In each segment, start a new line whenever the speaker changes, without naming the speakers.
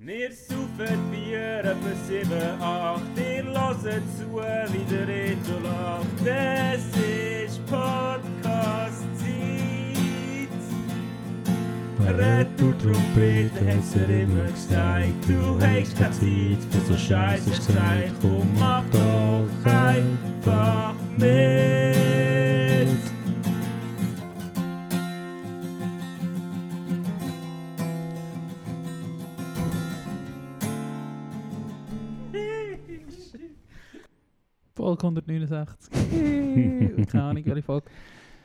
Wir saufen Bier etwa 7, 8. Ihr hört zu, wie der Reto lacht. Es ist Podcast-Zeit. Retro-Trompete hat's dir immer gesagt. Du hast keine Zeit für so Scheiße Zeit. Komm, mach doch einfach mit.
Folge 169. Keine Ahnung, welche Folge.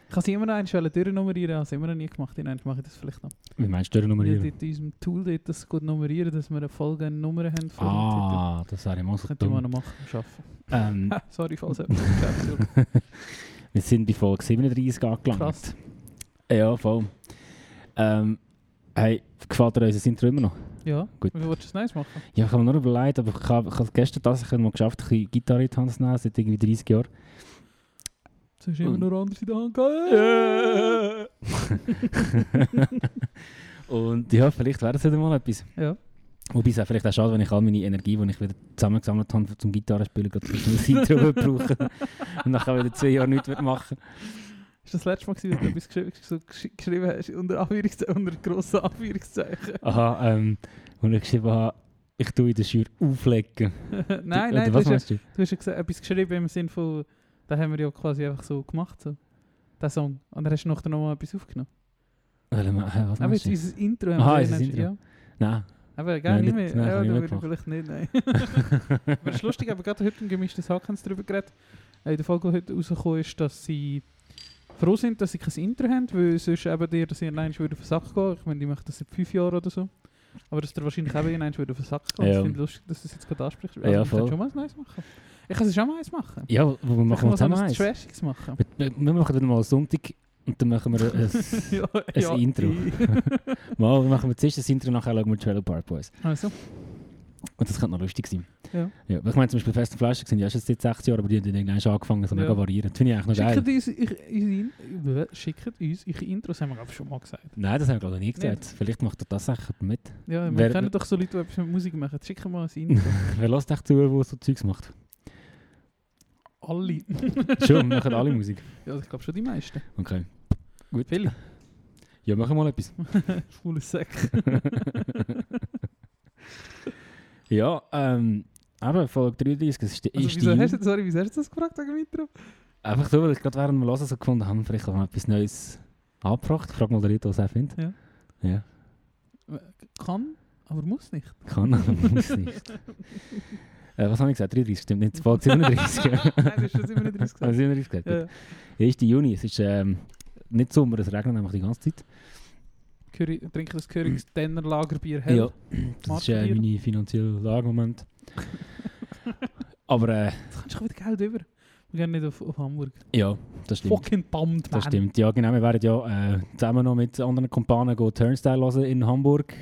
Ich kann sie immer noch eins durchnummerieren, habe es immer noch nie gemacht. Nein, mache ich das vielleicht noch.
Wie meinst du
Wir haben
durchnummerieren?
in unserem Tool dort das gut nummerieren, dass wir eine Folge eine Nummer haben. für den
Ah, das wäre immer
Titel.
so
Könnte man
dumm.
noch machen, am Schaffen.
Ähm,
Sorry, falls jemand geschafft hat.
wir sind bei Folge 37 angelangt.
Krass.
Ja, voll. Ähm, hey, gefällt dir unser Intro immer noch?
Ja,
Gut.
wie willst du es nice machen?
Ja, ich habe mir nur überlegt, aber ich habe ich habe gestern tatsächlich mal geschafft, ein bisschen Gitarre in die Hand zu nehmen, seit irgendwie 30 Jahren.
Es ist immer
Und-
nur anders in der Hand. Äh!
Und ja, vielleicht wäre das wieder mal etwas.
Ja.
Wobei es auch vielleicht auch schade, wenn ich all meine Energie, die ich wieder zusammengesammelt habe zum Gitarrespielen, gerade für das Intro würde brauchen und nachher wieder zwei Jahre nichts machen
Ist das letzte Mal, gewesen, dass du etwas geschri so gesch- geschrieben hast, unter, Anführungszeichen, unter grossen Anführungszeichen?
Aha, ähm, und ich geschrieben habe, ich tue in der Schür auflegen.
nein,
Oder
nein,
was
das
meinst
ist
du?
Du hast ja gesagt, etwas geschrieben im Sinn von, da haben wir ja quasi einfach so gemacht, so. Der Song. Und dann hast du nachher nochmal etwas aufgenommen.
Warte mal, hä, äh, Was
Aber
meinst
jetzt
du?
unser Intro.
Aha,
haben wir
unser
dann-
Intro.
Ja.
Nein.
Aber gar
Nein,
nicht mehr.
nicht- nein,
ja,
hab ich
da
nicht
würde ich vielleicht nicht, nein. aber es ist lustig, aber gerade heute im gemischten Hack haben sie darüber geredet. Äh, In der Folge, die heute rausgekommen ist, dass sie froh sind, dass sie kein Intro haben, weil sonst eben dir, dass ihr allein würde auf den Sack gehen. Ich meine, die machen das seit fünf Jahren oder so. Aber dass dir wahrscheinlich eben allein würde auf den Sack gehen.
Ja.
Ich finde lustig, dass du das jetzt gerade ansprichst. Also,
Ja,
ich kann
voll.
schon mal eins machen. Ich kann es schon mal eins machen.
Ja, wo- wo machen wir
Vielleicht
zusammen
mal
eins?
so ein Trashiges machen.
Wir- Wir wir machen wieder mal einen Sonntag und dann machen wir ein...
ja,
Ein Intro. mal, wir machen wir zuerst das Intro, nachher schauen wir Trailer Park Boys.
also,
Und das könnte noch lustig sein.
Ja.
ja aber ich meine, zum Beispiel Fest und Flash sind ja schon seit 60 Jahren, aber die haben dann irgendwann schon angefangen, so
Ja.
mega variieren. Das finde ich eigentlich noch geil.
schickt uns, ich, ich, ich, schickt uns eure Intros, haben wir glaube ich schon mal gesagt.
Nein, das haben wir glaube ich noch nie gesagt.
Nicht?
Vielleicht macht er das sicher mit.
Ja, wir
Wer-
kennen doch so Leute, die etwas mit Musik machen. Schickt mal ein Intro.
Wer lässt echt zu, der so Zeugs macht?
Alle.
schon, wir machen alle Musik.
Ja, ich glaube schon die meisten.
Okay.
Viele.
Ja, machen wir mal etwas.
Schwule Säcke.
Ja, ähm, aber Folge 33, das ist der
Also,
erste.
wieso hast
Juni.
du, sorry, wieso hast du das gefragt wegen dem Intro?
Einfach so, weil ich gerade während wir hören so gefunden haben, vielleicht haben wir etwas Neues angebracht. Frag mal den Rito, was er findet.
Ja.
Ja,
Kann, aber muss nicht.
kann, aber muss nicht. äh, was habe ich gesagt? 33, stimmt nicht. Folge 37.
Nein, du hast schon 37
Haben
gesagt.
Sie 37 gesagt?
Ja, ja.
1. Juni, es ist ähm, nicht Sommer, es regnet nämlich die ganze Zeit.
Curry, trinke das Körigs Denner Lagerbier hell.
Mm. Ja, das ist äh,
Markenbier.
meine finanzielle Lage im Moment. Aber äh,
Jetzt kannst du schon wieder Geld über. Wir gehen nicht auf, auf Hamburg.
ja, das stimmt.
Fucking bummed, man.
Das stimmt, ja genau. Wir werden ja äh, zusammen noch mit anderen Kumpanen go Turnstyle hören in Hamburg.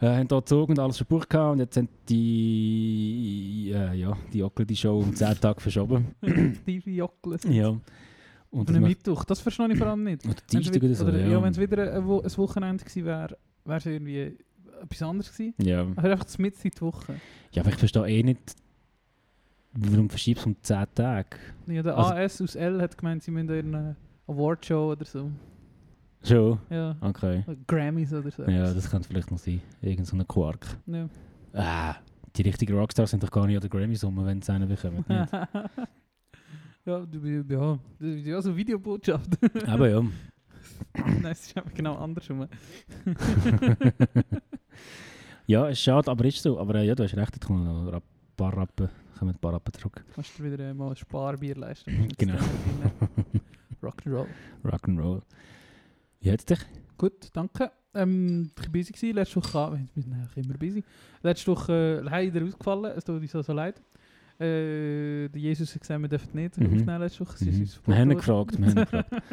Äh, haben da gezogen und alles verbucht gehabt und jetzt sind die, äh, ja, die Ockel die Show um 10 Tage verschoben.
Tiefe Jockeln.
ja. Und
Auf
das
einem
macht-
Mittwoch, das verstehe ich vor allem nicht.
oder
Wenn's
Dienstag oder
wid-
so,
oder-
ja.
Ja, wenn es wieder ein, eh, Wo- ein Wochenende gewesen wäre, wäre es irgendwie etwas anderes gewesen.
ja.
Aber einfach das Mitte in die Woche.
ja, aber ich verstehe eh nicht, warum verschiebst du um 10 Tage?
Ja, der
Also-
AS aus L hat gemeint, sie müssen eine Awardshow oder so.
Schon?
Ja,
Okay.
Grammys oder so.
Ja, das könnte vielleicht noch sein. Irgend so ein Quark.
Ja.
Ah, die richtigen Rockstars sind doch gar nicht an der Grammys rum, wenn sie einen bekommen. nicht?
ja, du- ja, das ist ja so Videobotschaft.
Aber ja.
Nein, es ist einfach genau andersrum.
ja, es ist schade, aber ist so. Aber äh, ja, du hast recht, da kommen noch ein paar Rappen, kommen ein paar Rappen zurück.
Kannst du dir wieder mal ein Sparbier leisten.
Genau.
Rock'n'Roll.
Rock'n'Roll. Wie hat's dich?
Gut, danke. Ähm, ich war busy. Gewesen. Letzte Woche, ah, ich bin eigentlich immer busy. Letzte Woche äh, leider ausgefallen, es tut uns also leid. Äh, der Jesus hat gesagt, wir dürfen nicht
Mhm.
aufnehmen letzte Woche. Sie ist
Mhm.
uns
Wir haben ihn gefragt,
verboten
wir haben ihn gefragt.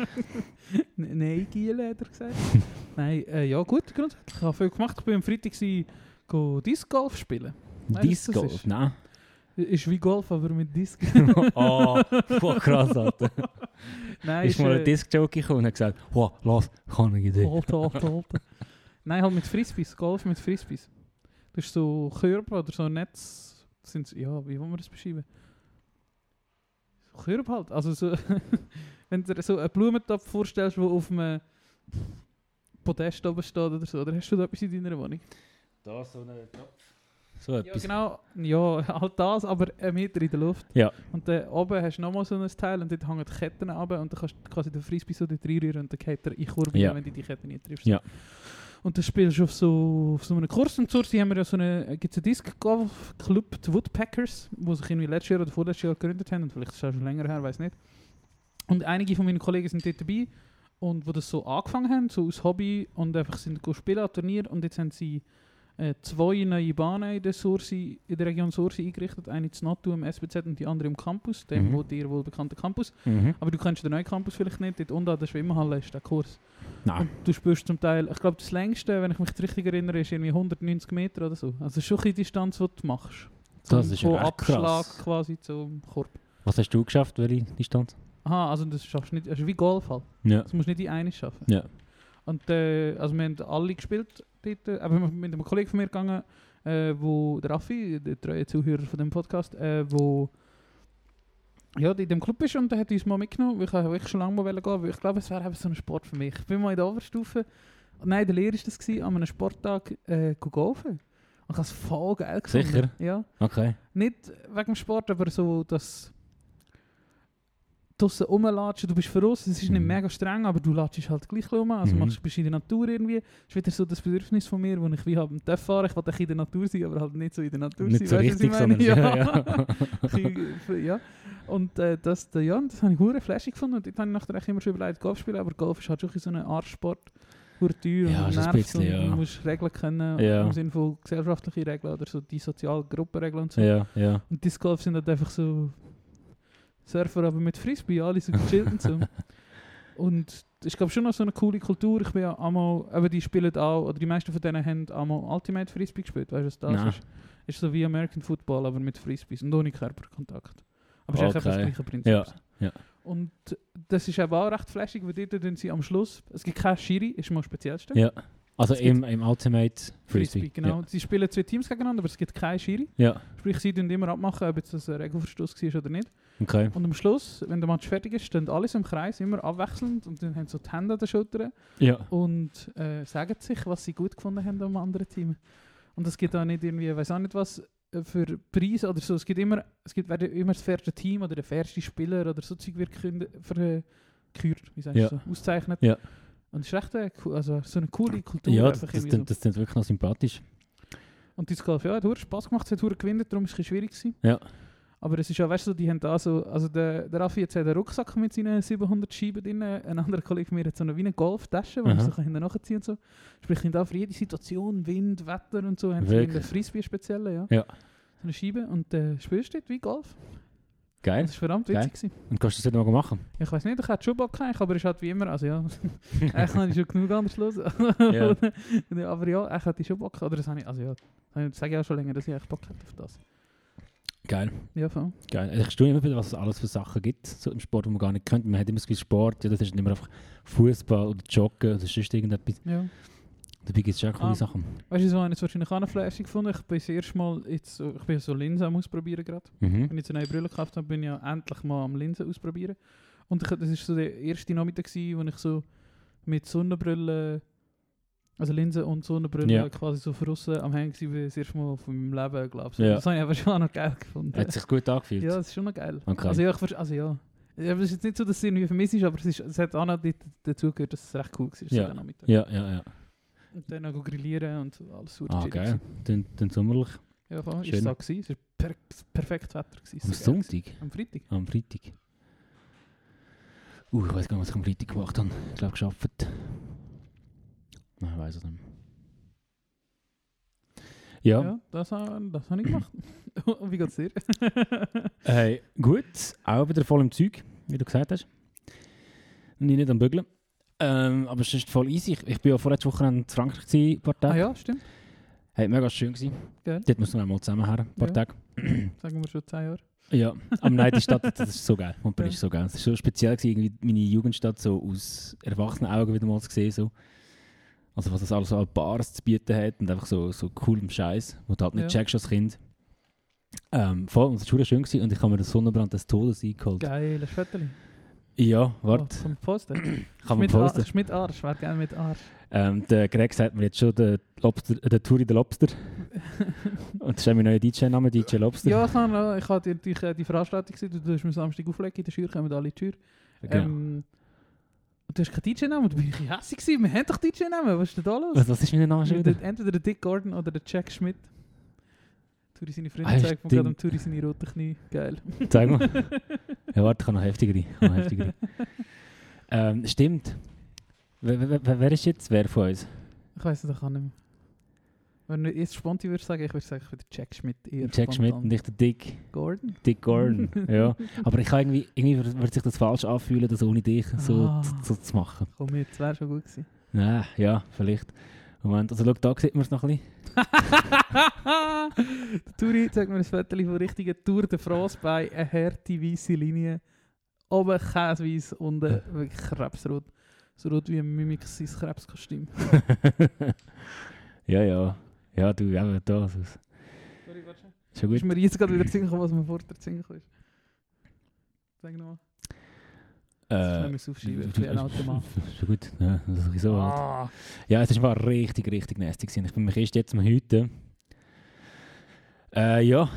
worden. N- Nein, Giel hat er gesagt. Nein, äh, ja gut, grundsätzlich. Ich habe viel gemacht. Ich bin am Freitag gewesen, go Disc Golf spielen. Weißt du,
Disc
was das
Golf?
ist?
Nein.
Ist wie Golf, aber mit Disc.
oh, voll krass, Alter.
Nein,
ist mal
äh,
ein Disc-Jockey gekommen und hat gesagt, wow, lass, keine Idee.
genau. Holte, holte, holte. Nein, halt mit Frisbees, Golf mit Frisbees. Das ist so Körper oder so Netz. Das Sind, ja, wie wollen wir das beschreiben? So Körper halt. Also so, wenn du dir so einen Blumentopf vorstellst, der auf einem Podest oben steht oder so, oder hast du da etwas in deiner Wohnung?
Da so ein Topf. So
Ja,
etwas.
genau. Ja, all das, aber einen Meter in der Luft.
Ja.
Und dann oben hast du nochmal so ein Teil und dort hängen die Ketten ab und dann kannst du quasi den Frisbee so dort reinrühren und dann geht er in Kurve,
Ja.
wenn du die Kette nicht triffst.
Ja.
Und dann spielst du auf so, auf so einem Kurs. Und zur haben wir ja so einen, gibt's einen Disc-Golf-Club, die Woodpeckers, die sich irgendwie letztes Jahr oder vorletztes Jahr gegründet haben. Und vielleicht ist das auch schon länger her, weiß nicht. Und einige von meinen Kollegen sind dort dabei und wo das so angefangen haben, so aus Hobby und einfach sind go spielen an Turnier und jetzt haben sie äh, zwei neue Bahnen in der, Sursi, in der Region Sursi eingerichtet, eine in Natu im SBZ und die andere im Campus, dem
Mhm.
wo dir wohl bekannten Campus.
Mhm.
Aber du kennst den neuen Campus vielleicht nicht, dort unten an der Schwimmhalle ist der Kurs.
Nein.
Du spürst zum Teil, ich glaube das längste, wenn ich mich richtig erinnere, ist irgendwie 190 Meter oder so. Also schon ein bisschen die Distanz, die du machst.
Das
Zum-
ist ja
von
echt krass.
Abschlag quasi zum Korb.
Was hast du geschafft, welche Distanz?
Aha, also das schaffst du nicht, das ist wie Golf halt.
Ja.
Das musst du nicht in eines schaffen.
Ja.
Und äh, also wir haben alle gespielt dort, äh, aber wir sind mit einem Kollegen von mir gegangen, äh, wo, der Raffi, der treue Zuhörer von dem Podcast, äh, wo ja, die in dem Club ist und der hat uns mal mitgenommen, weil ich habe wirklich schon lange mal wollen gehen, weil ich glaube, es wäre eben so ein Sport für mich. Ich bin mal in der Oberstufe, nein, der Lehrer war das, gewesen, an einem Sporttag äh, go golfen. Und ich habe es voll geil gefunden.
Sicher?
Ja.
Okay.
Nicht wegen dem Sport, aber so, dass draussen rumlatschen, du bist verrost, es ist nicht
Mhm.
mega streng, aber du latschst halt gleich rum, also
Mhm.
machst, bist in der Natur irgendwie. Das ist wieder so das Bedürfnis von mir, wo ich wie habe, darf fahren, ich will eigentlich in der Natur sein, aber halt nicht so in der Natur
Nicht
sein,
so
weißt du, was ich
richtig,
meine?
sondern. Ja, ja.
ja. ja. Und äh, das, äh, ja, und das habe ich hure flashig gefunden und dort habe ich nachher echt immer schon überlegt, Golf spielen, aber Golf ist halt schon ein bisschen so ein Arschsport, hure teuer
Ja,
und
ist ein
nervt
bisschen,
und
ja.
du musst Regeln kennen,
Ja.
im Sinne von gesellschaftlichen Regeln oder so die sozialen Gruppenregeln und so.
ja, ja.
Und Disc Golf sind halt einfach so Surfer, aber mit Frisbee, alle so gechillt und so. Und ich glaube schon noch so eine coole Kultur. Ich bin ja einmal, aber die spielen auch, oder die meisten von denen haben einmal Ultimate Frisbee gespielt, weißt du, was das
Nein.
ist? Ist so wie American Football, aber mit Frisbees und ohne Körperkontakt. Aber es ist
Okay.
eigentlich einfach das gleiche Prinzip.
Ja, ja.
Und das ist eben auch recht flashig, weil dort tun sie am Schluss, es gibt keine Schiri, ist mal das Speziellste.
Ja. Also
Es gibt-
im, im Ultimate Frisbee.
genau. Sie spielen zwei Teams gegeneinander, aber es gibt keine Schiri.
Ja,
Sprich, sie tun immer abmachen, ob jetzt das ein Regelverstoß war oder nicht.
okay.
Und am Schluss, wenn der Match fertig ist, stehen alle so im Kreis, immer abwechselnd und dann haben sie so die Hände an den Schultern
Ja.
und äh, sagen sich, was sie gut gefunden haben am anderen Team. Und es gibt auch nicht irgendwie, weiß auch nicht was, äh, für Preise oder so. Es gibt immer, es gibt werden immer das fairste Team oder der fairste Spieler oder so Zeug wird gekünd- ver- gekürt, wie sagst
Ja.
du so, ausgezeichnet.
Ja.
Und es ist echt äh, cool, also so eine coole Kultur.
Ja, das,
einfach
das,
irgendwie
klingt- das klingt wirklich noch sympathisch.
und das Golf, ja, hat verdammt Spass gemacht, es hat verdammt gewinnt, darum war es ein bisschen schwierig. Gewesen.
Ja.
Aber es ist ja, weißt du, die haben da so, also der, der Raffi jetzt hat einen Rucksack mit seinen 700 Scheiben drin, ein anderer Kollege von mir hat so eine wie eine Golftasche, wo man
Aha.
so hinten nachziehen und so. Sprich, haben da für jede Situation, Wind, Wetter und so, haben sie
Wirklich?
einen Frisbee speziell, ja.
Ja.
So eine Scheibe und äh, spielst du dort wie Golf.
Geil.
Das ist verdammt
Geil.
witzig gewesen.
Und kannst du das nicht mal machen?
Ja, Ich weiß nicht, ich hätte schon Bock gehabt, aber es ist halt wie immer, also ja, eigentlich habe ich schon genug anders los.
Ja.
Aber ja, ich hätte schon Bock gehabt, oder das habe ich, also ja, das sage ich auch schon länger, dass ich echt Bock hätte auf das.
Geil.
Ja, voll.
Geil. Also Ich studiere immer wieder, was es alles für Sachen gibt so im Sport, wo man gar nicht könnte. Man hat immer das Gefühl, Sport, ja, das ist nicht mehr einfach Fußball oder Joggen oder sonst irgendetwas.
Ja.
Dabei gibt es schon coole
Ah.
Sachen.
Weißt du, so habe ich jetzt wahrscheinlich auch eine Flasche gefunden. Ich bin das erste Mal jetzt, so- ich bin so Linsen am ausprobieren gerade.
Mhm.
Wenn ich jetzt eine neue Brille gekauft habe, bin ich ja endlich mal am Linsen ausprobieren. Und ich, das war so der erste Nachmittag, gewesen, wo ich so mit Sonnenbrille, also Linsen und Sonnenbrille
Ja.
quasi so draussen am Hängen war, das erste Mal von meinem Leben, glaube ich.
Ja.
Das habe ich aber schon auch noch geil gefunden.
Hat sich gut angefühlt.
Ja, das ist schon noch geil.
Okay.
Also ja, ich, verste- also ja. Ja, aber Es ist jetzt nicht so, dass es irgendwie für mich ist, aber es, ist, es hat auch noch dit- dazu gehört, dass es recht cool war, so
Ja.
der Nachmittag.
ja, ja. ja.
Und dann noch grillieren und so, alles super
Ah,
chillig
geil. Dann, dann sommerlich.
Ja, voll. Ist
Schön.
es auch gewesen. Es war per perfektes Wetter. Gewesen.
Am
So geil gewesen.
Sonntag?
Am Freitag.
Am Freitag. Uh, ich weiß gar nicht, was ich am Freitag gemacht habe. Ich glaube, geschafft. Nein, ich weiß es nicht mehr. Ja.
Ja, das, ha- das habe ich gemacht. Und wie geht es dir?
Hey, gut. Auch wieder voll im Zeug, wie du gesagt hast. Und ich nicht am Bügeln. Ähm, aber es ist voll easy. Ich, ich bin ja vorletzte Woche in Frankreich, gewesen, ein paar Tage.
ah ja, stimmt.
Hey, mega schön gewesen.
Geil.
Dort müssen wir mal zusammen her, ein paar
Ja.
Tage.
Sagen wir schon 10 Jahre.
Ja, aber nein, die Stadt, das ist so geil. Montpellier
Ja.
ist so geil. Es war so speziell, gewesen, irgendwie meine Jugendstadt so aus erwachsenen Augen wieder mal zu sehen. So. Also was das alles so an Bars zu bieten hat und einfach so, so coolem Scheiß, wo du halt nicht
Ja.
checkst als Kind. Ähm, voll, und es war verdammt schön gewesen, und ich habe mir den Sonnenbrand des Todes eingeholt.
Geile Schwetterli.
Ja, warte,
Oh, kommt posten.
kann man
mit, Ar
posten.
ist mit Arsch, wäre gerne mit Arsch.
Ähm, der Greg sagt mir jetzt schon, der, Lobster, äh, der Touri der Lobster. und das ist auch mein neuer DJ-Name, DJ Lobster.
Ja, ich habe ich hab die, die, die Veranstaltung gesehen, du hast mir Samstag auflegen, in der Schür kommen alle in die Tür.
Genau.
Ähm, und du hast keinen DJ-Namen, du bist ein bisschen hässlich gewesen. Wir haben doch DJ-Namen, was ist denn da los?
was, was ist mein Name schon wieder?
Entweder, entweder der Dick Gordon oder der Jack Schmidt. Turi seine Freunde
Ah, ja,
zeigt, von gerade am
stimmt.
Turi seine roten Knie. Geil.
Zeig mal. Ja, warte, ich habe noch heftigere. Ich habe noch heftigere. ähm, stimmt. Wer, wer- wer, wer ist jetzt wer von uns?
Ich weiß es doch auch nicht mehr. Wenn du jetzt spontan würdest sagen, ich würde sagen, ich bin der Jack Schmidt eher.
Jack Schmidt und
spontan.
ich, der Dick.
Gordon?
Dick Gordon. ja. Aber ich kann irgendwie, irgendwie wird sich das falsch anfühlen, das ohne dich so,
Ah.
zu- so zu machen.
Komm mit, das wäre schon gut gewesen.
Ja, ja, vielleicht. Moment, also schau, da sieht man es noch ein bisschen.
der Turi zeigt mir ein Foto von richtigen Tour de France bei eine harte weiße Linie. Oben käseweiß,
Äh.
unten wirklich krebsrot. So rot wie ein Mimik sein Krebskostüm.
ja, ja. Ja, du, eben da. Das ist
Sorry, warte schon.
schon
Ist
gut.
mir jetzt gerade wieder zingen, was mir vorher zingen ist. Sag nochmal.
Äh,
Das ist aufschreiben. Ich bin ein alter Mann.
Schon gut. Ja, das ist so alt.
Ah,
Ja, es war richtig, richtig nasty. gewesen. Ich bin mich erst jetzt mal heute. Äh, ja.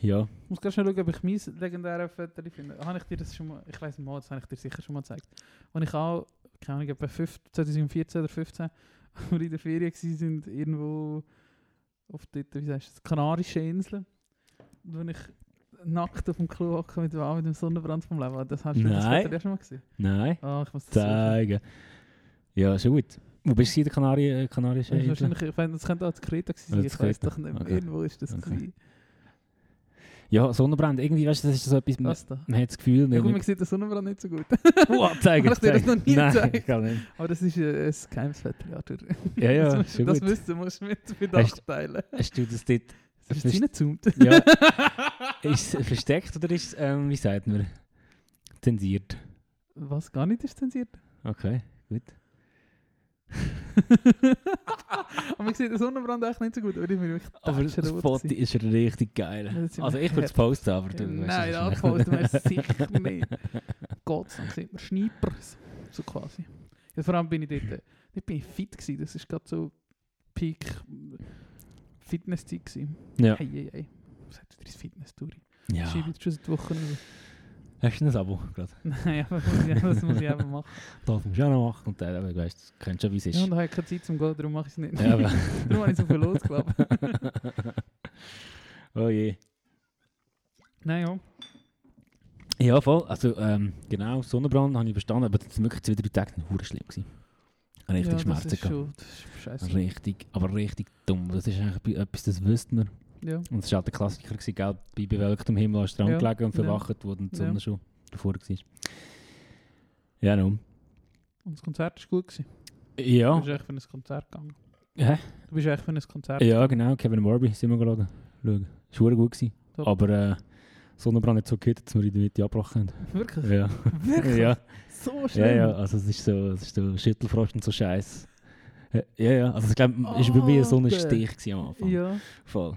Ja.
ich muss ganz schnell schauen, ob ich mein legendäres Foto finde. Habe ich dir das schon mal... Ich weiss nicht mal, das habe ich dir sicher schon mal gezeigt. Und ich auch, keine Ahnung, etwa 15, 2014 oder 15, als wir in der Ferien waren, irgendwo auf der, wie sagst du, das, Kanarische Inseln. Und wenn ich nackt auf dem Klo hocke mit, dem- mit dem Sonnenbrand vom Leben, das hast du das
Nein.
Foto ja schon mal gesehen.
Nein.
Ah, ich muss das suchen.
Zeigen. Ja, schon gut. Wo bist du in der Kanari Kanarischen
Das, ist
Inseln?
wahrscheinlich, ich weiss, das könnte auch zu Kreta gewesen sein,
Oder zu
ich weiß
Kreta.
doch nicht.
Okay.
Irgendwo ist das
Okay.
gewesen.
Ja, Sonnenbrand. Irgendwie, weißt du, das ist so etwas, man,
Das da.
man hat das Gefühl,
Ja,
man...
gut, man sieht den Sonnenbrand nicht so gut.
Wow, zeigen,
Hast du dir das
zeigen.
noch nie
Nein,
gezeigt?
ich kann nicht.
Aber das ist äh, ein geheimes Viertel, Arthur.
Ja,
das,
ja,
musst-
schon
das
gut.
müssen musst du mit Bedacht teilen.
Hast du das dort...
Es ist
Verste-
reingezoomt.
Ja. ist es versteckt oder ist es, ähm, wie sagt man, zensiert?
Was gar nicht ist zensiert.
Okay, gut.
Aber man sieht den Sonnenbrand echt nicht so gut. Aber ich bin wirklich
Aber das
tätschenrot
Foto
gewesen.
ist richtig geil.
Ja, das sind
Also
wir
ich würde es
hart.
posten, aber du
Nein,
das
da
ist
gefällt mir sicher nicht. Gott, dann sieht man Schneipers. So quasi. Ja, vor allem bin ich dort... äh, Dort bin ich fit gewesen. Das ist gerade so Peak... Fitness-Zeit gewesen.
Ja.
Hey, hey, hey. Was hat dir das Fitness-Tour?
ja.
Ja. Schiebe jetzt schon seit Wochen über.
Hast du ein Abo gerade?
Nein, aber das muss ich- das muss ich eben machen.
Das musst du auch noch machen. Und dann, aber du weißt, du kennst schon, wie es ist.
Ja, und da habe ich keine Zeit zum Gehen, darum mache ich es nicht.
Ja, aber-
darum habe ich so viel losgelassen.
oh je.
Nein, ja.
Ja, voll. Also ähm, genau, Sonnenbrand habe ich verstanden, aber das war wirklich zwei, drei Tage dann hure schlimm. Gewesen. Richtig
ja,
Schmerzen
das ist
gehabt. Also
schon, das ist scheiße.
Richtig, aber richtig dumm. Das ist eigentlich etwas, das wüsste man.
Ja.
Und es war halt der Klassiker, gewesen, gell? bei bewölktem Himmel hast du dran
Ja,
gelegen und
ja.
verwacht, wo dann die Sonne
Ja.
schon davor war. Ja, nun.
Und das Konzert war gut. Gewesen. Du
Ja,
bist echt für ein Konzert gegangen.
Hä?
Du bist echt für ein Konzert.
ja genau, Kevin Morby, sind wir geschaut. Schauen. Es war verdammt gut. Gewesen.
Top.
Aber äh, Sonnenbrand hat so gehört, dass wir in der Mitte abbrochen haben.
Wirklich?
Ja.
Wirklich?
ja.
So schlimm.
Ja, ja, also es ist so, es ist so Schüttelfrost und so Scheiß. Ja, ja, also ich glaube, es war bei mir so ein
Alter.
Stich gewesen am Anfang.
Ja.
Voll.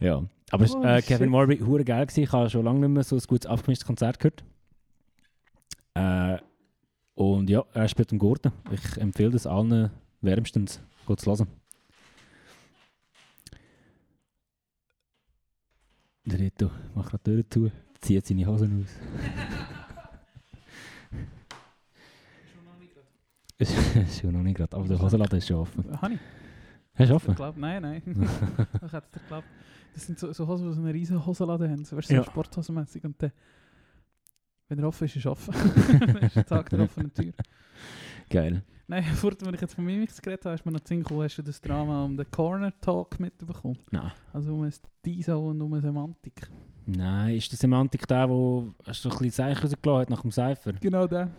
Ja, aber es-
Oh,
äh,
shit.
Kevin Morby, hure geil gewesen. Ich habe schon lange nicht mehr so ein gutes abgemischtes Konzert gehört. Äh, und ja, er spielt im Gurten. Ich empfehle das allen wärmstens, gut zu hören. Der Rito macht gerade die Tür zu, zieht seine Hosen aus. Es ist schon noch nicht gerade, aber der Hosenladen ist schon offen.
Habe ich.
Hast du
Ich
offen?
glaube, nein, nein. ich hätte es dir geglaubt. Das sind so, so Hosen, die so einen riesen Hosenladen haben. So, weißt du, so
Ja.
sporthosenmässig. Und dann, wenn er offen ist, ist er offen. Dann ist der Tag der offenen Tür.
Geil.
Nein, vorhin, als ich jetzt von Mimics geredet habe, ist mir noch Sinn gekommen, hast du das Drama um den Corner Talk mitbekommen?
Nein.
Also um ein Diesel und um eine Semantik.
Nein, ist die Semantik der, wo hast du so ein bisschen Zeichen rausgelassen hat nach dem Cypher?
Genau der.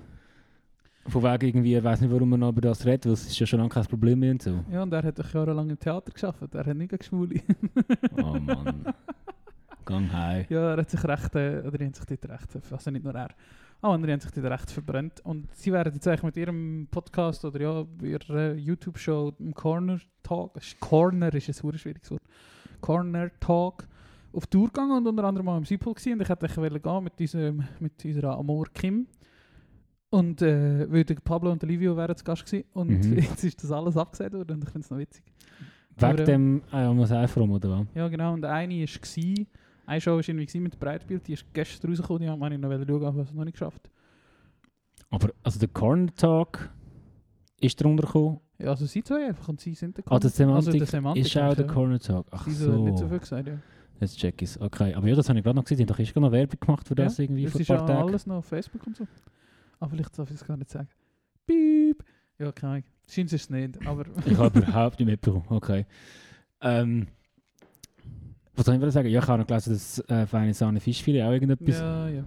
Von wegen irgendwie, ich weiß nicht, warum man noch über das redet, weil es ist ja schon lange kein Problem mehr und so.
Ja, und er hat doch jahrelang im Theater geschafft. Er hat nicht gegen Schwule.
Oh Mann. Gang high.
ja, er hat sich recht, äh, oder er hat sich dort recht, also nicht nur er. Ah, andere haben sich dann recht verbrennt. Und sie werden jetzt eigentlich mit ihrem Podcast oder ja, ihrer äh, YouTube-Show, im Corner Talk, ist- Corner ist ein super schwieriges Wort, Corner Talk, auf Tour gegangen und unter anderem auch im Südpol gewesen. Und ich hätte eigentlich wollen gehen mit, unserem, mit unserer Amor Kim. Und äh, weil der Pablo und Olivio wären zu Gast gewesen. Und
Mhm.
jetzt ist das dus alles abgesagt worden und ich finde es noch witzig. Aber,
Wegen
äh,
dem ah Amos Eifrom, oder was?
Ja, genau. Und eine war, gsi- eine Show war irgendwie gsi mit Breitbild, die ist gestern rausgekommen, die habe ich noch schauen, aber es noch nicht geschafft.
Aber also der Corner Talk ist darunter gekommen.
Ja, also sie zwei einfach und sie sind der
Ah, der Semantik,
Also der Semantik
ist auch
ist,
der
ja.
Corner Talk. Ach
Sie so. nicht so
so,
viel gesagt, ja.
jetzt check ich's. Okay, aber ja, das habe ich gerade noch gesehen. Die haben doch erst gerade noch Werbung gemacht für
Ja,
das irgendwie
Das
vor ein
ist ja
paar Tagen.
alles noch auf Facebook und so. Aber vielleicht darf ich es gar nicht sagen. Piep! Ja, keine Ahnung. Scheint es nicht, aber...
Ich habe überhaupt nicht mitbekommen. Okay. Ähm, was soll ich wollte sagen? Ja, ich habe noch gelesen, dass äh, Feine Sahne Fischfilet auch irgendetwas.
ja, ja.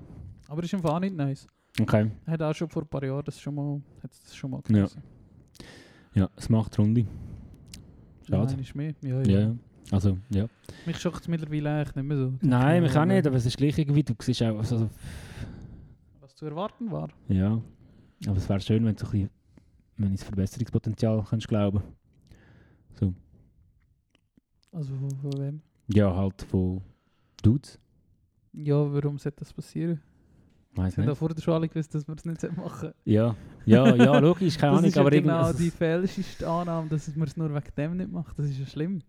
Aber ist im Fall nicht nice.
Okay.
Hat auch schon vor ein paar Jahren das schon mal, hat das schon mal
Ja. Ja, es macht Runde. Schade.
Nein, ist mehr.
Ja.
Ja, ja.
ja. Also, ja.
Mich schockt es mittlerweile eigentlich nicht mehr so.
Nein, mich auch
Aber
nicht, aber es ist gleich irgendwie, du siehst auch, also,
Was zu erwarten war.
ja. Aber es wäre schön, wenn du so ein bisschen, wenn du ins Verbesserungspotenzial kannst glauben.
Also von, von wem?
Ja, halt von Dudes.
Ja, warum sollte das passieren?
Weiß
Sie haben
nicht.
auch vor der Schule gewusst, dass wir es nicht machen
Ja, ja, ja, logisch, keine
Das
Ahnung,
ist ja
aber irgendwie.
genau
also
die
es-
fälscheste Annahme, dass man es nur wegen dem nicht macht. Das ist ja schlimm.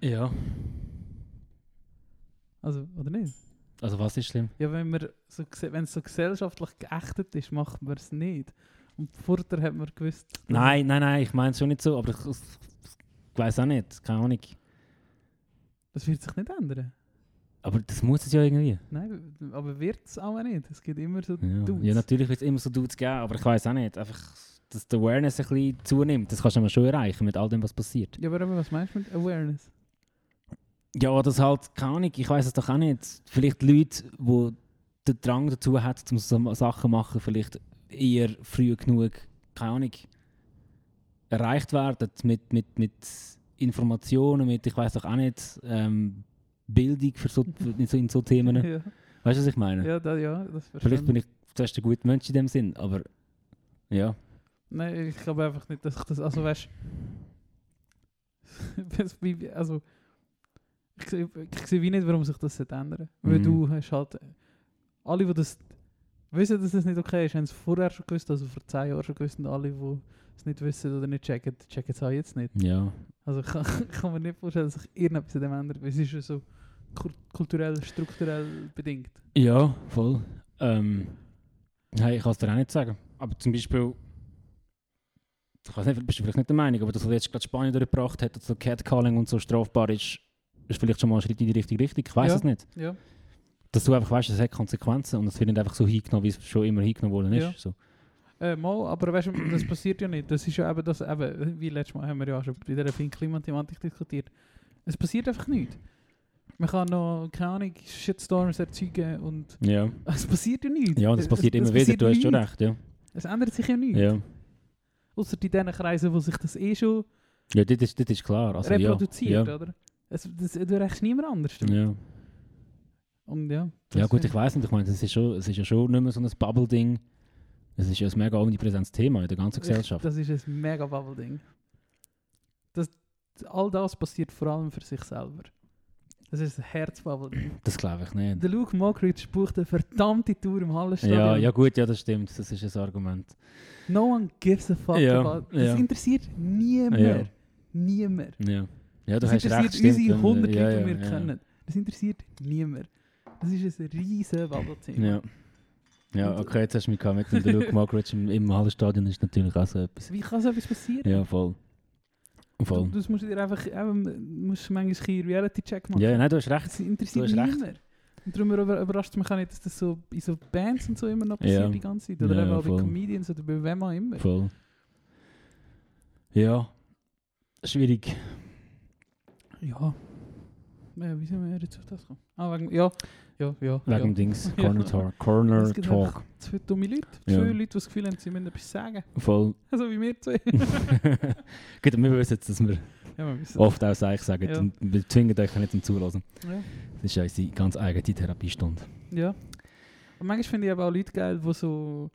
Ja.
Also, oder nicht?
Also, was ist schlimm?
Ja, wenn man so, gese- wenn es so gesellschaftlich geächtet ist, macht man es nicht. Und vorher hat man gewusst... dass-
Nein, nein, nein, ich meine es schon nicht so, aber ich, ich, ich weiß auch nicht, keine Ahnung.
Das wird sich nicht ändern.
Aber das muss es ja irgendwie.
Nein, aber wird es auch nicht. Es gibt immer so
Ja,
Dudes.
ja natürlich wird es immer so Dudes geben, aber ich weiß auch nicht. Einfach, dass die Awareness ein bisschen zunimmt, das kannst du aber schon erreichen mit all dem, was passiert.
Ja, aber eben, was meinst du mit Awareness?
Ja, das halt, keine Ahnung, ich weiß es doch auch nicht. Vielleicht Leute, die den Drang dazu hat, um so Sachen zu machen, vielleicht eher früh genug, keine Ahnung, erreicht werden mit, mit, mit Informationen, mit, ich weiß doch auch nicht, ähm, Bildung für so, in, so, in so Themen.
Ja,
Weißt du, was ich meine?
ja, da, ja das
vielleicht
verstehe
bin ich zuerst ein guter Mensch in dem Sinn, aber ja.
Nein, ich glaube einfach nicht, dass ich das. Also weißt das wie- also ich sehe, ich sehe wie nicht, warum sich das sollte ändern Weil
Mhm.
du hast halt. Alle, die das wissen, dass das nicht okay ist, haben es vorher schon gewusst, also vor zwei Jahren schon gewusst und alle, die es nicht wissen oder nicht checken, checken es auch jetzt nicht.
Ja,
Also ich kann, ich kann mir nicht vorstellen, dass sich irgendetwas an dem ändert, weil es ist ja so kur- kulturell, strukturell bedingt.
ja voll. Ähm, hey, ich kann es dir auch nicht sagen. Aber zum Beispiel, ich weiß nicht, bist du vielleicht nicht der Meinung, aber das, was jetzt gerade Spanien durchgebracht hat, dass so Catcalling und so strafbar ist, ist vielleicht schon mal ein Schritt in die richtige Richtung. Ich weiß
Ja.
es nicht.
Ja.
Dass du einfach weißt, es hat Konsequenzen und es wird nicht einfach so hingenommen, wie es schon immer hingenommen worden ist.
Ja.
So.
Äh, mal, aber weißt du, das passiert ja nicht. Das ist ja eben das, eben, wie letztes Mal haben wir ja schon bei dieser vielen Klimathematik diskutiert. Es passiert einfach nichts. Man kann noch, keine Ahnung, Shitstorms erzeugen und
Ja.
es passiert ja nichts.
ja, und das
es
passiert
es
immer wieder,
passiert
du hast schon
nichts.
recht. Ja.
Es ändert sich ja nichts.
Ja.
Außer in den Kreisen, wo sich das eh schon
ja, das ist, das ist klar. Also, ja.
reproduziert,
Ja.
oder? Es, das, du rächst niemand anders. damit.
Ja.
Und ja,
Ja
das-
gut, ich weiß nicht, ich meine, es ist, schon- es ist ja schon nicht mehr so ein Bubble-Ding. Es ist ja ein mega omnipräsentes Thema in der ganzen Gesellschaft.
Das ist ein mega Bubble-Ding. Das, all das passiert vor allem für sich selber. Das ist ein Herz-Bubble-Ding.
Das glaube ich nicht.
Der Luke Mockridge bucht eine verdammte Tour im Hallenstadion.
Ja, ja gut, ja das stimmt, das ist ein Argument.
No one gives a fuck
Ja,
about. Dus Das
ja.
interessiert niemand.
Ja.
Niemand.
Ja, ja du
Das
hast
interessiert
recht, stimmt.
unsere 100
eh, ja,
Leute,
ja,
die wir
ja.
kennen. Das interessiert niemand. Das ist ein riesen Bubble-Thema.
Ja. ja, okay, jetzt hast du mich gehabt mit dem der Luke Mockridge im, im Hallenstadion ist natürlich auch so etwas.
Dus Wie kann so etwas passieren?
Ja, voll.
Du,
Voll.
das musst du dir einfach eben, musst manchmal einen Reality-Check machen.
Ja, nein, du hast recht.
Das interessiert
Du hast recht.
niemand. Und darum über- überrascht es mich auch nicht, dass das so in so Bands und so immer noch passiert
Ja.
die ganze Zeit. Oder
Ja,
eben auch
voll.
bei Comedians oder bei wem auch immer.
Voll. Ja, schwierig.
Ja. ja. Wie sind wir jetzt auf das gekommen? Ah, wegen, ja. Ja, ja.
Wegen dem
ja.
Dings,
Ja.
Corner Talk. Corner
Es gibt einfach
Talk.
Zu viele dumme Leute. Zu
Ja.
viele Leute, die das Gefühl haben, sie müssen etwas sagen.
Voll.
So wie wir zwei.
Gut, wir wissen jetzt, dass wir
ja, wir wissen.
oft auch Seich sagen
Ja.
und wir zwingen euch nicht zum Zuhören.
Ja.
Das ist ja unsere ganz eigene Therapiestunde.
ja. manchmal finde ich aber auch Leute geil, die so,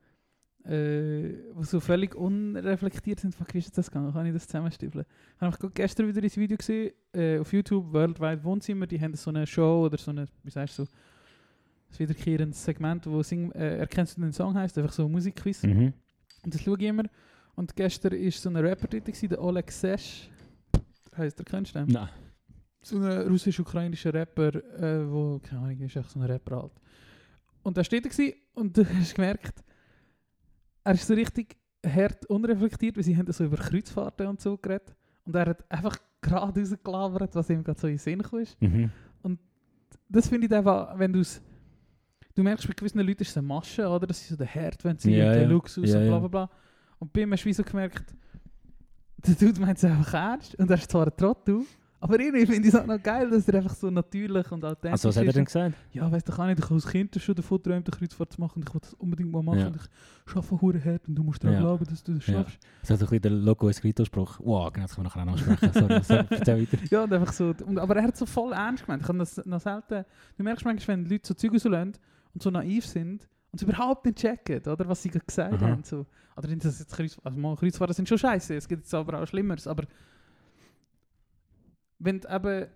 äh, wo so völlig unreflektiert sind. Fuck, wie ist jetzt das gegangen? Kann ich das zusammenstiefeln? Ich habe gerade gestern wieder ein Video gesehen äh, auf YouTube, Worldwide Wohnzimmer. Die haben so eine Show oder so eine, wie sagst du, so, ein wiederkehrendes Segment, wo sing, äh, erkennst du den Song heißt, einfach so ein Musikquiz.
Mhm.
Und das schaue ich immer. Und gestern war so ein Rapper dort, gewesen, der Oleg Sesh. Heißt der, kennst du den?
Nein.
so ein russisch-ukrainischer Rapper, äh, wo, keine Ahnung, ist echt so ein Rapper halt. Und da steht er gsi und du hast gemerkt, er ist so richtig hart unreflektiert, weil sie haben so über Kreuzfahrten und so geredet. Und er hat einfach gerade rausgelabert, was ihm gerade so in den Sinn kam.
Mhm.
Das finde ich einfach, wenn du es... Du merkst, bei gewissen Leuten ist es eine Masche, oder? Das ist so der Herd, wenn sie
Ja,
und der
ja.
Luxus
Ja,
und bla
ja.
bla bla. Und bei ihm hast du wie so gemerkt, der Dude meint es einfach ernst und er ist zwar ein Trottel, aber irgendwie finde ich es auch noch geil, dass er einfach so natürlich und authentisch
Also was hat er
ist.
denn gesagt?
Ja, weißt du, kann nicht, ich habe als Kind schon davon träumt, eine Kreuzfahrt zu machen und ich will das unbedingt mal machen
Ja.
und ich schaffe hure hart und du musst daran
Ja.
glauben, dass du das
Ja.
schaffst.
Das hat so ein bisschen der Logo Escrito-Spruch. Wow, genau, das können wir nachher auch noch sprechen. Sorry, sorry, erzähl weiter.
Ja, und einfach so. Und, aber er hat so voll ernst gemeint. Ich habe das noch selten. Du merkst manchmal, wenn Leute so Zeug rauslassen und so naiv sind und es überhaupt nicht checken, oder? Was sie gerade gesagt
Aha.
haben. So. Oder sind das jetzt Kreuz, also mal, Kreuzfahrer sind schon scheiße, es gibt jetzt aber auch Schlimmeres. Aber wenn du eben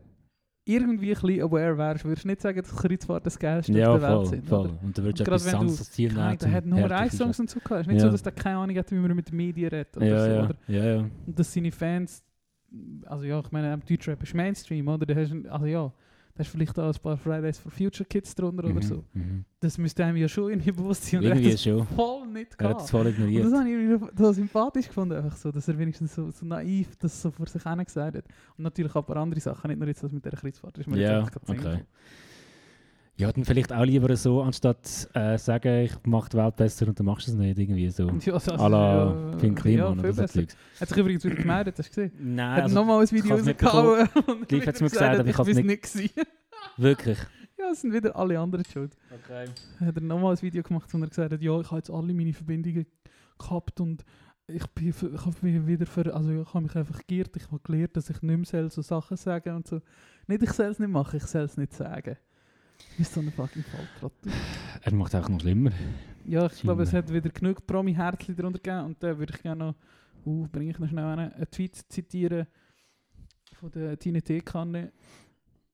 irgendwie ein bisschen aware wärst, würdest du nicht sagen, dass Kreuzfahrer das Geilste auf
Ja,
der
voll,
Welt sind.
voll.
Oder?
Und dann würdest du
Und
etwas
gerade wenn du-
sanftes Ziel
Keine Ahnung, der hat nur Eissongs und so gehabt. Es ist nicht
Ja.
so, dass der keine Ahnung hat, wie man mit den Medien redet. Oder
Ja,
so,
ja,
Oder?
ja, ja.
Und dass seine Fans, also ja, ich meine, am Deutschrap ist Mainstream, oder? Da hast, du- also ja, da hast du vielleicht auch ein paar Fridays for Future Kids drunter
Mhm,
oder so.
mhm.
Das müsste einem ja schon irgendwie bewusst sein. Und er hat
Irgendwie
das
schon.
voll nicht
Er hat es
gehabt.
voll
Und das
ignoriert.
habe ich irgendwie so sympathisch gefunden, einfach so, dass er wenigstens so, so naiv das so vor sich hin gesagt hat. Und natürlich auch ein paar andere Sachen, nicht nur jetzt das mit der Kreuzfahrt. Das ist mir jetzt
Ja,
einfach gerade eingefallen.
okay. Ja, dann vielleicht auch lieber so, anstatt äh, sagen, ich mache die Welt besser und dann machst du es nicht irgendwie so.
Und ja, also,
A la
ja,
Finn Kliman
ja,
oder
viel
so
besser.
Zeugs.
Hat sich übrigens wieder gemeldet, hast du gesehen?
Nein,
Hat
also
nochmal ein Video
hab's nicht
rausgehauen. und
Gleich
wieder
hat's mir gesagt, aber ich hab's
bin's
nicht-
nicht gesehen.
wirklich.
Ja, es sind wieder alle anderen die schuld. Hat er nochmal ein Video gemacht, wo er gesagt hat, ja, ich habe jetzt alle meine Verbindungen gehabt und ich, bin, f- ich habe mich wieder ver, also ich habe mich einfach geirrt, ich habe gelernt, dass ich nicht mehr soll so Sachen sagen und so. Nicht, ich soll es nicht machen, ich soll es nicht sagen. Ist so ein fucking Falltrottel.
Er macht auch noch schlimmer.
Ja, ich glaube, es hat wieder genug Promi-Herzchen drunter gegeben und da würde ich gerne noch, uh, bringe ich noch schnell einen, einen Tweet zitieren von der Tine Teekanne.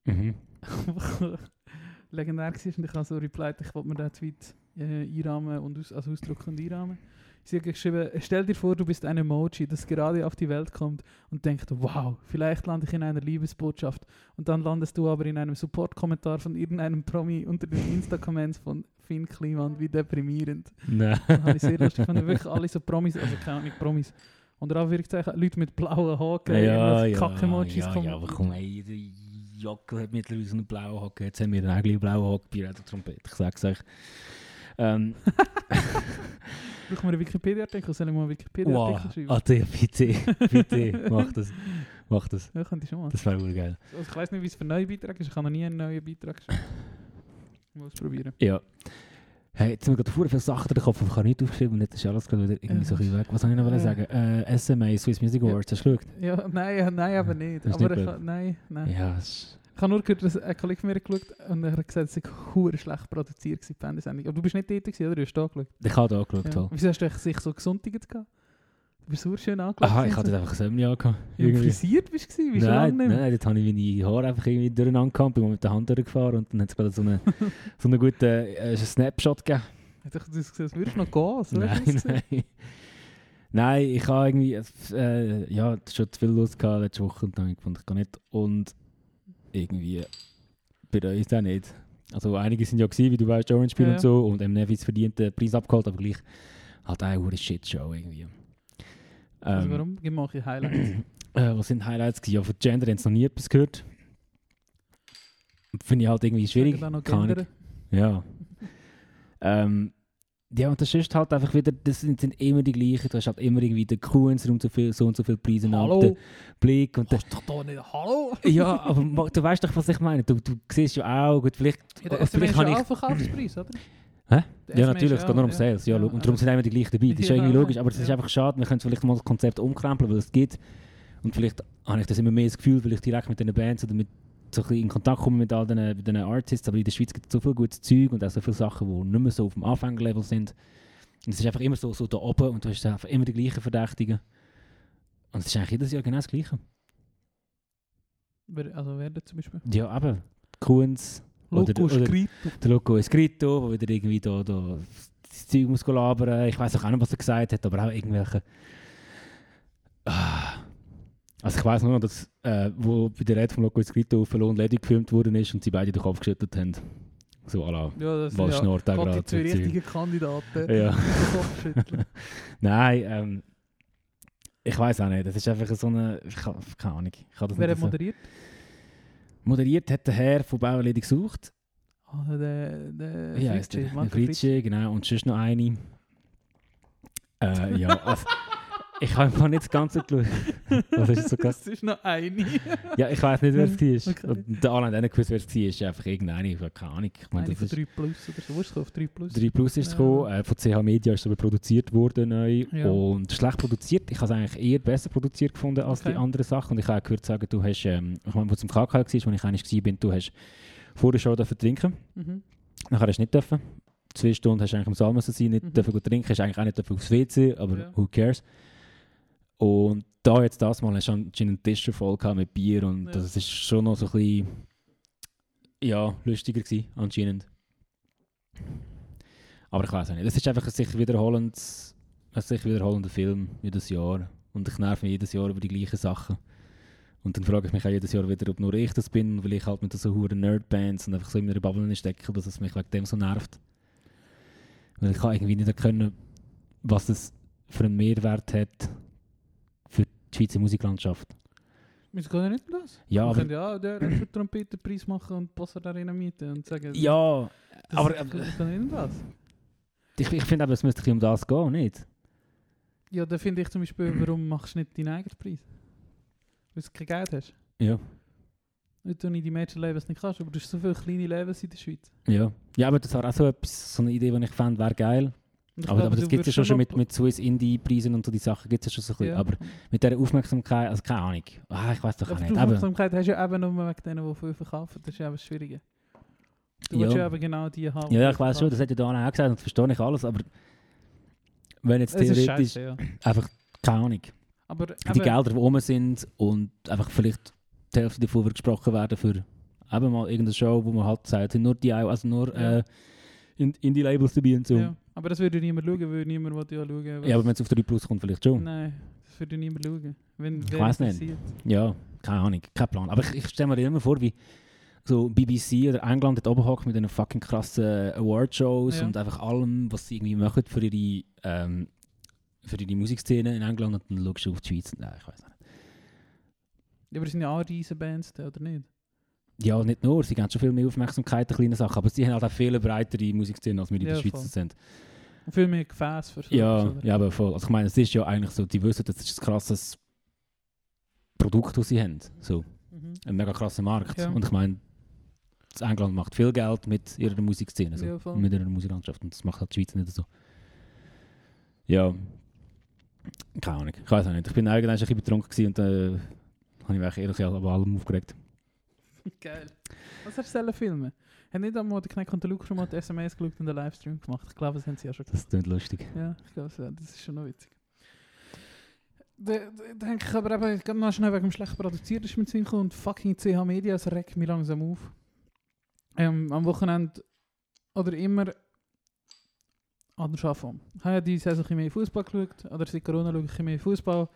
Mhm.
legendär war und ich habe so replied, ich wollte mir den Tweet äh, einrahmen und aus, als Ausdruck und einrahmen. Sie hat geschrieben, stell dir vor, du bist ein Emoji, das gerade auf die Welt kommt und denkt, wow, vielleicht lande ich in einer Liebesbotschaft und dann landest du aber in einem Support-Kommentar von irgendeinem Promi unter den Insta-Comments von Finn Kliman, wie deprimierend.
Nein.
Das habe ich sehr lustig gefunden, wirklich alle so Promis, also keine Ahnung, Promis, unter Anführungszeichen, Leute mit blauen Haken,
Ja,
irgendwelche
ja,
Kack-Emojis
ja,
kommen.
ja, aber komm, ey, jeder Jockel hat mittlerweile so einen blauen Hock. Jetzt haben wir einen eigenen blauen Hock bei der Trompete. Ich sag's euch. Ähm,
Brauchen wir einen Wikipedia-Artikel? Sollen wir einen
wow,
Wikipedia-Artikel schreiben?
Ade, bitte, bitte, mach das, mach das.
Ja, könnte ich schon mal.
Das wäre wohl geil.
Also ich weiß nicht, wie es für neue Beitrag ist. Ich habe noch nie einen neuen Beitrag geschrieben. Ich muss es probieren.
Ja. Hey, jetzt sind mir gerade verdammt viele Sachen in den Kopf, ich habe nichts aufgeschrieben und jetzt ist alles gerade wieder irgendwie so ein bisschen weg. Was wollte ich noch
Ja.
sagen? Äh, SMA, Swiss Music
Ja.
Awards, hast du geschaut?
Ja, nein, ja, nein, aber nicht.
Hast du
Aber
nicht
ich,
gehört?
ha- nein, nein.
Ja, es
Ich habe nur gehört, dass ein Kollege von mir geschaut hat und er hat gesagt, es sei hure schlecht produziert gewesen, die Fernsehsendung. Aber du bist nicht dort gewesen, oder? Du hast da geschaut.
ist- ich habe da angeschaut,
Ja.
toll.
Wieso hast du dich sich so gesund gehabt? Du bist so schön angeschaut.
Aha, ich hatte einfach Sömni angehabt.
Wie
irgendwie.
frisiert bist du gewesen? Wie schon lange
Nein,
nicht mehr?
nein, dort habe ich meine Haare einfach irgendwie durcheinander gehabt, bin mal mit der Hand durchgefahren und dann hat es gerade so einen so einen guten äh, Snapshot gegeben.
Hat dich das gesehen, als würdest du noch gehen? So hast du
nein,
das gesehen.
nein. Nein, ich habe irgendwie, äh, ja, schon zu viel los gehabt letzte Woche und dann habe ich gefunden, ich kann nicht. Und irgendwie bereue ich es auch nicht. Also einige sind ja gewesen, wie du weißt, Orange Peel
Ja, ja.
und so und M. Nevis verdient den Preis abgeholt, aber gleich hat auch eine Shitshow irgendwie.
Also
Ähm,
warum? Gib mal ein Highlights.
äh, was sind die Highlights gewesen? Ja, von Gender haben sie noch nie etwas gehört. Finde ich halt irgendwie schwierig.
Ich kann noch
Keine Ahnung.
gendern.
Ja. ähm, ja, und das ist halt einfach wieder, das sind, sind immer die gleichen. Du hast halt immer irgendwie den Kuhns, um so, viel, so und so viele Preise und
Hallo?
den Blick. Und den,
Kannst du doch da nicht Hallo?
ja, aber ma- du weißt doch, was ich meine. Du, du siehst ja auch, gut, vielleicht.
Ja, der
oder vielleicht
SMS ist
habe
ja
ich,
auch Verkaufspreis, oder?
Hä?
Der
ja,
SMS
natürlich, es
ist
geht nur um
ja-
Sales. Ja,
ja,
lo- und darum
also-
sind immer die gleichen dabei. Das ist ja
Ja,
irgendwie logisch, aber es
ja.
ist einfach schade. Wir können es vielleicht mal das ah, Konzept umkrempeln, weil es gibt. Und vielleicht habe ich das immer mehr das Gefühl, weil ich direkt mit diesen Bands oder mit so ein bisschen in Kontakt kommen mit all diesen mit diesen eh, Artists, aber in der Schweiz gibt es so viel gutes Zeug und auch so viele Sachen, die nicht mehr so auf dem Anfängerlevel sind. Und es ist einfach immer so, so da oben und du hast einfach immer die gleichen Verdächtigen. Und es ist eigentlich jedes Jahr genau das Gleiche.
Wer, also wer da zum Beispiel?
Ja, eben. Kunz, Oder-
Loco
oder-
Scripto.
der Loco Escrito, der wieder irgendwie da, da das Zeug muss labern. Ich weiß auch nicht, was er gesagt hat, aber auch irgendwelche. Ah. Also ich weiß nur noch, dass äh, wo bei der Rede von Loco Escrito auf Lohn ledig gefilmt worden ist und sie beide den Kopf geschüttelt haben. So à la
Ja, das
was
ja.
schnurrt da
Gott,
gerade.
die zwei
Zeug.
richtigen Kandidaten.
Ja.
Kopf schütteln.
Nein, ähm, ich weiß auch nicht. Das ist einfach so eine. Ich kann, keine Ahnung. Ich kann das
Wer
nicht
hat
so.
moderiert?
Moderiert hat der Herr von Bauerledig gesucht.
Ah, der, der
Wie heisst
Fritschi,
der?
Äh, eh, Marco Fritschi.
Fritsche, genau. Und sonst noch eine. Äh, ja, also, ich habe einfach nicht das Ganze geschaut. das ist so krass.
Das ist noch eine.
Ja, ich weiß nicht, wer es war.
Okay.
Und Der Alan hat auch nicht gewusst, wer es war. Es ist einfach irgendeine. Ich habe keine Ahnung. Ich meine,
Eine
das
von
ist
3 Plus oder so. Wo ist es auf 3 Plus?
3 Plus ist es
Ja.
gekommen, äh, von CH Media ist es aber produziert worden neu
Ja.
und schlecht produziert. Ich habe es eigentlich eher besser produziert gefunden als
Okay.
die anderen Sachen und ich habe auch gehört sagen, du hast, ähm, ich meine, wo es im KK war, wo ich eigentlich war, du hast vor der Show dürfen trinken,
Mhm.
nachher hast du nicht dürfen. Zwei Stunden hast du eigentlich im Saal müssen sein, nicht
Mhm.
dürfen gut trinken, hast eigentlich auch nicht dürfen aufs WC, aber
Ja.
who cares. Und da jetzt das Mal hast du anscheinend einen Tisch voll gehabt mit Bier und
Ja.
das ist schon noch so ein bisschen, ja, lustiger gewesen, anscheinend. Aber ich weiß auch nicht. Es ist einfach ein sich wiederholendes, ein sich wiederholender Film jedes Jahr. Und ich nerv mich jedes Jahr über die gleichen Sachen. Und dann frage ich mich auch jedes Jahr wieder, ob nur ich das bin, weil ich halt mit so hohen Nerdbands und einfach so in meiner Bubble stecke, dass es mich wegen dem so nervt. Weil ich kann irgendwie nicht erkennen, was es für einen Mehrwert hat für die Schweizer Musiklandschaft.
Müssen wir gar nicht um das?
Ja,
wir
aber-
können ja auch den den Trompetenpreis machen und Passer darin mieten und sagen,
Ja,
das
aber-
ist gar- gar nicht um das.
ich, ich finde aber, es müsste ein bisschen um das gehen, nicht?
Ja, da finde ich zum Beispiel, warum machst du nicht deinen eigenen Preis? Weil du kein Geld hast.
Ja.
Nicht, weil du die Major Labels nicht kannst, aber du hast so viele kleine Labels in der Schweiz.
Ja. ja, aber das war auch so, etwas, so eine Idee, die ich fand, wäre geil.
Und ich
Aber,
glaube,
aber das
du
gibt es ja
wirst
schon, schon
noch-
mit, mit Swiss Indie-Preisen und so die Sachen gibt es ja schon so ein bisschen.
Ja.
Aber mit dieser Aufmerksamkeit, also keine Ahnung. Ah, ich weiß doch auch
Aber
nicht.
die
Aber,
Aufmerksamkeit hast du ja eben nur wegen denen, die viel verkaufen. Das ist ja eben das Schwierige. Du
Ja.
willst ja eben genau die haben.
ja, ja,
die
ich weiß schon, das hat ja Dana auch gesagt und das verstehe ich alles, aber wenn jetzt
verkaufen. Es ist
theoretisch
scheiße, ja.
einfach, keine Ahnung,
Aber
die
eben-
Gelder, die oben sind und einfach vielleicht die Hälfte davon wird gesprochen werden für eben mal irgendeine Show, wo man halt sagt, sind nur die, also nur
Ja.
äh, in- Indie-Labels dabei und so.
Ja, aber das würde niemand schauen, würde niemand wollte ja schauen.
Ja, aber wenn es auf 3 Plus kommt, vielleicht schon.
Nein, das würde niemand schauen. Wenn,
Ich
wer
weiss nicht.
interessiert.
Ja, keine Ahnung, kein Plan. Aber ich, ich stelle mir immer vor, wie so BBC oder England dort oben hockt mit diesen fucking krassen Award-Shows
Ja.
und einfach allem, was sie irgendwie machen für ihre, ähm, für ihre Musikszene in England und dann schaust du auf die Schweiz. Nein, ich weiß nicht.
Ja, aber es sind ja auch riesen Bands, da, oder nicht?
Ja, nicht nur, sie geben schon viel mehr Aufmerksamkeit an kleine Sachen, aber sie haben halt auch viel breitere Musikszene, als wir in
Ja,
der Schweiz
voll.
sind.
Und viel mehr Gefäß für
Ja,
oder?
ja, aber voll. Also ich meine, es ist ja eigentlich so, die wissen, das ist ein krasses Produkt, das sie haben. So.
Mhm.
ein mega krasser Markt.
Ja.
Und ich meine, das England macht viel Geld mit ihrer Musikszene, so,
Ja, voll.
mit ihrer Musiklandschaft. Und das macht halt die Schweiz nicht so. Ja, keine Ahnung. Ich weiß auch nicht. Ich bin eigentlich ein bisschen betrunken gewesen und äh, habe ich mich ehrlich gesagt aber allem aufgeregt.
Geil. Was hast du selber filmen? Haben nicht einmal der Kneck und der Luke schon mal die SMS geschaut und den Livestream gemacht? Ich glaube, das haben sie ja schon
Das klingt lustig.
Ja, ich glaube, so. das ist schon noch witzig. Da da denke ich aber eben, gerade noch schnell wegen dem schlecht produziert ist mit Sinn gekommen und fucking CH Media, es regt mich langsam auf. Ähm, am Wochenende oder immer an der Schaffung. Ich habe ja diese Saison ein bisschen mehr Fußball geschaut, oder seit Corona schaue ich ein bisschen mehr Fußball.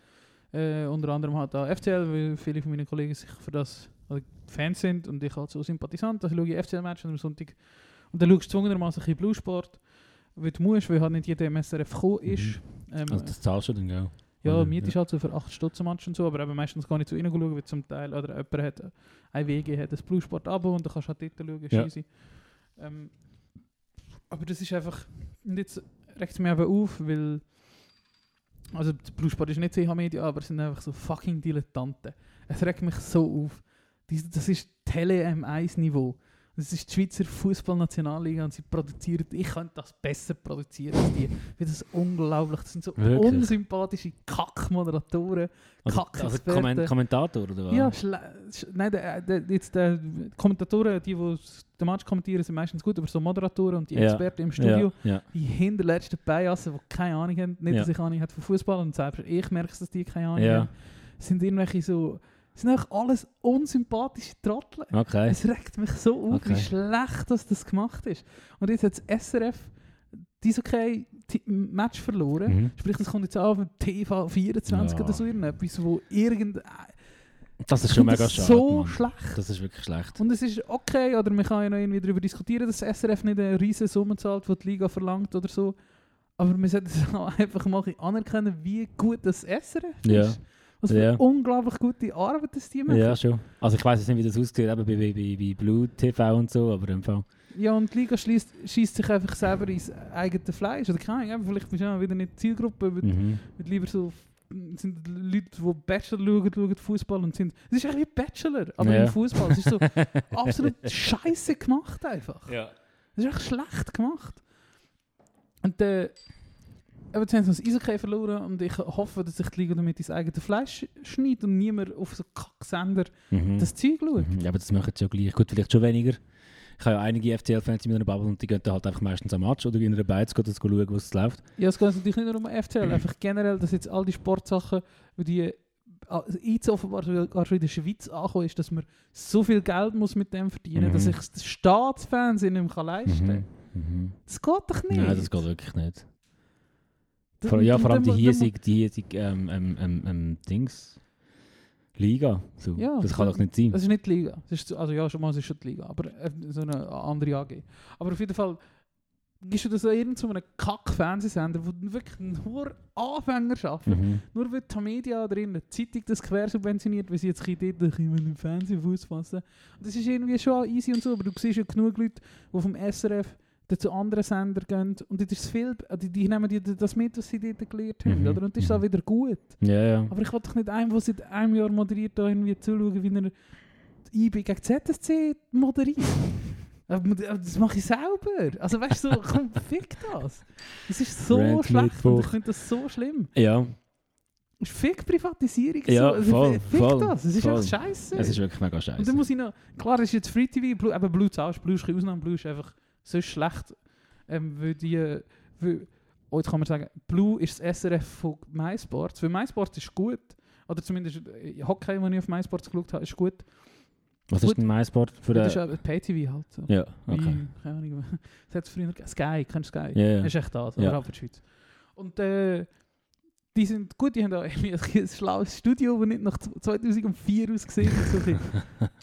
Äh, unter anderem halt auch FCL, weil viele von meinen Kollegen sich für das also Fans sind und ich halt so Sympathisant. Also schaue ich FCL-Match am Sonntag. Und dann schaust du gezwungenermaßen ein bisschen Bluesport, weil du musst, weil halt nicht jeder im SRF gekommen ist. Ähm,
Also das zahlst du dann, gell?
ja,
Oder-
Miete ist halt so für 8 Stutz am Match und so, aber eben meistens gar nicht so reinschauen, weil zum Teil, oder jemand hat äh, ein WG, hat ein Bluesport-Abo und dann kannst du halt dort schauen, ist
Ja.
easy. Ähm, aber das ist einfach, und jetzt regt es mich eben auf, weil, also der Bluesport ist nicht CH-Media, aber es sind einfach so fucking Dilettanten. Es regt mich so auf. Dies- Das ist Tele-M1-Niveau. Das ist die Schweizer Fußballnationalliga und sie produzieren, ich könnte das besser produzieren als die. Weil das ist unglaublich, das sind so
Wirklich?
unsympathische Kackmoderatoren.
Also,
Kack-
also
Experten.
Kommen- Kommentator oder was?
Ja, schle- sch nein, der, der, jetzt der die Kommentatoren, die, die den Match kommentieren, sind meistens gut, aber so Moderatoren und die
Ja.
Experten im Studio,
Ja, ja.
die hinterletzten Biasen, die keine Ahnung haben, nicht,
Ja.
dass ich Ahnung habe von Fußball und selbst ich merke es, dass die keine Ahnung
Ja.
haben, sind irgendwelche so, sind einfach alles unsympathische Trottel.
Okay.
Es regt mich so auf,
Äh. Okay.
wie schlecht dass das gemacht ist. Und jetzt hat das SRF dieses okay Match verloren.
Mhm.
Sprich, das kommt jetzt auch auf dem TV24
Ja.
oder so irgendetwas, wo irgendein
Das ist schon
ich
mega
finde
schade.
das so
Mann.
schlecht.
Das ist wirklich schlecht.
Und es ist okay, oder man kann ja noch irgendwie darüber diskutieren, dass das SRF nicht eine riesige Summe zahlt, die die Liga verlangt oder so. Aber man sollte es auch einfach mal ein bisschen anerkennen, wie gut das SRF
Ja.
ist. Was für
Ja.
unglaublich gute Arbeit das die machen.
Ja, schon. Also ich weiß jetzt nicht, wie das aussieht, eben bei, bei, bei bei Blue TV und so, aber im Fall.
Ja, und die Liga schießt sich einfach selber ins eigene Fleisch. Oder keine Ahnung, eben, vielleicht bist du ja wieder nicht die Zielgruppe, weil
Mhm.
weil lieber so f- sind Leute, die Bachelor schauen, schauen Fußball und sind. Es ist eigentlich wie Bachelor, aber
Ja.
im Fußball. Es ist so absolut scheiße gemacht einfach.
Ja.
Das ist echt schlecht gemacht. Und äh, aber jetzt haben sie das Eishockey verloren und ich hoffe, dass sich die Liga damit ins eigene Fleisch schneidet und niemand auf so Kacksender
Mhm.
das Zeug schaut.
Mhm. Ja, aber das machen sie ja gleich. Gut, vielleicht schon weniger. Ich habe ja einige FCL-Fans in meiner Bubble und die gehen dann halt einfach meistens am Match oder in einer Beiz gehen und schauen, was läuft.
Ja, es geht natürlich nicht nur um FCL,
Mhm.
einfach generell, dass jetzt all die Sportsachen, wo die äh, also jetzt offenbar sogar schon in der Schweiz angekommen ist, dass man so viel Geld muss mit dem verdienen
Mhm.
dass sich das Staatsfernsehen nicht mehr kann leisten kann.
Mhm. Mhm.
Das geht doch nicht.
Nein, das geht wirklich nicht.
Das-
Vor, ja, vor allem die
dann- dann-
hiesige, die hiesige ähm, ähm, ähm, ähm, Dings. Liga. So.
Ja,
das kann
voll.
doch nicht sein.
Das ist nicht die Liga. Das ist, also ja, schon mal es ist schon die Liga, aber äh, so eine andere AG. Aber auf jeden Fall gibst du das irgend zu einem Kack-Fernsehsender, wo wirklich nur Anfänger arbeiten.
Mhm.
Nur weil die Media oder irgendeine Zeitung das quer subventioniert, weil sie jetzt ein bisschen dort immer im Fernsehen Fuß fassen. Und das ist irgendwie schon easy und so, aber du siehst ja genug Leute, die vom SRF dann zu anderen Sendern gehen und dort ist es viel, die, die nehmen dir das mit, was sie dort gelernt haben,
Mhm.
oder? Und das ist auch
Mhm.
wieder gut.
Ja, ja.
Aber ich will doch nicht einem, der seit einem Jahr moderiert, da irgendwie zuschauen, wie er die IB gegen ZSC moderiert. Aber mod- aber Das mache ich selber. Also weißt du, so, komm, fick das. Das ist so
Rant
schlecht und ich
Mittwoch.
finde das so schlimm.
Ja,
Fick Privatisierung.
Ja,
so. Also,
voll,
Fick
voll,
das. Es ist
voll.
echt scheiße.
es ist wirklich mega
Und dann
scheiße.
muss ich noch. Klar, es ist jetzt Free TV. Blue, eben Blue zahlst. Blue ist keine Ausnahme. Blue ist einfach so schlecht. Ähm, weil die. äh, Weil, oh, jetzt kann man sagen, Blue ist das SRF von MySports. Weil MySports ist gut. Oder zumindest äh, Hockey, wenn ich auf MySports geschaut habe, ist gut.
Was
Gut.
ist denn mein Sport für
das ist
den.
eben Pay-TV halt. So.
Ja, okay.
Wie, keine Ahnung. Das hat es früher gegeben. Sky, kennst du Sky?
Ja, ja.
Das ist echt das,
Ja.
überhaupt in der Schweiz. Und äh, die sind gut, die haben auch irgendwie ein schlaues Studio, das nicht nach 2004 ausgesehen hat. So ein bisschen.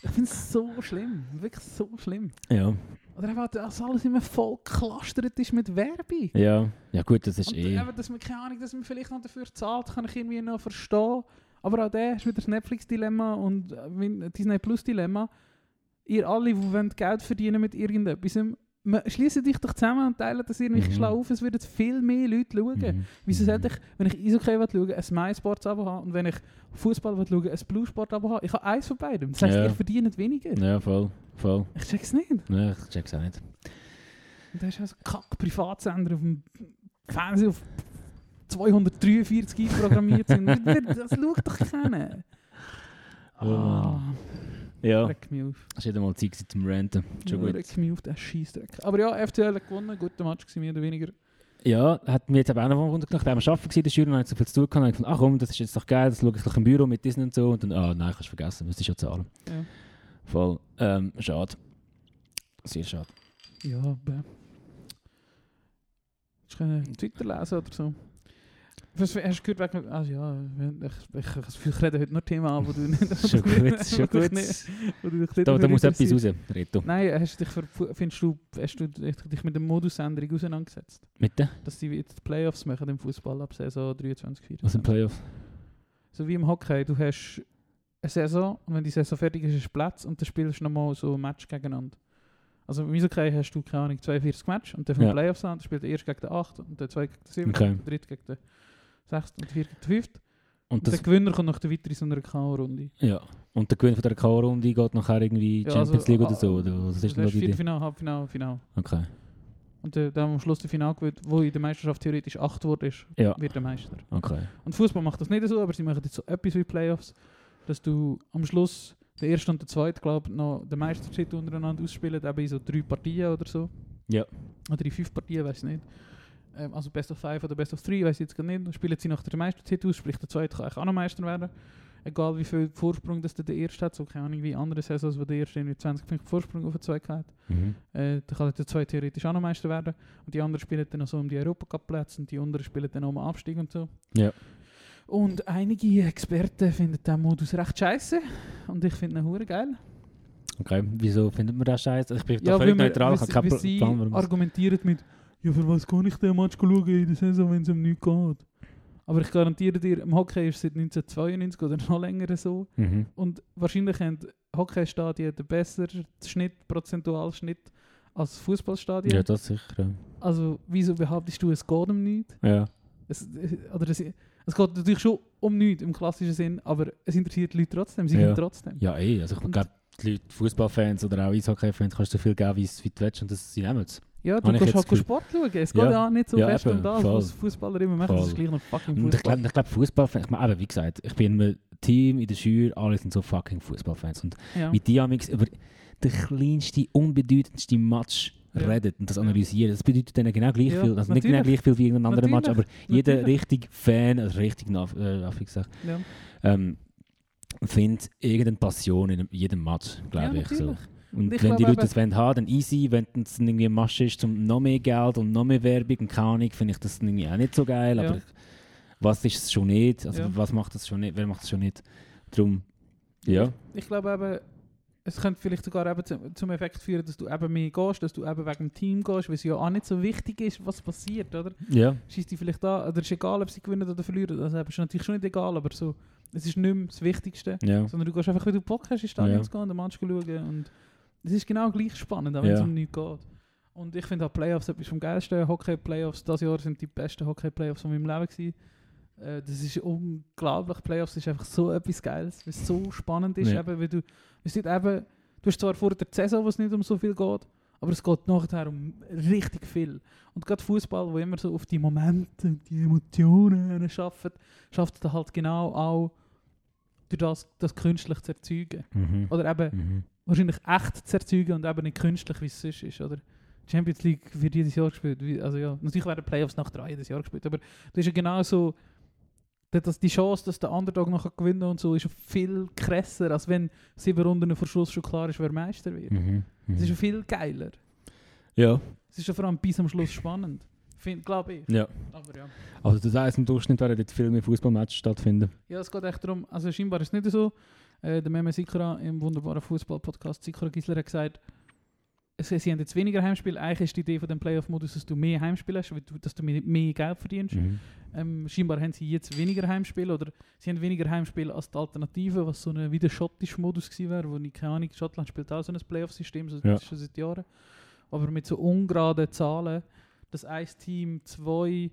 ich finde es so schlimm, wirklich so schlimm.
Ja,
Oder einfach, dass alles immer voll geklastert ist mit Werbung.
ja. Ja, gut, das ist
Und
eh.
eben, dass man keine Ahnung, dass man vielleicht noch dafür zahlt, kann ich irgendwie noch verstehen. Aber auch der ist wieder das Netflix-Dilemma und äh, Win- Disney Plus-Dilemma. Ihr alle, die wollt Geld verdienen mit irgendetwas, schließen dich doch zusammen und teilen das irgendwie
Mhm.
schlau auf. Es werden viel mehr Leute schauen.
Mhm.
Wieso sollte
Mhm.
ich, wenn ich Eishockey will schauen ein MySports-Abo haben und wenn ich Fußball will schauen ein Blue-Sport-Abo haben? Ich habe eins von beidem. Das heisst,
Ja.
ihr verdient weniger.
Ja, voll. Voll.
Ich check's nicht. Und
Ja, ich check's auch nicht.
da ist also Kack-Privatsender auf dem Fernsehen auf 243 programmiert sind. das schaut doch keiner.
Oh
Ah,
Mann. Ja.
Dreck mich auf.
Es ist wieder mal Zeit gewesen zum Ranten. Schon gut.
Dreck mich auf, der Scheissdreck. Aber ja, FCL hat gewonnen. Guter Match gewesen, mehr oder weniger.
Ja, hat mir jetzt eben auch noch runtergenommen. Beim Arbeiten war in der Schule und hatte so viel zu tun. gehabt. Und ich dachte, ach komm, das ist jetzt doch geil, das schaue ich doch im Büro mit Disney und so. Und dann, ah nein, kannst du vergessen, müsstest ja zahlen.
Ja.
Voll. Ähm, schade. Sehr schade.
Ja, aber. Ich kann Twitter lesen oder so. Was, hast du gehört, wegen, also ja, ich, ich, ich, ich rede heute nur Thema an, wo du nicht...
Schon gut, schon
wo du
gut.
nicht- wo du dich nicht
Da, da
dafür
muss etwas
interessierst.
raus, Reto.
Nein, hast du dich, ver- findest du, hast du dich mit der Modusänderung auseinandergesetzt?
Mit der?
Dass sie jetzt die Playoffs machen im Fußball ab Saison 23, 24?
Was im Playoff?
So wie im Hockey, du hast eine Saison und wenn die Saison fertig ist, ist Platz und dann spielst du nochmal so ein Match gegeneinander. Also im Eishockey hast du, keine Ahnung, 42 Match und dann vom
Ja.
Playoffs an, dann spielt der erste gegen den 8 und der zweite gegen den 7
Okay.
und der dritte gegen den 6 und der vierte gegen den 5.
Und
Und der
das.
Gewinner kommt nach der weiteren so einer K.O.-Runde.
Ja. Und der Gewinn von der K.O.-Runde geht nachher irgendwie
Ja,
Champions
also,
League
ah,
oder so? Oder was ist denn da die Idee?
Viertelfinale, Halbfinale, Finale.
Okay.
Und äh, dann am Schluss der Finale gewinnt, wo in der Meisterschaft theoretisch 8 wurde, ist,
Ja.
wird der Meister.
Okay.
Und Fußball macht das nicht so, aber sie machen jetzt so etwas wie Playoffs, dass du am Schluss der erste und der zweite, glaube ich, noch den Meistertitel untereinander ausspielen, eben in so drei Partien oder so.
Ja.
Oder in fünf Partien, weiß ich nicht. Ähm, also Best of Five oder Best of Three, weiß ich jetzt gar nicht. Dann spielen sie nach der Meistertitel aus, sprich der zweite kann eigentlich auch noch Meister werden. Egal wie viel Vorsprung das der der erste hat, so keine Ahnung wie andere Saisons, wo der erste irgendwie 20 Punkte Vorsprung auf den zweiten hat.
Mhm.
Äh, dann kann der zweite theoretisch auch noch Meister werden. Und die anderen spielen dann noch so um die Europacup-Plätze und die anderen spielen dann um den Abstieg und so.
Ja.
Und einige Experten finden diesen Modus recht scheiße und ich finde ihn hure geil.
Okay. Wieso findet man das scheiße? Ich bin da völlig
weil wir-
neutral, ich
weil
habe keinen
sie- weil sie
Plan, warum es-
argumentieren mit «Ja, für was kann ich den Match schauen in der Saison, wenn es um nichts geht?» Aber ich garantiere dir, im Hockey ist es seit 1992 oder noch länger so.
Mhm.
Und wahrscheinlich haben Hockeystadien den besseren Schnitt, prozentualen Schnitt als Fußballstadien.
Ja, das sicher.
Also, wieso behauptest du, es geht um nichts?
Ja. ja.
Es, äh, oder es, es geht natürlich schon um nichts im klassischen Sinn, aber es interessiert die Leute trotzdem. Sie
Ja.
gehen trotzdem.
Ja, eh. Also ich
Und-
glaube, die Leute, Fußballfans oder auch Eishockey-Fans, kannst du so viel geben, wie es- wie du willst und das, sie nehmen es.
Ja, du
Habe ich
kannst
jetzt
halt
das
Sport schauen. Es
Ja.
geht ja auch nicht so
Ja,
fest
eben,
um das,
voll.
was Fußballer immer machen. Das ist
Voll.
gleich noch fucking
Und ich
Fußball.
glaube, ich glaub, Fußballfans, ich meine, eben, wie gesagt, ich bin im Team, in der Schür, alle sind so fucking Fußballfans. Und
Ja.
wie die amix über den kleinsten, unbedeutendsten Match
Ja.
reden und das
Ja.
analysieren. Das bedeutet ihnen genau gleich
Ja,
viel. Also nicht genau
natürlich.
gleich viel wie irgendein anderer Match, aber
Natürlich,
jeder
natürlich.
richtig Fan, also richtig, Nav- äh, Affi gesagt,
Ja.
ähm, findet irgendeine Passion in jedem Match, glaube
Ja,
ich. So.
natürlich.
Und
ich
wenn die
glaube
Leute das wollen haben, dann easy. Wenn es dann irgendwie eine Masche ist, zum noch mehr Geld und noch mehr Werbung und keine Ahnung, finde ich das dann irgendwie auch nicht so geil.
Ja.
Aber ich, was ist es schon nicht? Also
Ja.
was macht das schon nicht? Wer macht es schon nicht? Drum, ja.
Ich glaube eben, es könnte vielleicht sogar eben zum, zum Effekt führen, dass du eben mehr gehst, dass du eben wegen dem Team gehst, weil es ja auch nicht so wichtig ist, was passiert, oder?
Ja.
Schießt die vielleicht an, oder ist egal, ob sie gewinnen oder verlieren. Das ist natürlich schon nicht egal, aber so, es ist nicht mehr das Wichtigste.
ja.
Sondern du gehst einfach, wenn du Bock hast, ins Stadion
Ja.
zu gehen und den Match zu schauen. Und es ist genau gleich spannend, auch wenn es
Ja.
um nichts geht. Und ich finde auch Playoffs etwas vom geilsten. Hockey-Playoffs, das Jahr sind die besten Hockey-Playoffs von meinem Leben gewesen. Äh, das ist unglaublich. Playoffs ist einfach so etwas Geiles, weil es so spannend ist.
Ja.
Eben, weil du, weil es nicht eben, du hast zwar vor der Saison, wo es nicht um so viel geht, aber es geht nachher um richtig viel. Und gerade Fußball, wo immer so auf die Momente und die Emotionen schafft, schafft es dann halt genau auch, durch das, das künstlich zu erzeugen.
Mhm.
Oder eben
Mhm.
wahrscheinlich echt zu erzeugen und eben nicht künstlich, wie es sonst ist, oder? Die Champions League wird jedes Jahr gespielt. wie- Also ja, natürlich werden Playoffs nach drei jedes Jahr gespielt, aber das ist ja genau so, dass das die Chance, dass der Underdog nachher gewinnen und so, ist ja viel krasser, als wenn sieben Runden vor Schluss schon klar ist, wer Meister wird.
Mhm.
Es ist ja
Mhm.
viel geiler.
Ja.
Es ist ja vor allem bis am Schluss spannend. Glaube ich.
ja.
Aber ja.
Also du sagst, im Durchschnitt werden jetzt viel mehr Fußballmatches stattfinden.
Ja, es geht echt darum, also scheinbar ist es nicht so. Äh, der Meme Sikora im wunderbaren Fußball-Podcast Sikora Gisler hat gesagt, sie, sie haben jetzt weniger Heimspiel. Eigentlich ist die Idee von dem Playoff-Modus, dass du mehr Heimspiel hast, weil du, dass du mehr, mehr Geld verdienst.
Mhm.
Ähm, scheinbar haben sie jetzt weniger Heimspiel oder sie haben weniger Heimspiel als die Alternative, was so ein wieder schottischer Modus gewesen wäre, wo ich keine Ahnung, Schottland spielt auch so ein Playoff-System, so,
Ja.
das ist schon seit Jahren. Aber mit so ungeraden Zahlen, dass ein Team zwei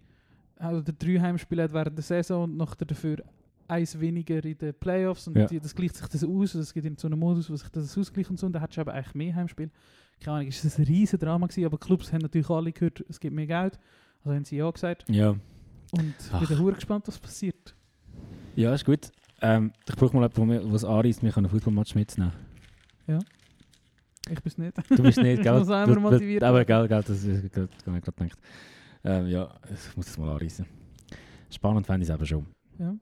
äh, oder drei Heimspiele hat während der Saison und nachher dafür eins weniger in den Playoffs und
Ja.
die, das gleicht sich das aus, und es gibt in so einen Modus, wo sich das ausgleicht und so, und dann hast du eben eigentlich mehr Heimspiel. Keine Ahnung, ist das ein riesen Drama gewesen, aber die Clubs haben natürlich alle gehört, es gibt mehr Geld, also haben sie ja gesagt.
Ja.
Und
Ach.
ich bin hure gespannt, was passiert.
Ja, ist gut. Ähm, ich brauche mal jemanden, der mir- der es anreißt, mich an einen Fußballmatch mitzunehmen.
Ich bin es nicht.
Du bist nicht,
Ich
gell?
muss auch immer
Du- du-
motiviert
Aber gell, gell, das ist gut, ich mir gerade gedacht. Ähm, ja, ich muss das mal anreißen. Spannend fände ich es aber schon.
Dann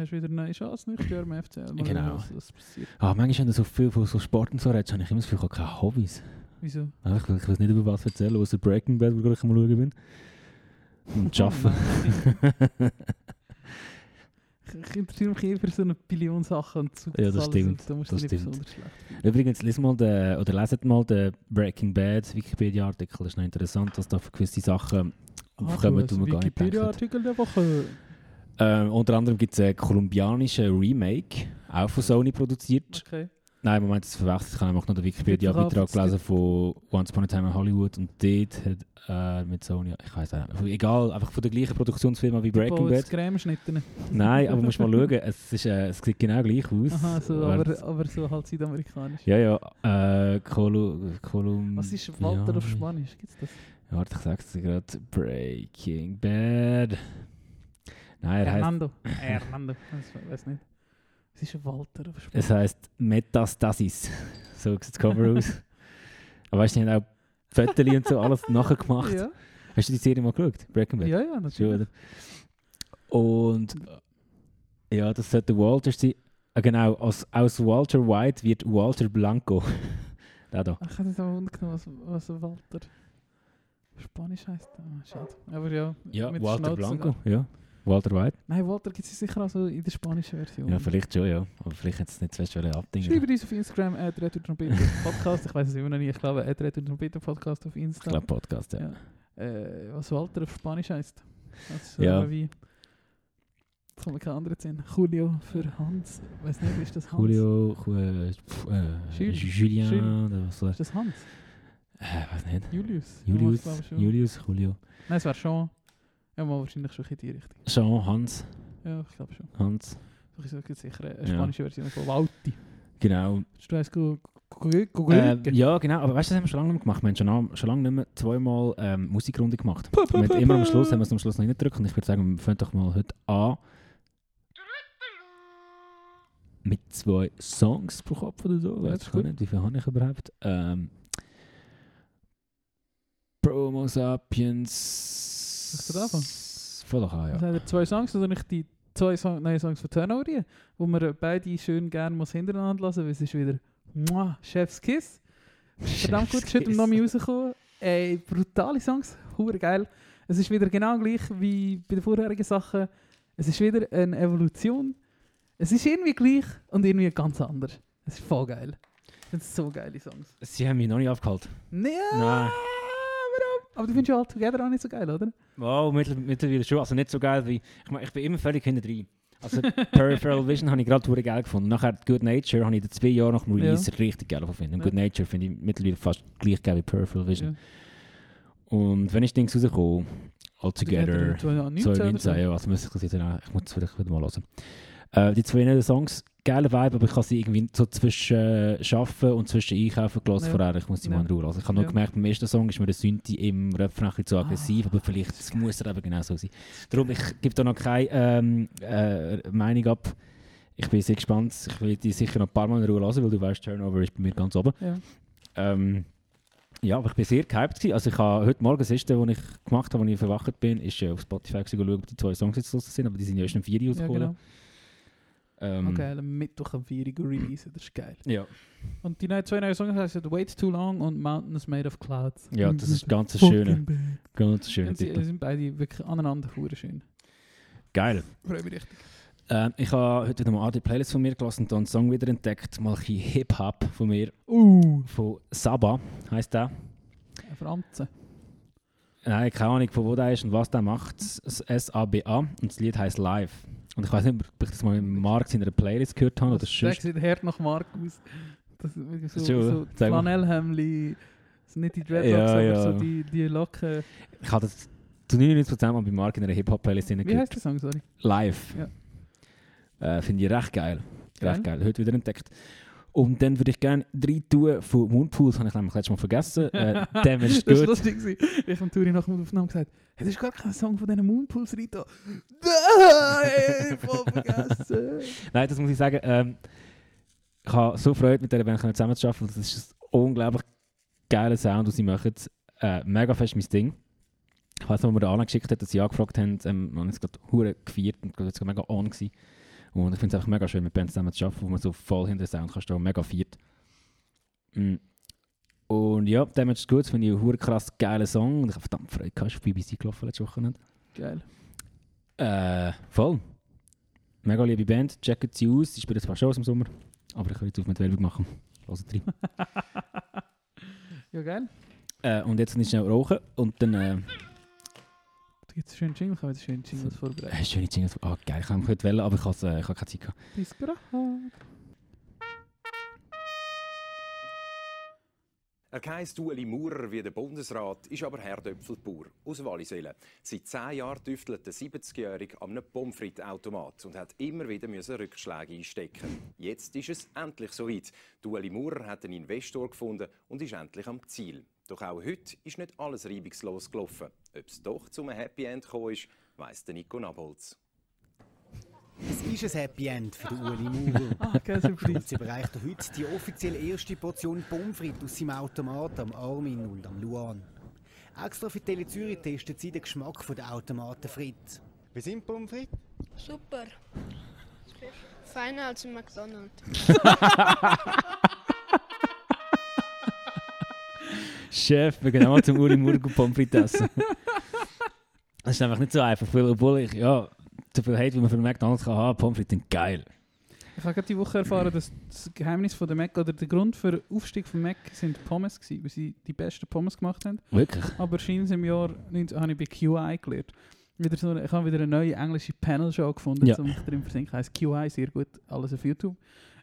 hast du wieder eine neue Chance, nächstes Jahr im FC. Mal
Genau.
schauen, Was, was passiert.
Ah, manchmal, wenn du so viel von so Sport und so redest, habe ich immer das Gefühl, ich habe keine Hobbys.
Wieso?
Ah, Ich, will- ich weiß nicht, über was erzählen, außer Breaking Bad, wo ich mal schauen bin. Und
Oh,
arbeiten.
Ich- Ich interessiere mich eher für so eine Billion Sachen und Zug.
Ja, das stimmt.
Da musst du
Das
nicht
stimmt.
besonders schlecht sein.
Übrigens, lest mal den, oder leset mal den Breaking Bad Wikipedia-Artikel. Das ist noch interessant, dass da für gewisse Sachen
Ah,
aufkommen, die man gar nicht denkt.
Wikipedia-Artikel der Woche.
Ähm, unter anderem gibt es einen kolumbianischen Remake, auch von Sony produziert.
Okay.
Nein, Moment, das verwechselt. Ich habe nämlich noch den Wikipedia-Beitrag
Bitte,
gelesen von Once Upon a Time in Hollywood und dort hat er mit Sony, ich weiß nicht, egal, einfach von der gleichen Produktionsfirma wie Breaking
Bauen
Bad.
jetzt Cremeschnitten.
Nein, aber musst mal schauen, es, ist, äh, es sieht genau gleich aus.
Aha, so, aber, aber so halt südamerikanisch.
Ja, ja, äh, Kolu, Kolum...
Was ist Walter
ja,
auf Spanisch? Gibt's das?
Ja, warte, ich sag's dir gerade. Breaking Bad. Nein, er heißt,
Hernando. Hernando. Ich weiß nicht. Es ist Walter auf Spanisch.
es heißt Metastasis. So sieht das Cover aus. Aber weißt du, die haben auch Fötterchen und so alles nachher gemacht.
Ja,
Hast du die Serie mal geschaut? Breaking Bad?
ja, ja
Schon,
natürlich.
oder? Und äh, ja, das sollte Walter sein. Ah, genau, aus, aus Walter White wird Walter Blanco. da da.
Ich hätte jetzt auch wundern was, was ein Walter auf Spanisch heisst. Ah, schade. Aber ja,
Ja,
mit
Walter
Schnauze-
Blanco. Ja. Walter White?
Nein, Walter gibt es sicher auch so in der spanischen Version.
Ja, vielleicht schon, ja. Aber vielleicht hätte es nicht zuerst wollen abdingen
Schreibt uns auf Instagram, äh, Retro Trompete Podcast. Ich weiß es immer noch nicht. Ich glaube, äh, Retro Trompete Podcast auf
Ich
Insta.
glaube, Podcast, ja.
Ja. Äh, was Walter auf Spanisch heisst. Das ist so
Ja.
eh, wie. Jetzt kommt mir kein anderer Sinn. Julio für Hans. Ich weiß nicht, ist das Hans?
Julio, Ju- äh, pf- äh,
Jules.
Julien, oder was soll
Ist das Hans?
Äh, weiß nicht.
Julius.
Julius,
Ja, ich glaube schon.
Julius, Julio.
Nein, es wäre schon. Ja, mal wahrscheinlich schon ein bisschen in die Richtung.
Jean, Hans,
Ja, ich glaube schon.
Hans.
Ich sage sicher eine
Ja.
Eh, spanische Version von Walti.
Genau.
Hast du eins gu- gu- gu-
Äh,
googeln?
ja, genau. Aber weißt du, das haben wir schon lange nicht mehr gemacht. Wir haben schon, lang- schon lange nicht mehr zweimal ähm, Musikrunde gemacht. Wir haben immer am Schluss haben wir es am Schluss noch reingedrückt. Und ich würde sagen, wir fangen doch mal heute an. Mit zwei Songs pro Kopf oder so.
Ja,
Weiß
ist
ich gar
gut.
nicht, wie viel habe ich überhaupt? Ähm, Promo Sapiens.
Willst du Also, da anfangen?
Voll doch an, ja.
Das sind ja zwei Songs, oder nicht die zwei Song neue Songs von Turnover, die man beide schön gerne muss hintereinander lassen, Dus weil es ist wieder Mua, Chef's Kiss. Verdammt gut, ist heute am Nomi rausgekommen. Ey, brutale Songs, hure geil. Es ist wieder genau gleich wie bei den vorherigen Sachen. Es ist wieder eine Evolution. Es ist irgendwie gleich und irgendwie ganz anders. Es ist voll geil. Das sind so geile Songs.
Sie haben mich noch nicht abgehalten.
Nee,
Nein.
warum? Aber du findest ja All Together auch nicht so geil, oder?
Wow, mittler- mittlerweile schon. Also nicht so geil wie. Ich meine, ich bin immer völlig hinter drin. Also Peripheral Vision habe ich gerade total geil gefunden. Nachher Good Nature habe ich in zwei Jahren nach dem Release richtig geil gefunden. Und
Ja.
Good Nature finde ich mittlerweile fast gleich geil wie Peripheral Vision.
Ja. Dus
Und wenn ich Dings rauskomme, All Together,
2019 oder so.
2019, ja, was muss ich das jetzt noch- Ich muss es vielleicht wieder mal hören. Äh, die zwei neuen Songs, geiler Vibe, aber ich habe sie irgendwie so zwischen äh, Arbeiten und zwischen Einkaufen gelassen
Ja.
vorher. Ich muss sie
Ja.
mal in Ruhe lassen. Ich habe
Ja.
nur gemerkt, beim ersten Song ist mir der Synthi im Refrain ein bisschen zu
Ah,
aggressiv, aber vielleicht
das ist
muss er eben genau so sein. Darum, ich gebe da noch keine ähm, äh, Meinung ab. Ich bin sehr gespannt. Ich will die sicher noch ein paar Mal in Ruhe lassen, weil du weißt, Turnover ist bei mir ganz oben.
Ja.
Ähm, ja, aber ich bin sehr gehypt. Gewesen. Also ich habe heute Morgen das erste, was ich gemacht habe, als ich verwacht bin, ist äh, auf Spotify gewesen, schauen, ob die zwei Songs jetzt los sind, aber die sind ja erst im 4
Ja,
rausgekommen.
genau.
ähm,
Okay, am Mittwoch am 4 Uhr Release, das ist geil.
Ja,
Und die neuen zwei neuen Songs heißen Wait Too Long und Mountains Made of Clouds. Mm.
ja das ist ganz ein
Mhm. Fucking
schöner,
big.
ganz ein schöner
Und sie
Titel.
sind beide wirklich aneinander hure schön.
Geil.
Freue mich richtig.
Ähm, ich habe heute nochmal die Playlist von mir gelassen und dann einen Song wieder entdeckt, mal ein bisschen Hip-Hop von mir,
Uh,
von Saba heisst der.
ein Franzen.
Oh, Nein, keine Ahnung, von wo der ist und was der macht. Das S-A-B-A und das Lied heisst Live. Und ich weiß nicht, ob ich das mal mit Marx in einer Playlist gehört habe oder
Das
schon.
sieht hart nach Markus. Das ist wirklich so,
Ist schon,
so
oder? Sag mal.
Flanellhemli. Das sind nicht die Dreadlocks,
eh, Ja,
aber
ja.
so die, die Locken.
Ich habe das zu 99% mal bei Mark in einer Hip-Hop-Playlist
Wie
hineingehört.
heißt der Song, sorry?
Live. Äh, Finde ich recht geil.
Geil.
Recht geil. Heute wieder entdeckt. Und dann würde ich gerne drei tun von Moonpools, habe ich nämlich letztes Mal vergessen.
Eh,
Äh, Damage
Das war
Good.
lustig. gewesen. Ich habe Turi nach der Aufnahme gesagt, hey, das ist gar kein Song von diesen Moonpools, Rito. Nein, voll vergessen.
Nein, das muss ich sagen. Ähm, ich habe so Freude, mit dieser Band zusammenzuarbeiten. Das ist ein unglaublich geiler Sound, den sie machen. Äh, mega fest mein Ding. Ich weiß noch, als wir da angeschickt hat, dass sie angefragt haben, ähm, wir haben es gerade hure gefeiert und gerade jetzt mega on gewesen. Und ich finde es einfach mega schön, mit Bands zusammen zu arbeiten, wo man so voll hinter den Sound kann stehen und mega feiert. Mm. Und ja, Damage Goods finde ich einen hure krass geilen Song. Und ich habe verdammt Freude gehabt, ist auf BBC gelaufen letztes Wochenende.
Geil.
Äh, voll. Mega liebe Band, checkt sie aus. Sie spielen zwar Shows im Sommer, aber ich kann jetzt auf mit Werbung machen. Hört rein.
Ja, geil.
äh, und jetzt nicht schnell rauchen und dann... Äh,
Da gibt es schönen Jingle, können wir jetzt schönen Jingles vorbereiten.
äh, schöne Jingles. Ah, eh, geil, ich kann heute wählen, aber ich habe äh, ich habe keine Zeit gehabt.
Bis gerade.
Er heisst Ueli Maurer wie der Bundesrat, ist aber Herdöpfelbauer aus Wallisellen. Seit zehn Jahren tüftelt der 70-Jährige an einem Pommes-frites-Automat und hat immer wieder müssen Rückschläge einstecken. Jetzt ist es endlich soweit. Die Ueli Maurer hat einen Investor gefunden und ist endlich am Ziel. Doch auch heute ist nicht alles reibungslos gelaufen. Ob es doch zum Happy End gekommen ist, weiss der Nico Nabolz.
Es ist ein Happy End für den Ueli Maurer.
Ah, kein Surprise.
Jetzt überreicht er heute die offiziell erste Portion Pommes frites aus seinem Automat am Armin und am Luan. Extra für Tele Zürich testet sie den Geschmack von der Automaten Frit. Wie sind Pommes frites?
Super. Feiner als im McDonald's.
Chef, wir gehen auch mal zum Uri Murgo Pommes frites essen. Das ist einfach nicht so einfach, weil, obwohl ich, ja, so viel Hate, wie man für den McDonalds kann haben, Pommes frites sind geil.
Ich habe gerade die Woche erfahren, dass das Geheimnis von der Mac oder der Grund für den Aufstieg von Mac sind Pommes gewesen, weil sie die besten Pommes gemacht haben.
Wirklich?
Aber scheinbar im Jahr 19 habe ich bei QI gelernt. Wieder so eine, ich habe wieder eine neue englische Panel-Show gefunden,
Ja.
um mich drin versinken. Heißt QI, sehr gut, alles auf YouTube.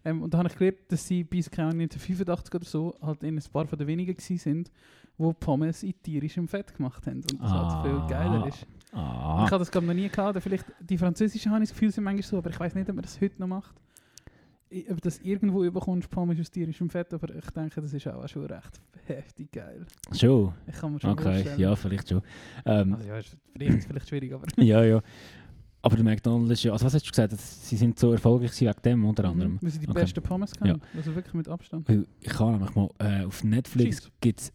Ähm, und da habe ich gelernt, dass sie bis keine Ahnung, 1985 oder so halt in ein paar von den wenigen gewesen sind, wo Pommes in tierischem Fett gemacht haben. Und das
Ah.
halt viel geiler ist.
Ah.
Ich habe das glaube ich noch nie gehabt. oder Vielleicht die französischen habe ich das Gefühl, sind manchmal so, aber ich weiß nicht, ob man das heute noch macht. Ich- Ob das irgendwo überkommst, Pommes aus tierischem Fett, aber ich denke, das ist auch schon recht heftig geil.
Schon?
Ich kann mir schon
Okay,
vorstellen.
ja, vielleicht schon. Ähm,
Also ja, ist für ihn ist es vielleicht schwierig, aber
ja, ja. Aber der McDonalds ist ja, also was hast du gesagt, dass sie sind so erfolgreich gewesen wegen dem unter anderem?
wir sind Mhm. Dus die
Okay.
besten Pommes kennen. Also wirklich mit Abstand.
Weil ich kann nämlich mal, äh, auf Netflix
Schieß.
gibt es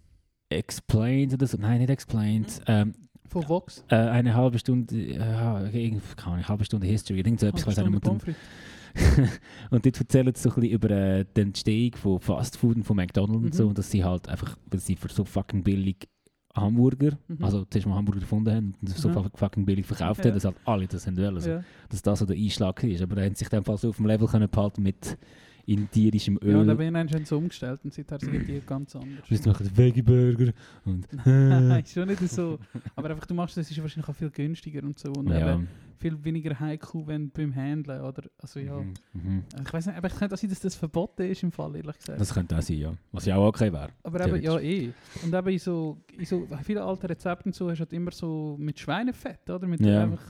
Explained oder so, nein, nicht Explained,
Mhm.
ähm,
Von Vox.
äh, eine halbe Stunde, äh, irgendwie, keine Ahnung, eine halbe Stunde History, irgend so etwas, ich weiß auch
Halbe
nicht mehr.
Stunde Pommes frites.
und dort erzählen sie so ein bisschen über äh, die Entstehung von Fast Food und von McDonalds und so.
Mhm.
Und dass sie halt einfach, weil sie für so fucking billig Hamburger,
Mhm.
also zuerst mal Hamburger gefunden haben und so
Mhm.
fucking billig verkauft
Ja.
haben, dass halt alle das haben wollen. Also,
Ja.
Dass das so der Einschlag war. Aber da haben sie sich dann fast so auf dem Level können behalten mit in tierischem
ja, und
Öl.
dann bin ich eigentlich so umgestellt und seither sind die ganz anders.
Jetzt machen sie Veggie-Burger und...
Nein, schon nicht so. Aber einfach, du machst das, ist wahrscheinlich auch viel günstiger und so. Und
ja.
eben viel weniger heikel, wenn beim Handeln, oder? Also ja.
Mhm. Mhm.
Ich weiß nicht, aber ich könnte auch sein, dass das verboten ist im Fall, ehrlich gesagt.
Das könnte auch sein, ja. Was ja auch okay wäre.
aber eben, ja, eh. Und eben in so, in so vielen alten Rezepten so hast du halt immer so mit Schweinefett, oder? Mit
Ja.
einfach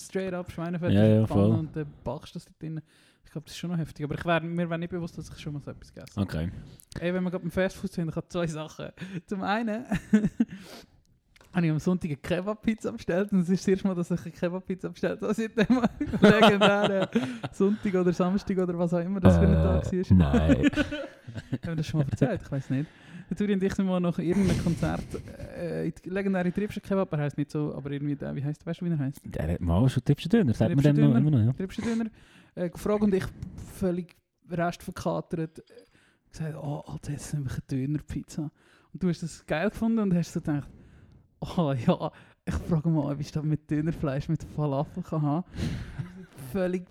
straight up Schweinefett
Ja,
in die
ja,
Pfanne
voll.
und dann backst du das dort drin. Ich glaube, das ist schon noch heftig. Aber ich wär, mir wäre nicht bewusst, dass ich schon mal so etwas gegessen habe.
Okay.
Ey, wenn wir gerade beim Fastfood sind, ich habe zwei Sachen. Zum einen habe ich am Sonntag eine Kebab-Pizza bestellt und es ist das erste Mal, dass ich eine Kebab-Pizza bestellt habe, seit dem legendären Sonntag oder Samstag oder was auch immer das für ein Tag
Äh,
war.
Nein.
Haben wir das schon mal erzählt? Ich weiß nicht. Der Turi und ich sind mal nach irgendeinem Konzert äh, in die legendäre Tripscher Kebab, er heisst nicht so, aber irgendwie, der, wie heisst weißt du, wie er heisst?
Der hat mal schon Tipps dünner, sagt man dem noch
Tippschendünner.
immer noch, ja.
Tripscher Döner. Äh, gefragt und ich völlig restverkatert äh, gesagt, oh, Alter, jetzt sind wir eine Dönerpizza. Und du hast das geil gefunden und hast so gedacht, oh ja, ich frage mal, ob ich das mit Dönerfleisch, mit Falafel kann haben. völlig,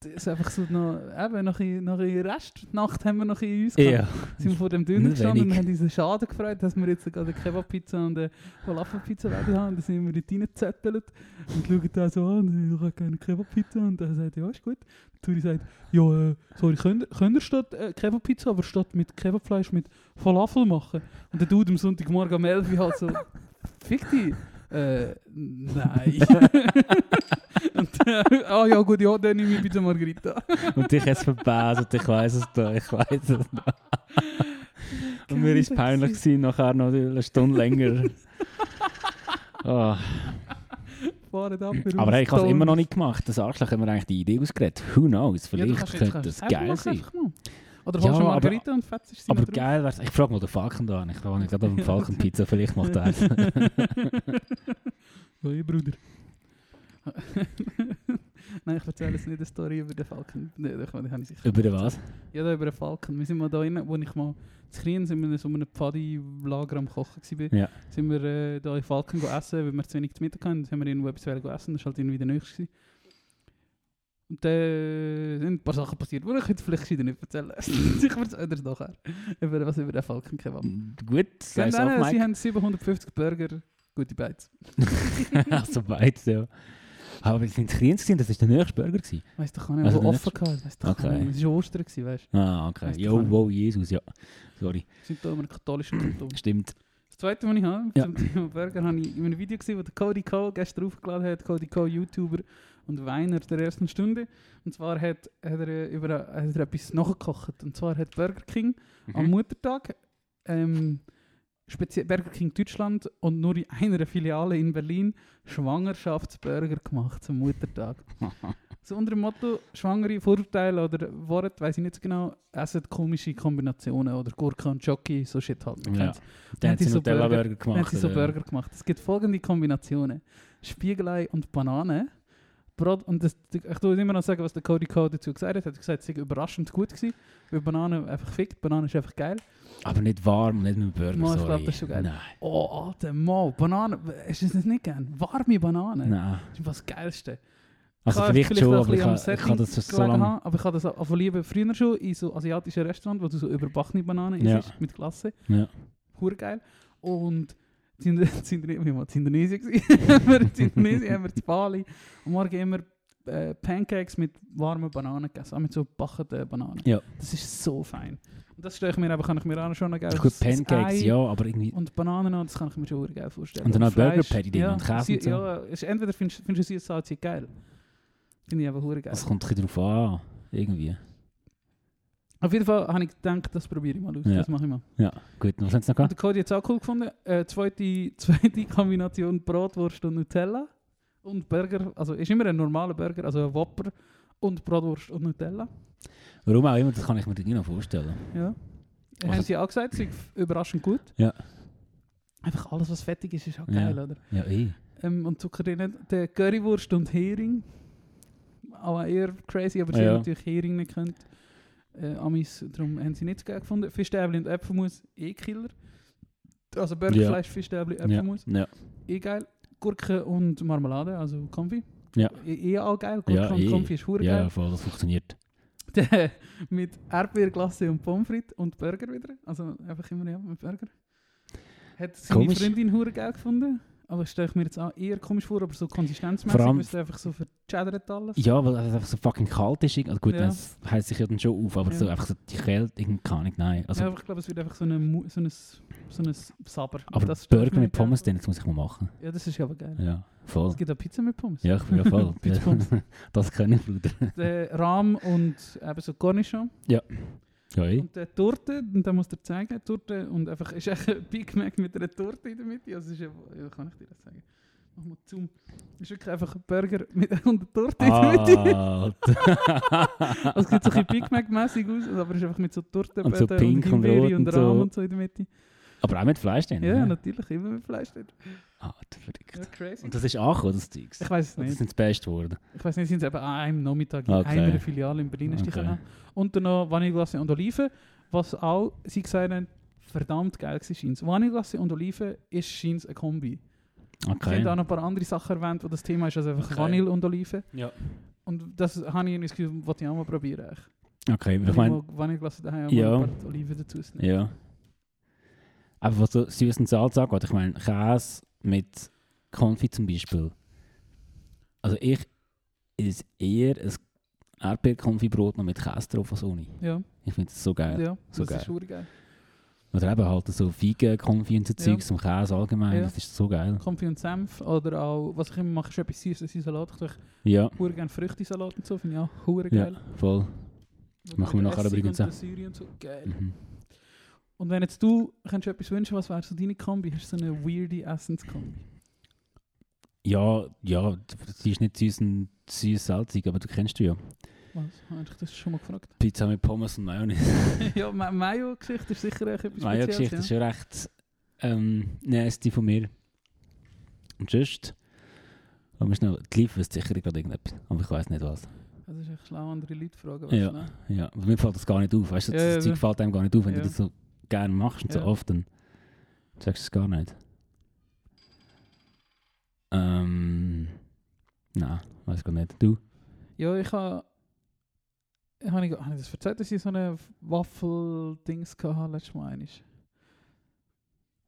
das ist einfach so noch, eben, noch ein, noch ein Rest, die Nacht haben wir noch in uns gehabt
Ja.
sind wir vor dem Döner
Nicht
gestanden und
wenig.
haben uns einen Schaden gefreut, dass wir jetzt sogar eine Kebab-Pizza und eine Falafel-Pizza werden haben. Und dann sind wir dort reingezettelt und schauen da so an, ich habe gerne Kebab-Pizza. Und er sagt, ja, ist gut. Und Turi sagt, ja, äh, sorry, könnt, ihr- könnt ihr statt äh, Kebab-Pizza, aber statt mit Kebabfleisch mit Falafel machen? Und der Dude am Sonntagmorgen um 11 Uhr halt so, fick dich. Äh, nein. und, äh, ah ja gut, ja, dann nehme ich bitte Margarita.
Und ich jetzt verbasert, ich weiß es da, ich weiß es noch. Und mir ist peinlich gewesen, nachher noch eine Stunde länger. Ah,
Fahren ab,
Aber hey, ich habe es immer noch nicht gemacht. Das Arschloch haben wir eigentlich die Idee ausgeredet. Who knows?
du
Vielleicht
kannst jetzt-
könnte das
kannst- Hey,
geil
mach
sein.
einfach mal. Oder
Ja,
holst du
aber-
Margarita und fetzest sie
Aber
noch drauf.
geil wäre Ich frage mal den Falken da an. Ich frage nicht gerade den Falken Pizza. Vielleicht macht er es.
Hey, Bruder. Nein, ich erzähle jetzt nicht eine Story über den Falken. Nein, ich meine, die habe ich sicher.
Über den was?
Ja, da über den Falken. Wir sind mal da rein, wo ich mal zu Krien sind wir in so einem Pfadi-Lager am Kochen war.
Ja.
Sind wir äh, da in Falken go essen, weil wir zu wenig zu Mittag hatten. Dann haben wir irgendwo etwas wollen go essen. Das war halt irgendwie der Nächste. gewesen. Und dann sind ein paar Sachen passiert, die ich jetzt vielleicht gescheiter nicht erzählen Ich erzähle es nachher. Über was über den Falken kebab.
Gut, sei
Nein,
es
nein,
auf,
nein, sie
Mike.
haben 750 Burger, gute Bites.
Also beides, ja. Aber es sind Kriens gewesen, das war der nächste Burger. Gewesen.
Weißt du, kann nicht,
Also
wo
der
offen gehabt. Weißt du,
Okay.
kann nicht. Es war Ostern, gewesen, weißt du.
Ah, okay.
Weißt du,
Jo,
kann-
wow, Jesus, ja. Sorry.
Wir sind hier in einem katholischen Kanton.
Stimmt.
Das zweite, was ich habe,
Ja.
zum Thema Burger, habe ich in einem Video gesehen, das der Cody Cole gestern aufgeladen hat, Cody Cole, YouTuber und Weiner der ersten Stunde. Und zwar hat, hat, er, äh, über, hat er etwas nachgekocht. Und zwar hat Burger King
Mhm.
am Muttertag ähm, speziell Burger King Deutschland und nur in einer Filiale in Berlin Schwangerschaftsburger gemacht zum Muttertag. so unter dem Motto Schwangere Vorurteile oder Worte, weiß ich nicht so genau, essen komische Kombinationen oder Gurke und Jockey, so shit halt. man
Ja.
kennt's.
Dann
haben
haben
sie
sie
so
Nutella-Burger
Dann
gemacht.
haben sie so
oder?
Burger gemacht. Es gibt folgende Kombinationen: Spiegelei und Banane. Brot, und das, ich tue immer noch sagen, was der Cody Cole dazu gesagt hat. Er hat gesagt, es sei überraschend gut gewesen, weil Banane einfach fickt. Banane ist einfach geil.
Aber nicht warm, und nicht mit dem Burger,
Mal, ich
sorry.
glaub, das ist schon geil.
Nein,
Oh, alter Mann, Banane. Ist das nicht gern? Warme Banane.
nein.
Das ist was Geilste.
Also
Klar,
vielleicht schon,
auch
aber ich
ein bisschen
kann,
am
ich kann
Setting
das so
gelegen
lange...
haben, aber ich habe das auch von lieber früher schon in so asiatischen Restaurants, wo du so überbackene Bananen
Ja.
isst mit Klasse.
Ja.
Hure geil. Und in Indonesien gewesen. in Indonesien haben wir zu Bali am Morgen immer äh, Pancakes mit warmen Bananen gegessen, auch mit so gebackenen Bananen.
Ja.
Das ist so fein. Und das stelle ich mir aber, kann ich mir auch schon noch geil
Gut,
das Dus Ei
Pancakes, ja, aber irgendwie...
Und Bananen, noch, das kann ich mir schon geil vorstellen.
Und dann auch Burger
Fleisch,
Patty drin
ja,
und Käse
Sie-
und so.
Ja, ist, entweder findest findest du süß salzig geil. Finde ich aber hure geil.
Es kommt ein bisschen drauf an, irgendwie.
Auf jeden Fall habe ich gedacht, das probiere ich mal aus.
Ja.
Das mache ich mal.
Ja, gut. Was haben sie noch
Und
gehabt?
der Cody hat es auch cool gefunden. Äh, zweite, zweite Kombination Bratwurst und Nutella. Und Burger, also ist immer ein normaler Burger, also ein Whopper und Bratwurst und Nutella.
Warum auch immer, das kann ich mir nicht noch vorstellen.
Ja.
Also-
Haben sie auch gesagt, sie überraschend gut.
Ja.
Einfach alles, was fettig ist, ist auch
Ja.
geil, oder?
Ja, eh.
Ähm, und Zucker drin. Der Currywurst und Hering. Auch eher crazy, aber sie
Ja.
haben natürlich Hering nicht gekannt. Äh, Amis, darum haben sie nichts geil gefunden. Fischstäbli und Äpfelmus, eh Killer. Also Burgerfleisch, Fischstäbli,
Ja,
Äpfelmus,
ja.
eh geil. Gurke und Marmelade, also Konfi.
Ja.
Eh, eh auch geil. Gurke
Ja,
und
eh.
Konfi ist hure
ja,
geil.
voll, das funktioniert.
Der mit Erdbeerglasse und Pommes frites und Burger wieder. Also einfach immer ja, mit Burger. Hat seine
Komisch.
Freundin hure geil gefunden. Aber stelle ich mir jetzt auch eher komisch vor, aber so konsistenzmäßig
Vor allem-
bist du einfach so vercheddert alles.
Ja, weil es einfach so fucking kalt ist. Also gut,
Ja.
das heißt sich ja dann schon auf, aber
Ja.
so einfach so die Kälte, irgendwie kann ich nein. Also,
ja, aber ich glaube, es wird einfach so ein Mu- so ein, so ein Saber.
aber
Das stelle ich
Burger
mir
mit
geil
Pommes,
vor.
den das muss ich mal machen.
Ja, das ist aber geil.
Ja, voll.
Es gibt auch Pizza mit Pommes.
Ja, ich bin ja voll.
Pizza Pommes.
das kann ich, Bruder.
Der Äh, Rahm und eben so Cornichon.
Ja, eh.
Und der Torte, und da muss er zeigen, Torte und einfach ist echt ein Big Mac mit einer Torte in der Mitte. Also ist ja, ja kann ich dir das sagen? Mach mal zoom. Ist wirklich einfach ein Burger mit und eine Torte in der Mitte.
Ah,
Also es sieht so ein bisschen Big Mac-mäßig aus, aber es ist einfach mit so Tortenböden
Und so pink und
Himbeere
rot und
und Rahm
so.
und so in der Mitte.
aber auch mit Fleisch dann.
Ja,
ne?
natürlich, immer mit Fleisch dort.
Ah, der verrückt.
Ja, crazy.
Und das ist angekommen, das Zeug.
Ich weiß es
Das
nicht.
sind das Beste geworden.
Ich weiß nicht, sind es eben an einem Nachmittag in
Okay.
einer Filiale in Berlin ist die
Okay.
gegangen. Und dann noch Vanilleglasse und Oliven, was auch, sie gesagt haben, verdammt geil war scheint's. Vanilleglasse und Oliven ist scheint's eine Kombi. Sie haben auch
Okay.
noch ein paar andere Sachen erwähnt, wo das Thema ist, also einfach
Okay.
Vanille und Oliven.
Ja.
Und das habe ich irgendwie das Gefühl, was ich auch mal probieren. eigentlich.
Okay,
Wenn
ich
Ich
meine,
mal Vanilleglas daheim habe,
Ja.
ein paar Oliven dazu nehmen.
Ja. Aber was so süß und Salz angeht, ich meine, Käse mit Konfi zum Beispiel. Also ich ist eher ein Erdbeerkonfibrot noch mit Käse drauf als ohne.
Ja,
Ich finde das so
ja,
geil. so
das
geil.
ist super geil.
Oder eben halt so Feigen-Konfi und so
Ja.
Zeugs zum Käse allgemein,
Ja.
das ist so geil.
Konfi und Senf oder auch, was ich immer mache, ist etwas Süßes in Salat. Ich tue
Ja,
hure gerne Früchtesalat und so, finde ich auch hure
ja
geil.
voll.
Ja.
machen wir nachher übrigens auch.
auch. Und so. geil.
Mhm.
Und wenn jetzt du, kannst du etwas wünschen, was wäre so deine Kombi? Hast du so eine weirde Essenskombi?
Ja, ja, sie ist nicht süß und süß-salzig, aber du kennst du ja.
Was? Habe ich das schon mal gefragt?
Pizza mit Pommes und Mayonnaise.
ja, Ma- Mayo-Geschichte ist sicher echt etwas
Meine
Spezielles.
Geschichte ist schon recht ähm, nasty von mir. Und sonst, lass mich schnell, die liefern sicher gerade irgendetwas, aber ich weiß nicht was.
Das ist echt schlau, andere Leute fragen.
Ja.
weißt du, ne?
Ja, weil mir fällt das gar nicht auf, weißt du, das,
Ja, ja,
Zeug
ja.
fällt einem gar nicht auf, wenn
Ja.
du das so gerne machst und
Ja.
so oft, dann sagst du es gar nicht. Ähm, nein, weiß gar nicht. Du?
ja, ich habe. Habe ich, hab ich eh, das erzählt, dass ich so eine Waffel-Dings hatte letztes Mal? einmal?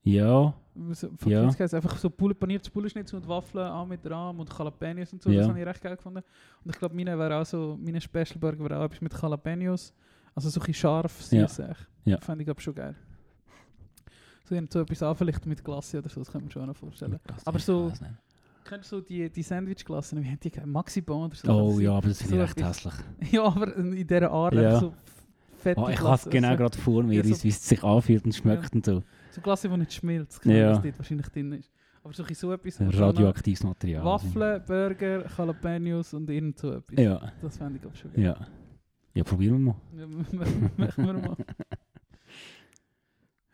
Ja,
So,
Ja.
ja. Einfach so Pulle, paniertes Bullenschnitzel und Waffeln an mit Rahm und Jalapenos und so,
Ja.
das habe ich recht geil gefunden. Und ich glaube, meine wäre auch so, meine Special Burger wäre auch etwas mit Jalapenos. Also so ein bisschen scharf,
Ja.
süß.
Ja.
Fände ich, glaube schon geil. So, irgend so etwas an, vielleicht mit Glasse oder so, das könnte man schon auch noch vorstellen. Aber so- Kennst du so dus die, die Sandwich-Glasse, wie haben die gegeben? Maxi-Bon oder so?
Oh
Das
ja, aber das finde ich
so
echt
etwas-
hässlich.
Ja, aber in dieser Art
Ja.
einfach so f- fette
Ah, ich habe es
Glasse.
genau gerade vor mir,
dus, Ja, so-
wie es sich anfühlt und schmeckt und so.
So, so Glasse, die nicht schmilzt,
Ja.
was dort wahrscheinlich drin ist. Aber so, ein bisschen so etwas...
eh,
wo schon noch-
Radioaktives Material.
Waffeln, Burger, Jalapenos und irgend so etwas.
Ja,
Das fände ich auch schon geil.
ja. Ja, probieren wir mal.
Ja. Machen wir mal.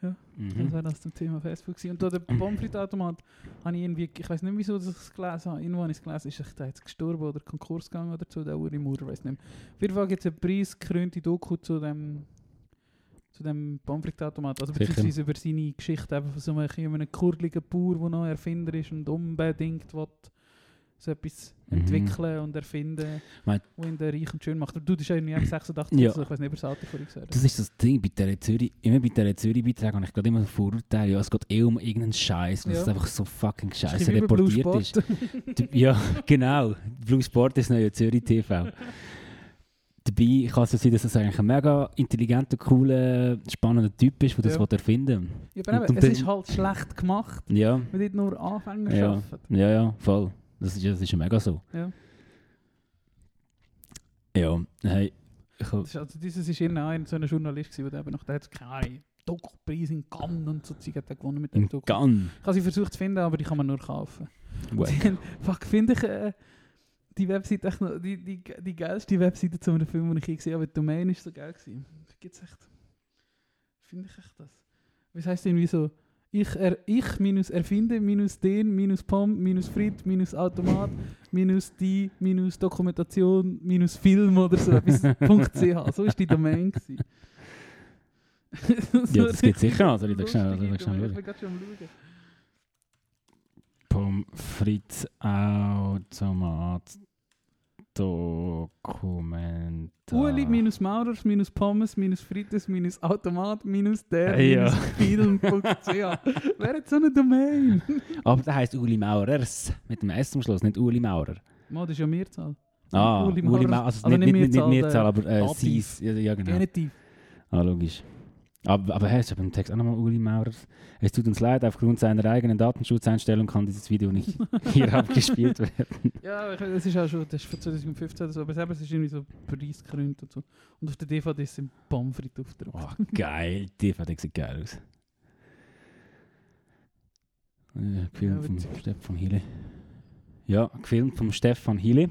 Das
Mhm.
war das zum Thema Facebook. gewesen. Und da der Pomfritautomat habe ich irgendwie, ich weiß nicht wieso, dass ich es gelesen habe. Irgendwo habe ich es gelesen, ist echt, der jetzt gestorben oder Konkurs gegangen oder so, der Uri Maurer, weiß nicht mehr. Auf jeden Fall gibt es einen preisgekrönte Doku zu dem zu dem Pomfritautomat, also
Sicher.
beziehungsweise über seine Geschichte eben von so einem, einem, einem kurligen Bauer, der noch Erfinder ist und unbedingt will, so etwas
Mhm.
entwickeln und erfinden,
Mein-
wo ihn der reich und schön macht. Aber du bist ja irgendwie 86,
Ja.
also ich weiß nicht, ob ich das Alter vorhin gesagt habe.
Das ist das dus Ding, bei der Zürich, immer bei der Zürich-Beitrag habe ich gerade immer Vorurteile, ja, es geht eh um irgendeinen Scheiß und
Ja.
es ist einfach so fucking
Das ist
scheiße
wie bei Blue
reportiert ist.
Sport.
Ja, genau. Blue Sport nou ist das neue Zürich TV. Dabei kann es ja sein, dass es eigentlich ein mega intelligenter, cooler, spannender Typ ist, der das
Ja.
will erfinden
Ja, aber
Und-
eben,
und
es
dann-
ist halt schlecht gemacht,
will. Ja,
wenn dort nur Anfänger
Ja.
arbeiten.
ja, ja, voll. Das ist, das ist ja mega so.
Ja.
Ja, hey. Ich,
Das ist, also dieses ist irgendein einer so ein Journalist, gewesen, der eben noch, der hat keine Dokupreis in Cannes und so Zeug hat er gewonnen mit dem
Im
Doku. Ich
Gun.
habe sie versucht zu finden, aber die kann man nur kaufen.
Wack.
Fuck, finde ich äh, die Website echt noch, die, die, die geilste Webseite zu einem Film, den ich je gesehen habe, die Domain ist so geil gewesen. Gibt's echt, finde ich echt das. Was heisst irgendwie so, ich, er, ich minus erfinde, minus den, minus Pom, minus Fried, minus Automat, minus die, minus Dokumentation, minus Film oder so etwas. .ch, so ist die Domain gewesen.
Ja, das gibt sicher noch. Soll ich da schnell- soll ich da schnell
Lustige Domain. Ich
schauen?
bin gerade schon am Schauen.
Pommes frites Automat Dokument.
Uli
Ah.
minus Maurers minus Pommes minus Frites minus Automat minus der
Ja.
minus Film.ch. Wer hat so eine Domain?
Aber der heisst Uli Maurers. Mit dem S am Schluss, nicht Uli Maurer.
Mann, das ist ja Mehrzahl.
Ah, Uli
Uli Maurer.
Maurer. Also,
Also
nicht,
nicht
nicht, nicht
Mehrzahl,
Mehrzahl, aber äh,
Dativ.
Sis. Ja, ja, genau.
Genitiv.
Ah, logisch. Aber, aber hey, ich habe im Text auch nochmal Uli Maurer. Es tut uns leid, aufgrund seiner eigenen Datenschutzeinstellung kann dieses Video nicht hier abgespielt werden.
Ja, ich- das ist auch schon, das ist von 2015 oder so, aber selber es ist irgendwie so preisgekrönt und so. Und auf der DVD ist ein Pomfrit aufgedruckt.
Oh, geil. Die DVD sieht geil aus. Äh,
Ja,
gefilmt vom
witzig.
Stefan Hille. Ja, gefilmt vom Stefan Hille.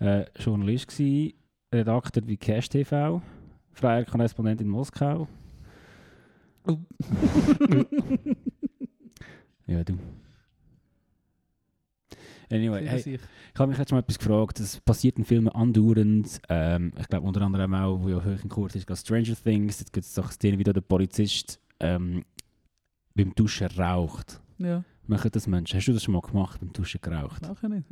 Äh, Journalist gsi, Redakteur bei Cash TV, freier Korrespondent in Moskau.
Oh.
ja, du. Anyway,
Sehr
hey,
sicher.
ich habe mich jetzt mal etwas gefragt. Es passiert in Filmen andauernd. Ähm, ich glaube unter anderem auch, wo ja hoch im Kurs ist, gerade Stranger Things. Jetzt gibt es doch Szenen, wie da der Polizist ähm, beim Duschen raucht.
Ja,
Machen das Menschen? Hast du das schon mal gemacht, beim Duschen geraucht?
nachher nicht.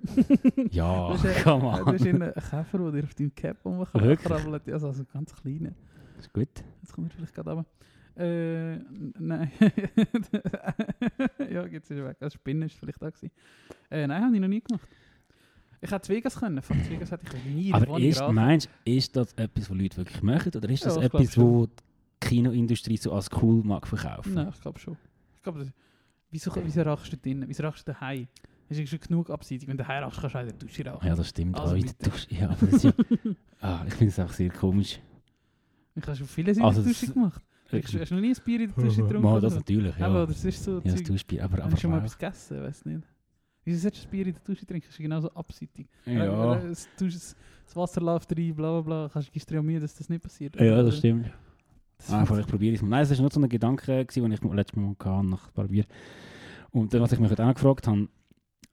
Ja,
Das ist, äh,
come
Du hast
on.
einen Käfer, der dir auf deinem Cap
Wirklich?
rumkrabbelt. Ja, also so einen ganz kleinen.
Das ist gut.
Jetzt kommen wir vielleicht gerade runter. Äh, n- nein. ja, jetzt ist er weg. Eine Spinne ist vielleicht da gewesen. Äh, nein, habe ich noch nie gemacht. Ich hätte zu Vegas können. Von zu Vegas hätte ich nie
Aber
davon
ist,
geraten.
meinst du, ist das etwas, was Leute wirklich machen? Oder ist
Ja,
das
ich glaub
etwas, wo die Kinoindustrie so als cool mag verkaufen?
Nein, ich glaube schon. Ich glaube, das- wieso, wieso rauchst du drinnen? Wieso rauchst du daheim? Hast du schon genug Abseitig? Wenn du daheim rauchst, kannst du auch in der Dusche rauchen.
Ja, das stimmt.
Also
aber in
bitte.
der Dusche- ja, aber das ist ja, ah, ich finde es einfach sehr komisch.
Ich habe schon vieles in
Also
der
das-
Dusche gemacht. Hast du hast du noch nie ein Bier in der Dusche getrunken?
Mal
oder
das
so?
natürlich, ja.
Aber das ist so
ja, das
Zeug.
tust du, aber,
Hast du
aber
schon mal
wow.
etwas gegessen? Weiß nicht. Wieso solltest du ein Bier in der Dusche trinken? Das ist genauso abseitig. Ja.
ja.
Das, das Wasser läuft rein, bla bla bla. Kannst du dich daran mühen, dass das nicht passiert.
ja, das stimmt.
Das
Ah,
finde
ich probiere es mal. Nein, es war nur so ein Gedanke, gewesen, den ich mal- letztes Mal hatte, nach ein paar Bier. Und dann, was ich mich heute auch gefragt habe,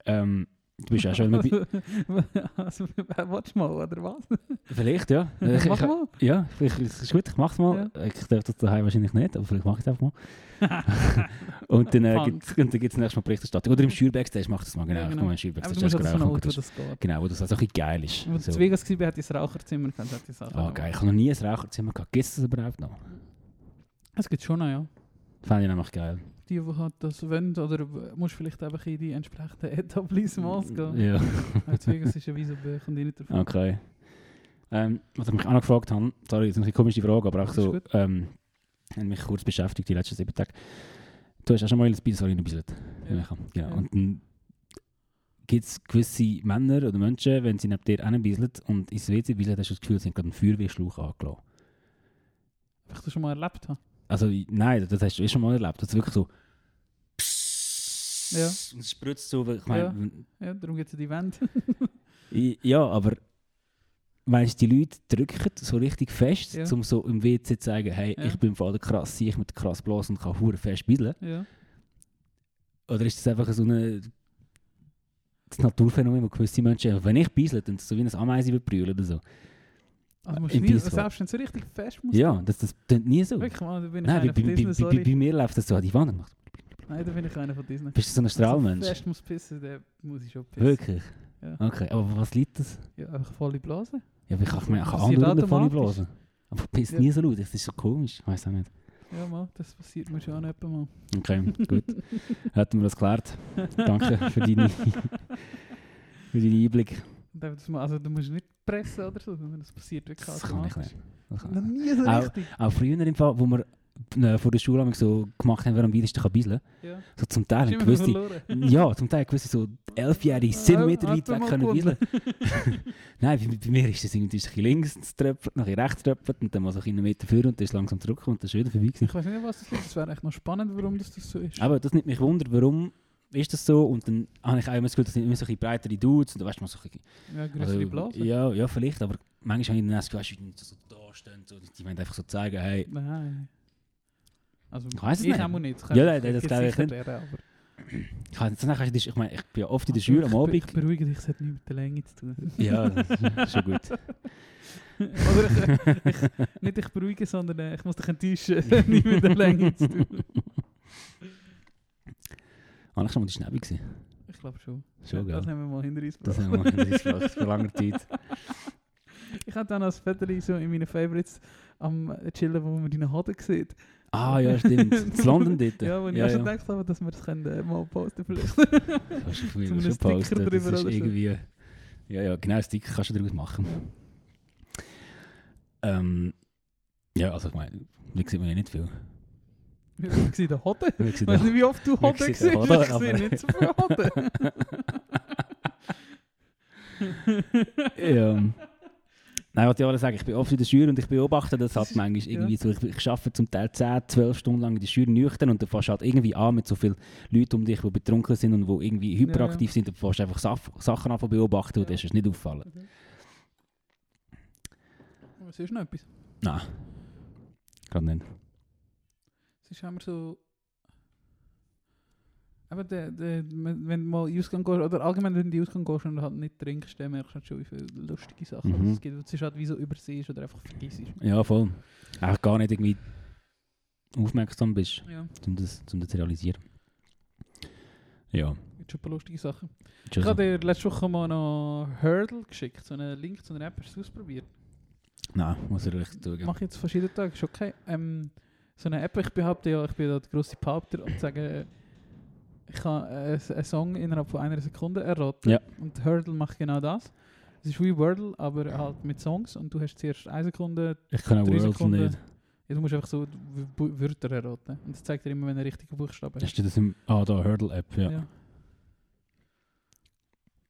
ähm, du bist ja schon immer bei...
ich- also, Warte mal, oder was?
Eh, Vielleicht, ja. Ich,
Mach
ich,
mal.
ja, vielleicht ist es gut, ich mach's mal. Ich darf das daheim wahrscheinlich nicht, aber vielleicht mache ich es einfach mal. und dann äh,
Fun.
gibt es nächstes Mal Berichterstattung. Oder im Schürbackstage mach ich das mal, genau.
Ja,
Ich
genau.
komme in den
Aber
Schürbackstage,
du musst
das
halt so
Gerauch und
ein Auto, dus
das-
das geht.
Genau, wo das also ein bisschen geil ist.
Als ich
So.
in Vegas war, hatte ich ein Raucherzimmer. gehabt, hatte ich Sachen
Ah, geil. Ich habe noch nie ein Raucherzimmer gehabt. Gibt es das überhaupt noch?
Das gibt es schon noch, nou, ja.
Fände ich nämlich geil.
die, die halt das wollen, oder musst vielleicht einfach in die entsprechenden Etablissements gehen.
Mm, Ja,
Deswegen ist es ein Wiesenbuch und ich nicht davon.
okay. Ähm, was ich mich auch noch gefragt habe, sorry, das ist eine komische Frage, aber auch
Ist
so,
gut.
ähm, hat mich kurz beschäftigt die letzten sieben Tage. Du hast auch schon mal ein bisschen, sorry, noch ein bisschen. Ja.
Ja.
Genau.
Ja.
Und gibt es gewisse Männer oder Menschen, wenn sie neben dir hinbieseln und ins WC bieseln, hast du das Gefühl, sie haben gerade einen Feuerwehrschlauch angelassen.
Weil ich das schon mal erlebt habe.
Also ich- nein, das hast du eh schon mal erlebt. Das ist wirklich so...
Ja.
Und es spritzt so, weil ich meine...
Ja.
wenn-
Ja, darum gibt es die Wand.
i- Ja, aber... Meinst du, die Leute drücken so richtig fest,
Ja.
um so im WC zu sagen, hey,
Ja.
ich bin im Fall der krass, ich mit krass Blasen und kann hure fest bieseln?
ja.
Oder ist das einfach so eine, das Naturphänomen, wo gewisse Menschen einfach, wenn ich biesle, dann so wie ein Ameise verbrüllen oder so.
Also musst
Im
du nie,
Peace Club.
selbst wenn du so richtig fest musst.
Ja, das, das tönt nie so.
Wirklich, Mann, da bin ich
Nein, bei,
einer
bei,
von
bei,
Disney,
bei,
sorry.
bei mir läuft das so an die Wand. und macht-
Nein, da bin ich einer von Disney.
Bist du so ein Strahlmensch?
Wenn ich so fest muss pissen, der muss ich schon pissen.
Wirklich?
Ja.
Okay, aber was liegt das?
Ja, einfach volle Blase.
Ja, aber ich kann mir
Das
auch
passiert
andere vorne
automatisch.
blasen. Aber du bist
Ja.
nie so laut, das ist so komisch. Ich weiß auch nicht.
Ja, mal, das passiert mir schon etwa mal.
Okay, gut. Hätten wir das geklärt. Danke für deine, für deinen Einblick.
Und einfach das mal- Also du musst nicht pressen oder so, sondern das passiert wirklich
Das kann ich
automatisch.
nicht. Das kann ich
Noch
nicht.
nie so
Auch-
richtig.
Auch früher im Fall, wo wir äh, vor der Schule haben wir so gemacht haben, wer am weitesten kann bieseln.
Ja.
So zum Teil haben
Stimmt,
gewisse,
verloren.
ja, zum Teil gewisse so elfjährige
Ah,
Zentimeter
hat
weit
er
weg
mal
können bieseln.
gefunden.
Nein, bei, bei mir ist das irgendwie so ein bisschen links es tröpfelt, nachher rechts tröpfelt und dann mal so einen Meter vor und dann ist es langsam zurück und dann ist es wieder vorbei gewesen.
Ich weiß nicht, was das ist. Es wäre echt noch spannend, warum das, das so ist.
Aber das nimmt mich wunder, warum ist das so und dann habe ich auch immer das Gefühl, das sind immer so ein bisschen breitere Dudes und dann weißt du mal so ein bisschen...
ja, größere
also,
Blase.
Oh, Ja, ja, vielleicht, aber manchmal habe ich dann das Gefühl, weisst du, die so da stehen, so, die wollen einfach so zeigen, hey,
Nein. Also
Ich weiss es nicht.
auch mal nicht.
nou? Ja, nein, nein, das glaube ich
sicher
nicht.
wäre, aber-
ich, habe, ich, ich, meine, ich bin ja oft in der
Also,
Schule
ich
am
be-
Abend.
Ich beruhige dich, es hat nichts mit der Länge zu tun.
Ja, das ist schon gut.
Oder ich, ich, nicht ich beruhige, sondern äh, ich muss dich enttäuschen. nicht mit der Länge zu tun.
Eigentlich schon Ah, mal die Schnäbe gewesen.
Ich glaube schon.
Schon, gell?
das haben wir mal hinter uns
Das
gebracht.
haben wir in der Sprache für lange Zeit.
Ich hatte dann als Vetterli so in meinen Favorites am äh, Chillen, wo man deine Hoden sieht.
Ah, ja, stimmt. In London dort.
Ja, wo ich
ja,
auch schon
ja.
gedacht habe, dass wir das können, äh, mal posten vielleicht.
Kannst du mir
Zum
schon
Sticker
posten. Das
drüber
ist
oder so.
irgendwie... Ja, ja, genau, Sticker kannst du daraus machen. Ähm, ja, also ich meine, da sieht man ja nicht viel.
Wir haben gesehen, der Hoden.
Man sieht
Ich weiß
auch-
nicht, wie oft du
Wir
Hoden
sehen
siehst. Ich
Hoden,
sehe
aber-
nicht so viel Hoden.
Ja. Ähm, Nein, was ich wollte sagen, ich bin oft in der Schule und ich beobachte das halt manchmal irgendwie so. Ich, ich arbeite zum Teil 10, 12 Stunden lang in der Schule nüchtern und dann fährst du halt irgendwie an mit so vielen Leuten um dich, die betrunken sind und die irgendwie hyperaktiv sind. Dann fährst du einfach Saf Sachen an von beobachten und
Ja.
das ist nicht auffallen.
Aber sonst noch etwas.
Nein. Gerade nicht.
Es ist immer so... Aber der, der, wenn wenn du mal in den Ausgang gehst, oder allgemein wenn du in den Ausgang gehst und halt nicht trinkst, dann merkst du halt schon, wie viele lustige Sachen
Mhm.
es gibt. Es ist halt wie so übersehst oder einfach vergisst.
Ja, voll. Auch gar nicht irgendwie aufmerksam bist,
Ja,
um das, um das zu realisieren. Ja.
gibt schon ein paar lustige Sachen.
Tschüss.
Ich habe dir letzte Woche mal noch Hurdle geschickt, so einen Link zu einer App, hast du es ausprobiert?
Nein, muss ich ehrlich zugeben.
Mache ich jetzt verschiedene Tage, ist okay. Ähm, so eine App, ich behaupte ja, ich bin da der grosse Behaupter und sage, äh, ich kann äh, einen Song innerhalb von einer Sekunde erraten.
Ja.
Und Hurdle macht genau das. Es ist wie Wordle, aber halt mit Songs und du hast zuerst eine Sekunde,
Ich kann auch
drei
Worlds
Sekunden.
nicht.
ja, du musst einfach so W- Bu- Wörter erraten. Und das zeigt dir immer, wenn du einen richtigen Buchstaben
Hast du das im... Ah, da, Hurdle-App, ja.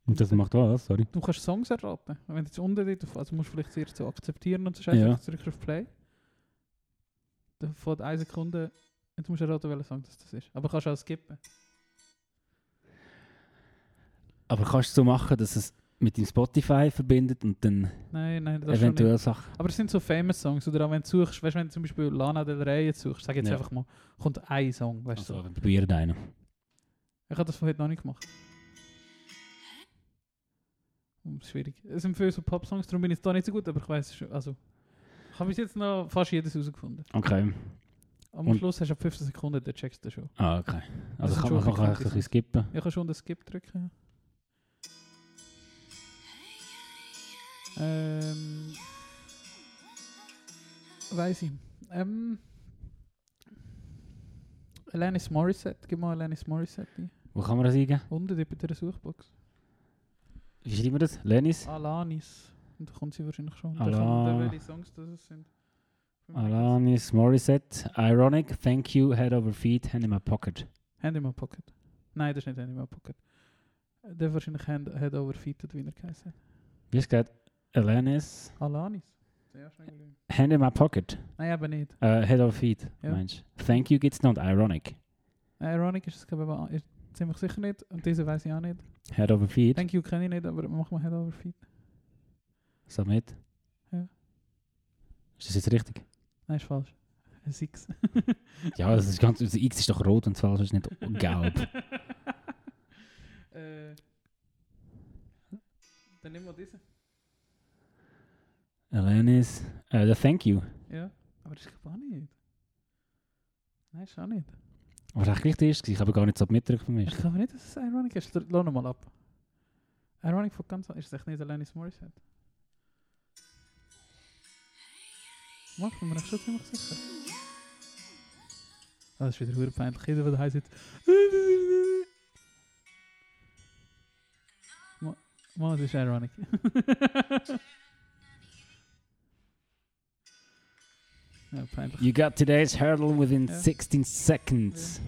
Und das macht was, sorry.
Du kannst Songs erraten. Wenn du jetzt unten drauf, also musst du vielleicht zuerst so akzeptieren und so scheiße,
Ja.
ja. zurück auf Play. Dann fährt eine Sekunde, jetzt musst du erraten, welcher Song das, das ist. Aber kannst auch skippen.
Aber kannst du so machen, dass es mit dem Spotify verbindet und dann
Nein, nein, das schon nicht.
eventuell Sachen.
Aber es sind so famous Songs, oder auch wenn du suchst, weißt du, wenn du zum Beispiel Lana Del Rey jetzt suchst, sag jetzt
Ja.
einfach mal, kommt ein Song, weißt du.
Also, probieren einen.
Ich habe das von heute noch nicht gemacht. Hm, Schwierig. Es sind viele so Pop-Songs, darum bin ich jetzt da nicht so gut, aber ich weiß schon, also... Ich habe bis jetzt noch fast jedes herausgefunden.
Okay.
Am
Und-
Schluss hast du ab 15 Sekunden, dann checkst du schon.
Ah, okay.
Das
Also
sind
kann
schon
man kann man
bekannte
ein bisschen
Songs.
skippen.
Ja, kannst du unter Skip drücken. ja. Ähm. Weiß ich. Ähm. Ehm, Alanis Morissette. Gib mal Alanis Morissette ein.
Wo kann man das eingeben?
Unten dort bei dieser Suchbox.
Wie schreiben wir das? Lenis?
Alanis. Und da kommt sie wahrscheinlich schon.
Ala-
Da kommt dann, welche Songs das es sind.
Alanis Morissette. Ironic. Thank you. Head over feet. Hand in my pocket.
Hand in my pocket. Nein, das ist nicht Hand in my pocket. Äh, Der wahrscheinlich Hand, Head over Feet, hat, wie er geheißen hat.
Wie ist gesagt? Alanis.
Alanis. Eh, nou Sehr schnell gelungen.
Hand in my pocket.
Nein, eben nicht.
Äh, head over feet.
Ja.
Meinst du? Thank you gibt's noch und ironic.
Ironic ist es, glaube ich, aber ist ziemlich sicher nicht. Und diese weiß ich auch nicht.
Head over feet.
Thank you kenne ich nicht, aber machen wir Head over Feet.
Submit.
Ja.
Ist das jetzt richtig?
Nein, ist falsch. Ein Six.
ja, das ist ganz. Das dus X ist doch rot und falsch ist nicht gelb.
äh, dann nehmen wir diese.
Alanis. Äh, the thank you.
Ja. Aber das ist glaube ich auch nicht. Nein, ist auch nicht.
Was eigentlich richtig ist, ich habe gar nicht Submit drauf
Ich
vermischt.
glaube nicht, dass es Ironic ist. Lass noch mal ab. Ironic von ganz... Ist es echt nicht Alanis Morissette? Mach, bin mir echt schon ziemlich sicher. Ah, das ist wieder verdammt peinlich. Jeder, der heißt jetzt... Ma- Mann, das ist Ironic. ja, peinlich.
You got today's hurdle within
Ja.
16 seconds.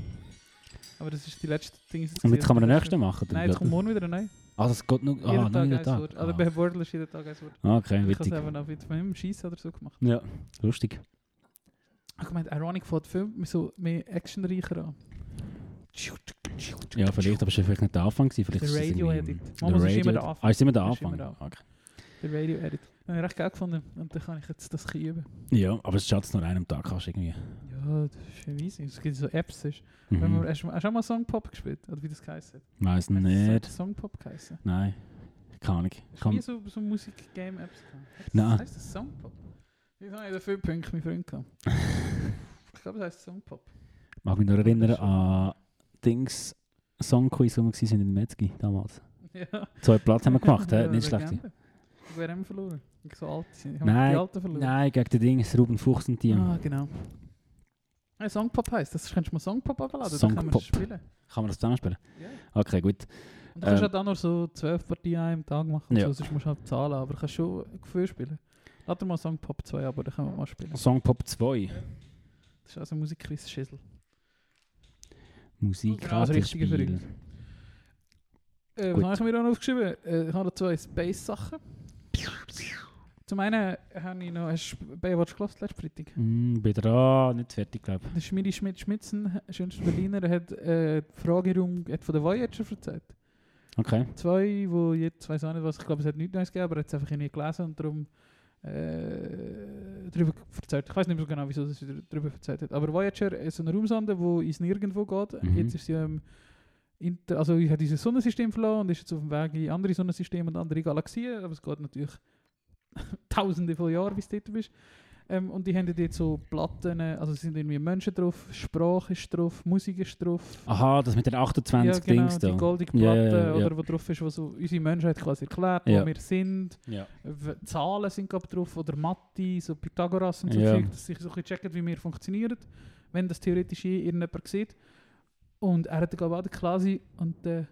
Aber das ist die letzte Ding. die es
Und jetzt
gewesen
kann man den
ist.
nächsten machen.
Nein, jetzt kommt morgen wieder neu.
Ah, das geht noch. Ah,
Jeden
noch
Tag
jeden
ein
Tag.
Wort. Also bei Wordle ist jeden Tag ein Wort.
Ah, okay,
Ich habe
witzig.
es eben auch mit meinem Scheiß oder so gemacht.
Ja, lustig.
Ich habe gemeint, Ah, Ironic fährt viel mehr so mehr actionreicher an.
Ja, vielleicht, aber es war vielleicht nicht der Anfang. gewesen, Vielleicht
Der
ist es
Radio
irgendwie-
Edit.
Der
Mama, es ist
Radio
immer der
Edit.
Anfang.
Ah, ist immer der
Es ist immer
Anfang.
der Anfang.
Okay.
Der Radio-Edit. Den habe ich recht geil gefunden. Und dann kann ich jetzt das üben.
Ja, aber es schadet es nur einem Tag, kannst du irgendwie.
Ja, das ist ja easy. Es gibt so Apps. dus. Ist. Wenn
Mhm.
man, hast du hast du auch mal Songpop gespielt? Oder wie das geheißen hat?
Weiß
Hat es
nicht.
Songpop geheißen.
Nein. Keine Ahnung.
Hast du
Komm.
nie so, so Musik-Game-Apps gehabt? Hat-
Nein.
Heißt das Songpop? Ich habe ja viele Punkte mit Freunden gehabt. Ich glaube, das heißt Songpop.
Mag mich noch erinnern an Dings Songquiz, wo wir waren in Metzgi damals.
Ja.
Zwei Platz haben wir gemacht, hä?
Ja,
nicht schlecht.
Legende. Ich wäre immer verloren. Ich so alt sind. Ich
Nein,
die Alten verloren.
Nein, gegen den Dings, Ruben Fuchs und Team.
Ah, genau. Ein Songpop heisst, das könntest du mal Songpop abladen, dann kann man
Songpop.
das spielen.
Kann man das zusammenspielen?
Ja.
Okay, gut.
Und du kannst
Ähm.
halt auch nur so 12 Partien am Tag machen, und
Ja.
so, sonst musst du halt zahlen, aber du kannst schon ein Gefühl spielen. Lass dir mal Songpop 2 ab, dann können wir mal spielen.
Songpop 2.
Das ist also ein Musikquiz-Schissel.
Musik,
Genau, das Richtige für
Ratespiel.
uns. Äh,
Gut.
was habe ich mir da noch aufgeschrieben? Äh, ich habe da zwei Space-Sachen. Zum einen habe ich noch... Hast du Baywatch gelassen, letzte Freitag?
Hm, bin dran, nicht fertig, glaube ich.
Der Schmidi Schmidt Schmitzen, schönster Berliner, hat äh, die Frageraum hat von den Voyager erzählt.
Okay.
Zwei, wo jetzt, weiß auch nicht was, ich glaube, es hat nichts Neues gegeben, aber er hat es einfach nie gelesen und darum äh, darüber erzählt. Ich weiß nicht mehr so genau, wieso das er darüber erzählt hat. Aber Voyager ist eine Raumsonde, die ins Nirgendwo geht.
Mhm.
Jetzt ist sie ähm, inter, also hat dieses Sonnensystem verloren und ist jetzt auf dem Weg in andere Sonnensysteme und andere Galaxien, aber es geht natürlich tausende von Jahren, bis du dort bist. Ähm, und die haben dort so Platten, äh, also es sind irgendwie Menschen drauf, Sprache ist drauf, Musik ist drauf.
Aha, das mit den 28
Ja, genau,
Dings da.
die goldige
Ja,
Platte,
ja, ja,
oder
ja.
wo drauf ist, was so unsere Menschheit quasi erklärt, wo
Ja.
wir sind.
Ja.
W- Zahlen sind glaub, drauf, oder Mathe, so Pythagoras und so
Ja.
Zeug, dass sich so ein bisschen checken, wie wir funktionieren, wenn das theoretisch je irgendjemand sieht. Und er hat glaube ich auch den Klasi und äh,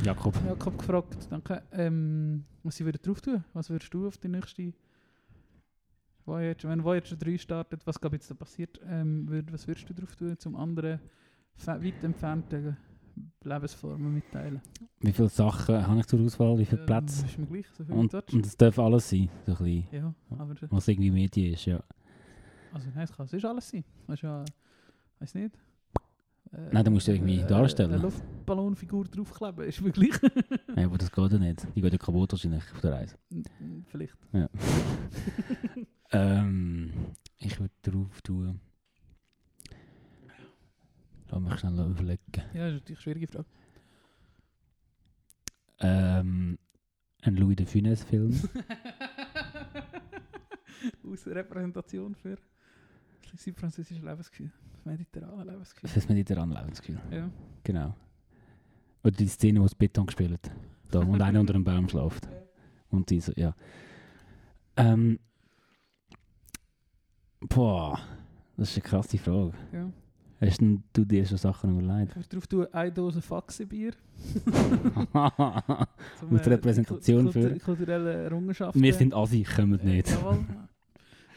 den
Jakob.
Jakob gefragt, danke, ähm, was sie würden drauf tun. Was würdest du auf die nächste Voyager, wenn Voyager 3 startet, was glaube ich jetzt da passiert, ähm, würd, was würdest du drauf tun, zum anderen fe- weit entfernten Lebensformen mitteilen?
Wie viele Sachen habe ich zur Auswahl? Wie viele
Ähm,
Plätze?
Ist mir gleich, so viel
Und,
du willst.
und es darf alles sein, so ein bisschen,
Ja, aber äh,
was irgendwie Medien ist, ja.
also, nein, es kann es ist alles sein. Es ist ja, weiß nicht. Äh,
Nein, dann musst du irgendwie darstellen.
Eine Luftballonfigur draufkleben, ist mir gleich.
Nein, aber das geht ja nicht. Die geht ja kaputt wahrscheinlich auf der Reise.
Vielleicht.
Ähm, ich würde drauf tun. Lass mich schnell überlegen.
Ja, das ist natürlich eine schwierige Frage.
Ähm, ein Louis de Funès-Film.
Aus Repräsentation für sein französisches Lebensgefühl, das mediterrane Lebensgefühl.
das mediterrane Lebensgefühl.
Ja.
Genau. Oder die Szene, wo das Beton spielt. Da, und einer unter einem Baum schläft. Und diese, ja. Ähm, boah, das ist eine krasse Frage.
ja.
Hast denn du dir schon Sachen überlegt?
Ich würde drauf tun, eine Dose Faxenbier. zum,
Mit
äh,
Repräsentation
Kul-
für-
Kultur- Kulturelle Errungenschaften.
Wir sind Asi, kommen
Äh,
nicht.
Jawohl.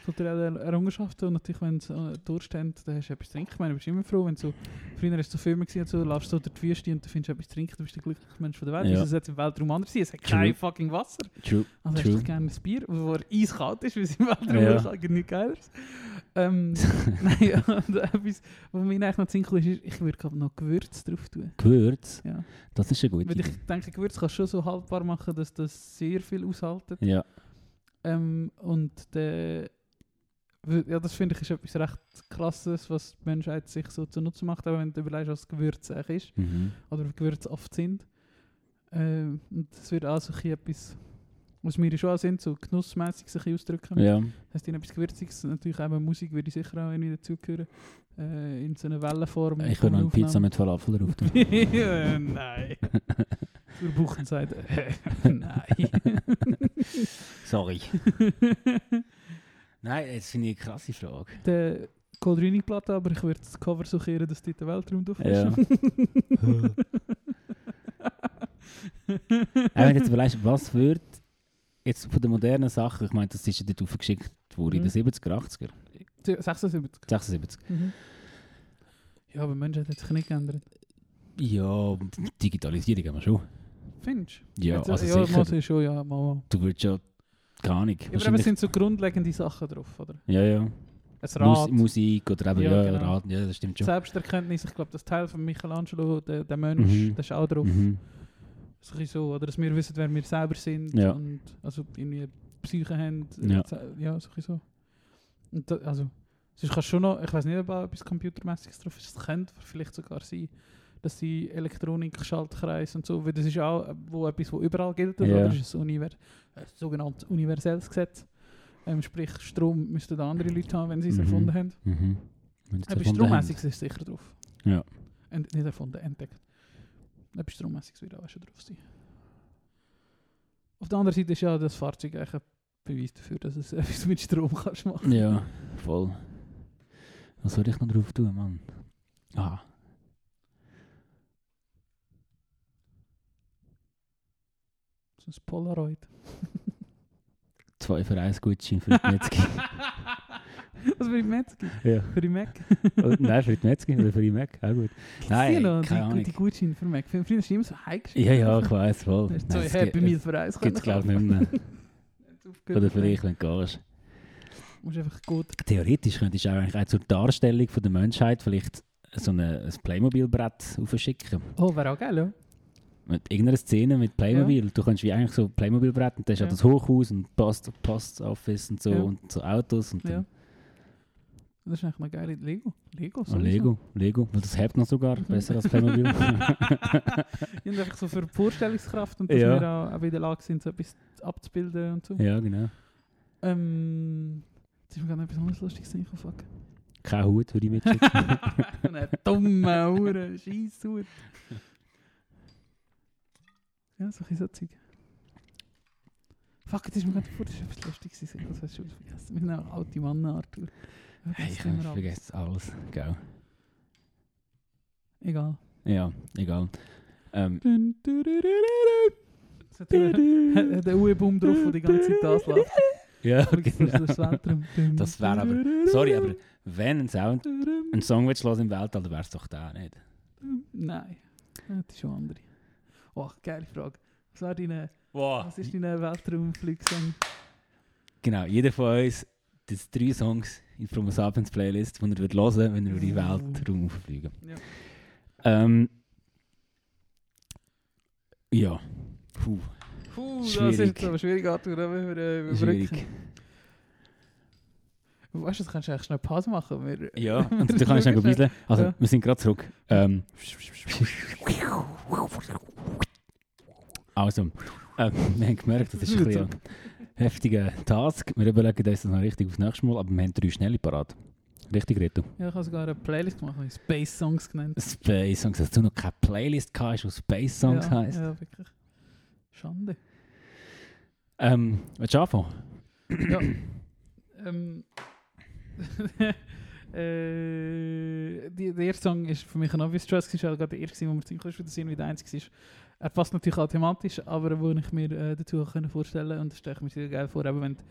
Kulturelle Errungenschaften und natürlich, wenn es äh, Durst hat, dann hast du etwas zu trinken. Ich meine, du bist immer froh, wenn du so, früher hast du so Filme gesehen, so, du läufst so durch die Wüste und du findest etwas zu trinken, du bist der glücklichste Mensch von der Welt.
Ja.
Ja. Wieso sollte es im Weltraum anders sein? Es hat
True.
kein fucking Wasser.
True.
Also hast
True.
du gerne ein Bier, wo er eiskalt ist, weil es im Weltraum
Ja.
ist, eigentlich nichts Geileres. Ähm, nein, und etwas, was mir eigentlich noch zinkelt ist, ist, ich würde glaub noch Gewürz drauf tun.
Gewürz,
Ja.
das ist eine gute
Weil
Idee.
ich denke, Gewürz kannst du schon so haltbar machen, dass das sehr viel aushaltet.
Ja,
Ähm, und der, ja, das finde ich ist etwas recht Krasses, was die Menschheit sich so zunutze macht, auch wenn du überlegst, was Gewürz eigentlich ist
mhm.
oder Gewürze oft sind. Ähm, und das wird auch so ein bisschen etwas, was wir schon auch sind, so genussmässig sich ein bisschen ausdrücken.
ja.
Hast du etwas Gewürziges? Natürlich eben Musik würde ich sicher auch irgendwie dazugehören. Äh, in so einer Wellenform.
ich würde noch eine Pizza mit Falafel drauf tun.
Äh, nein. Zur Buchen sagt, äh, nein.
Sorry. Nein, das finde ich eine krasse Frage.
Der Cold Reading Platte, aber ich würde das Cover dus so kehren, dass dort der Weltraum drauf ist.
Ja. Auch wenn du jetzt überlegst, was wird jetzt von den modernen Sachen, ich meine, das ist ja dort aufgeschickt worden in
Mhm.
den 70er, 80er,
76.
76.
Mhm. Ja, aber Mensch hat sich nicht geändert.
Ja, Digitalisierung haben wir schon.
Findest du?
Ja,
Jetzt,
also
ja,
sicher.
Mal, so schon, ja, mal. mal.
Du würdest ja keine Ahnung.
Ja, Aber eben, es
wahrscheinlich-
sind so grundlegende Sachen drauf, oder?
Ja, ja.
Ein
Mus
Rad,
Musik oder eben, ja,
Ja,
ja,
genau.
Rad, ja, das stimmt schon.
Selbsterkenntnis, ich glaube, das Teil von Michelangelo, der, der Mensch,
Mhm.
das ist auch drauf.
Mhm.
So ein bisschen so, oder dass wir wissen, wer wir selber sind
Ja.
und also irgendwie Psyche haben. äh,
Ja.
ze- ja so ein bisschen so. Und da, also, sonst kannst du schon noch, ich weiß nicht, ob auch etwas Computermäßiges drauf ist, es könnte vielleicht sogar sein, dass die Elektronik, Schaltkreis und so, weil das ist auch äh, wo etwas, was überall gilt, also,
Ja.
das ist ein, dus Univer eh, ein sogenanntes universelles Gesetz. Ähm, sprich, Strom müssten da andere Leute haben, wenn sie es
Mhm.
erfunden haben.
Mhm. Wenn sie es
Etwas
erfunden haben.
Strommäßiges ist sicher drauf.
E Ja.
Ent nicht erfunden, entdeckt. Etwas Strommäßiges wird auch schon drauf sein. Auf der anderen Seite ist ja das Fahrzeug eigentlich ein Beweis dafür, dass es etwas mit Strom kannst machen.
Ja, voll. Was soll ich noch drauf tun, Mann? Ah.
Das ist ein Polaroid.
Zwei für eins Gutschein für die Metzger.
Was für die Metzger?
ja.
Für die Mac?
Oh, nein, für die Metzger oder für die Mac, auch gut. Nein,
nou, Die
keine
noch, die,
Ahnung.
die Gutscheine für Mac. Für früher ist immer so heimgeschickt.
Ja, ja, ich weiß voll.
Hast du
Nein, es
so Happy
gibt-
Meal für eins
es gibt's, glaub ich, nicht mehr. Oder vielleicht, wenn du gehst.
Musst einfach gut.
Theoretisch könntest du auch eigentlich auch zur Darstellung von der Menschheit vielleicht so eine, ein Playmobil-Brett aufschicken.
Oh, wäre auch geil, ja?
Mit irgendeiner Szene mit Playmobil. Du kannst wie eigentlich so Playmobil-Brett und da ist ja
Ja.
das Hochhaus und Post, Postoffice und so
Ja.
und so Autos und
Ja.
dann
Das ist eigentlich noch geil. Lego. Lego,
Ah,
sowieso.
Lego, Lego. Weil das hebt noch sogar besser als Playmobil.
Die haben einfach so für die Vorstellungskraft und dass
Ja.
wir auch, auch in der Lage sind, so etwas abzubilden und so.
ja, genau.
Ähm, jetzt ist mir gerade etwas anderes Lustiges eingefallen. Fuck.
Kein Hut würde ich mitschicken.
Eine dumme Hure, Scheisshut. Ja, so ein bisschen so Zeug. Fuck, jetzt ist mir gerade vor, das ist etwas Lustiges, gewesen. das hast du schon vergessen. Wir sind auch alte Männer, Arthur. Wir
hey, ich
vergessen immer alles.
vergesse alles. Gell.
Egal.
Ja, egal. Ähm,
Dun, du, du, du, du. Das hat Der der Uwe-Boom drauf, der die ganze Zeit das läuft.
ja,
Das ist das
genau.
Weltraum.
Das wäre aber. Sorry, aber wenn ein Sound einen Song willst du hören im Weltall, dann wär's doch der nicht.
Nein, Ja, das ist schon andere. Oh, geile Frage. Was, war deine,
Wow.
was ist dein Weltraumflugsang?
Genau, jeder von uns das drei Songs in From Sapiens Playlist, die er wird hören, wenn er über die Weltraum auffliegen.
Ja.
Ähm, ja. Puh,
Puh, das ist
Schwierig.
jetzt aber schwierig, Arthur, da müssen wir äh, überbrücken.
schwierig.
Weißt du, das kannst du eigentlich schnell Pause machen. Wir,
Ja, und du kannst noch ein bisschen. Also,
Ja.
wir sind gerade zurück. Ähm, also, äh, wir haben gemerkt, das ist ein bisschen ein heftiger Task. Wir überlegen uns das noch richtig aufs nächste Mal, aber wir haben drei schnelle parat. Richtig, Reto.
Ja, ich habe sogar eine Playlist gemacht, habe ich Space Songs genannt.
Space Songs, dass du noch keine Playlist hast, die Space Songs
ja,
heisst.
Ja, wirklich. Schande.
Ähm, willst du anfangen?
ja. Ähm, Äh, die, der erste Song ist für mich ein obvious choice, gewesen, weil er gerade der erste war, wo mir ziemlich ist, weil das irgendwie der einzige ist. Er passt natürlich auch thematisch, aber wo ich mir äh, dazu auch können vorstellen und das stelle ich mir sehr geil vor, eben wenn du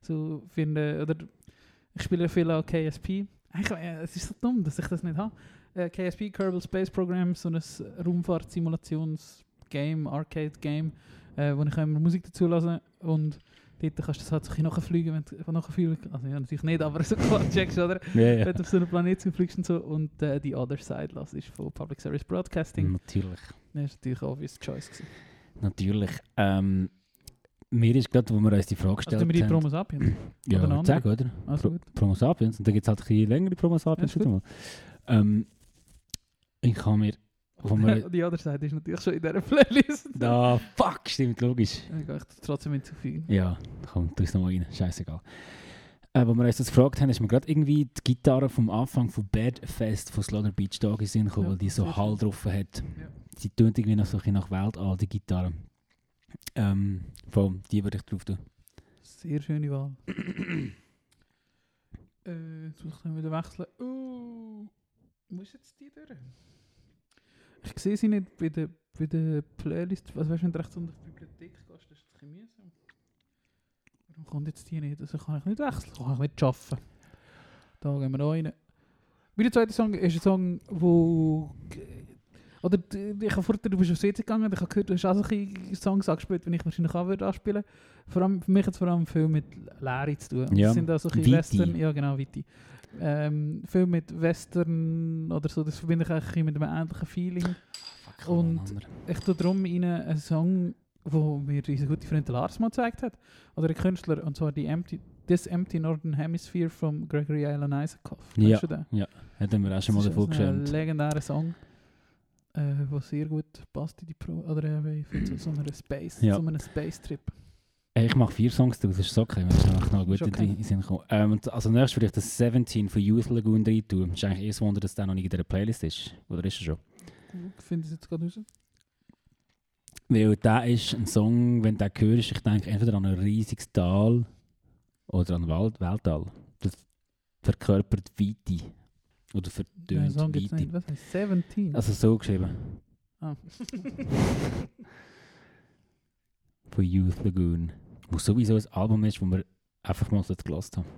so finde, oder ich spiele viel auch KSP. Eigentlich, äh, es ist so dumm, dass ich das nicht habe. Äh, KSP, Kerbal Space Program, so ein Raumfahrt-Simulations-Game, Arcade-Game, äh, wo ich auch immer Musik dazu lasse und dort kannst du das halt so ein bisschen nachfliegen, wenn du nachfühlen Also ja, natürlich nicht, aber so klar checkst, oder?
Ja,
wenn du auf so einen Planeten fliegst und so. Und äh, The Other Side las ist von Public Service Broadcasting.
Natürlich.
Das war natürlich obvious choice. Gewesen. Also,
Natürlich. Ähm, mir ist gerade, wo wir uns die Frage
Also
gestellt
tun wir die
haben.
Promo Sapiens.
ja,
oder eine andere?
sag, oder?
Also gut.
Promo Sapiens. Und dann gibt es halt ein bisschen längere Promo Sapiens.
Ja, ist
wieder mal. Ähm, ich habe mir. Wo wir,
The Other Side ist natürlich schon in dieser Playlist.
da, Ah, fuck, stimmt, logisch.
Ich kann ich das trotzdem hinzufügen.
Ja, komm, tu es nochmal rein. Scheißegal. Äh, wo wir uns das gefragt haben, ist mir gerade irgendwie die Gitarre vom Anfang von Bad Fest von Slaughter Beach Dog in den Sinn gekommen,
Ja,
weil die
sehr
so Hall
schön.
drauf hat.
Ja.
Sie tönt irgendwie noch so ein bisschen nach Welt an, die Gitarre. Ähm, voll, die würde ich drauf tun.
Sehr schöne Wahl. äh, jetzt muss ich dann wieder wechseln. Uh, wo ist jetzt die durch? Ich sehe sie nicht bei der, bei der Playlist. Was weißt du, wenn du rechts unter die Bibliothek gehst, das ist es ein bisschen mühsam. Warum kommt jetzt die nicht? Also kann ich nicht wechseln, kann ich nicht schaffen. Da gehen wir noch rein. Mein zweiter Song ist ein Song, wo... Oder d- ich habe vorher, du bist auf Seite gegangen und ich habe gehört, du hast auch solche Songs angespielt, die ich wahrscheinlich auch würde anspielen Vor allem, für mich hat es vor allem viel mit Lehre zu tun.
Ja.
Das sind auch so ein bisschen
Viti.
Western... Ja, genau, Viti. Ähm, viel mit Western oder so, das verbinde ich eigentlich ein bisschen mit einem ähnlichen Feeling.
Fuck,
Und- Ich tue darum rein einen Song, wo mir unser guter Freund Lars mal gezeigt hat. Oder ein Künstler, und zwar die Empty, This Empty Northern Hemisphere von Gregory Alan Isaacoff. Kennst
Ja,
du den?
Hätten wir auch schon mal
Das ist
davon
also Ein
geschämt.
legendärer Song, äh, der sehr gut passt in die Pro... Oder äh, ich finde, so, so einen Space,
Ja.
so einen Space-Trip.
Hey, ich mache vier Songs draus, das ist okay, wenn es noch eine
Ist
gute
okay.
okay. Sinn kommt. Ähm, und als nächstes würde ich das 17 von Youth Lagoon rein tun. Ist eigentlich erst Wunder, dass der noch nicht in dieser Playlist ist. Oder ist er schon?
Ich finde es jetzt gerade raus.
Weil der ist ein Song, wenn du den hörst, ich denke entweder an ein riesiges Tal oder an ein Wald Weltall. Das verkörpert Weite. Oder
Den
verdönt
Song gibt's
Weite.
nicht. Was heißt 17?
Also so geschrieben.
Ah.
Von Youth Lagoon. Wo sowieso ein Album ist, wo wir einfach mal so gelassen haben.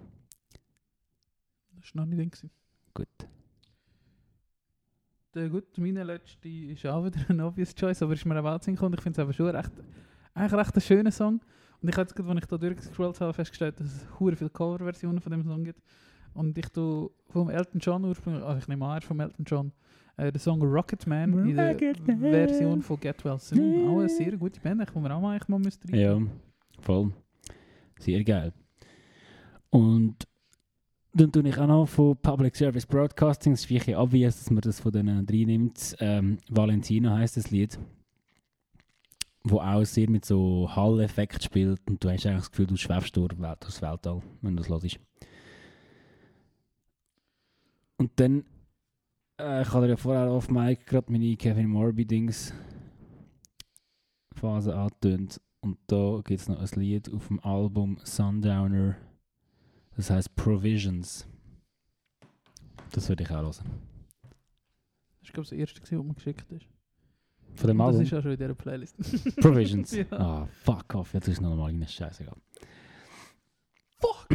Das war noch nicht drin. gewesen.
Gut.
Der gut, meine letzte ist auch wieder ein obvious choice, aber ist mir auch Sinn gekommen. Ich finde es aber schon recht, eigentlich recht ein schöner Song. Und ich habe jetzt gerade, als ich da durchgescrollt habe, festgestellt, dass es hure viele Coverversionen von dem Song gibt. Und ich tue vom Elton John ursprünglich, also ich nehme an, er ist vom Elton John, äh, den Song Rocket Man in der
Rocketman.
Version von Get Well Soon. Auch eine sehr gute Band, ich mir auch mal, ich mal müsste rein.
Ja, voll. Sehr geil. Und dann tue ich auch noch von Public Service Broadcasting, es ist wie ein obvious, dass man das von denen drei nimmt. Ähm, Valentina heißt das Lied, wo auch sehr mit so Hall-Effekt spielt und du hast eigentlich das Gefühl, du schwebst durch, durchs Weltall, wenn du das hörst. Und dann, äh, ich hatte ja vorher auf Mike gerade meine Kevin Morby-Dings Phase angetönt. Und da gibt es noch ein Lied auf dem Album Sundowner. Das heißt Provisions. Das würde ich auch hören.
Das war, glaube ich, das erste, gewesen, was mir geschickt ist.
Von dem
Und Das
Album
ist auch schon in dieser Playlist.
Provisions.
ja.
Ah, fuck off. Jetzt ist noch mal eine Scheißegal.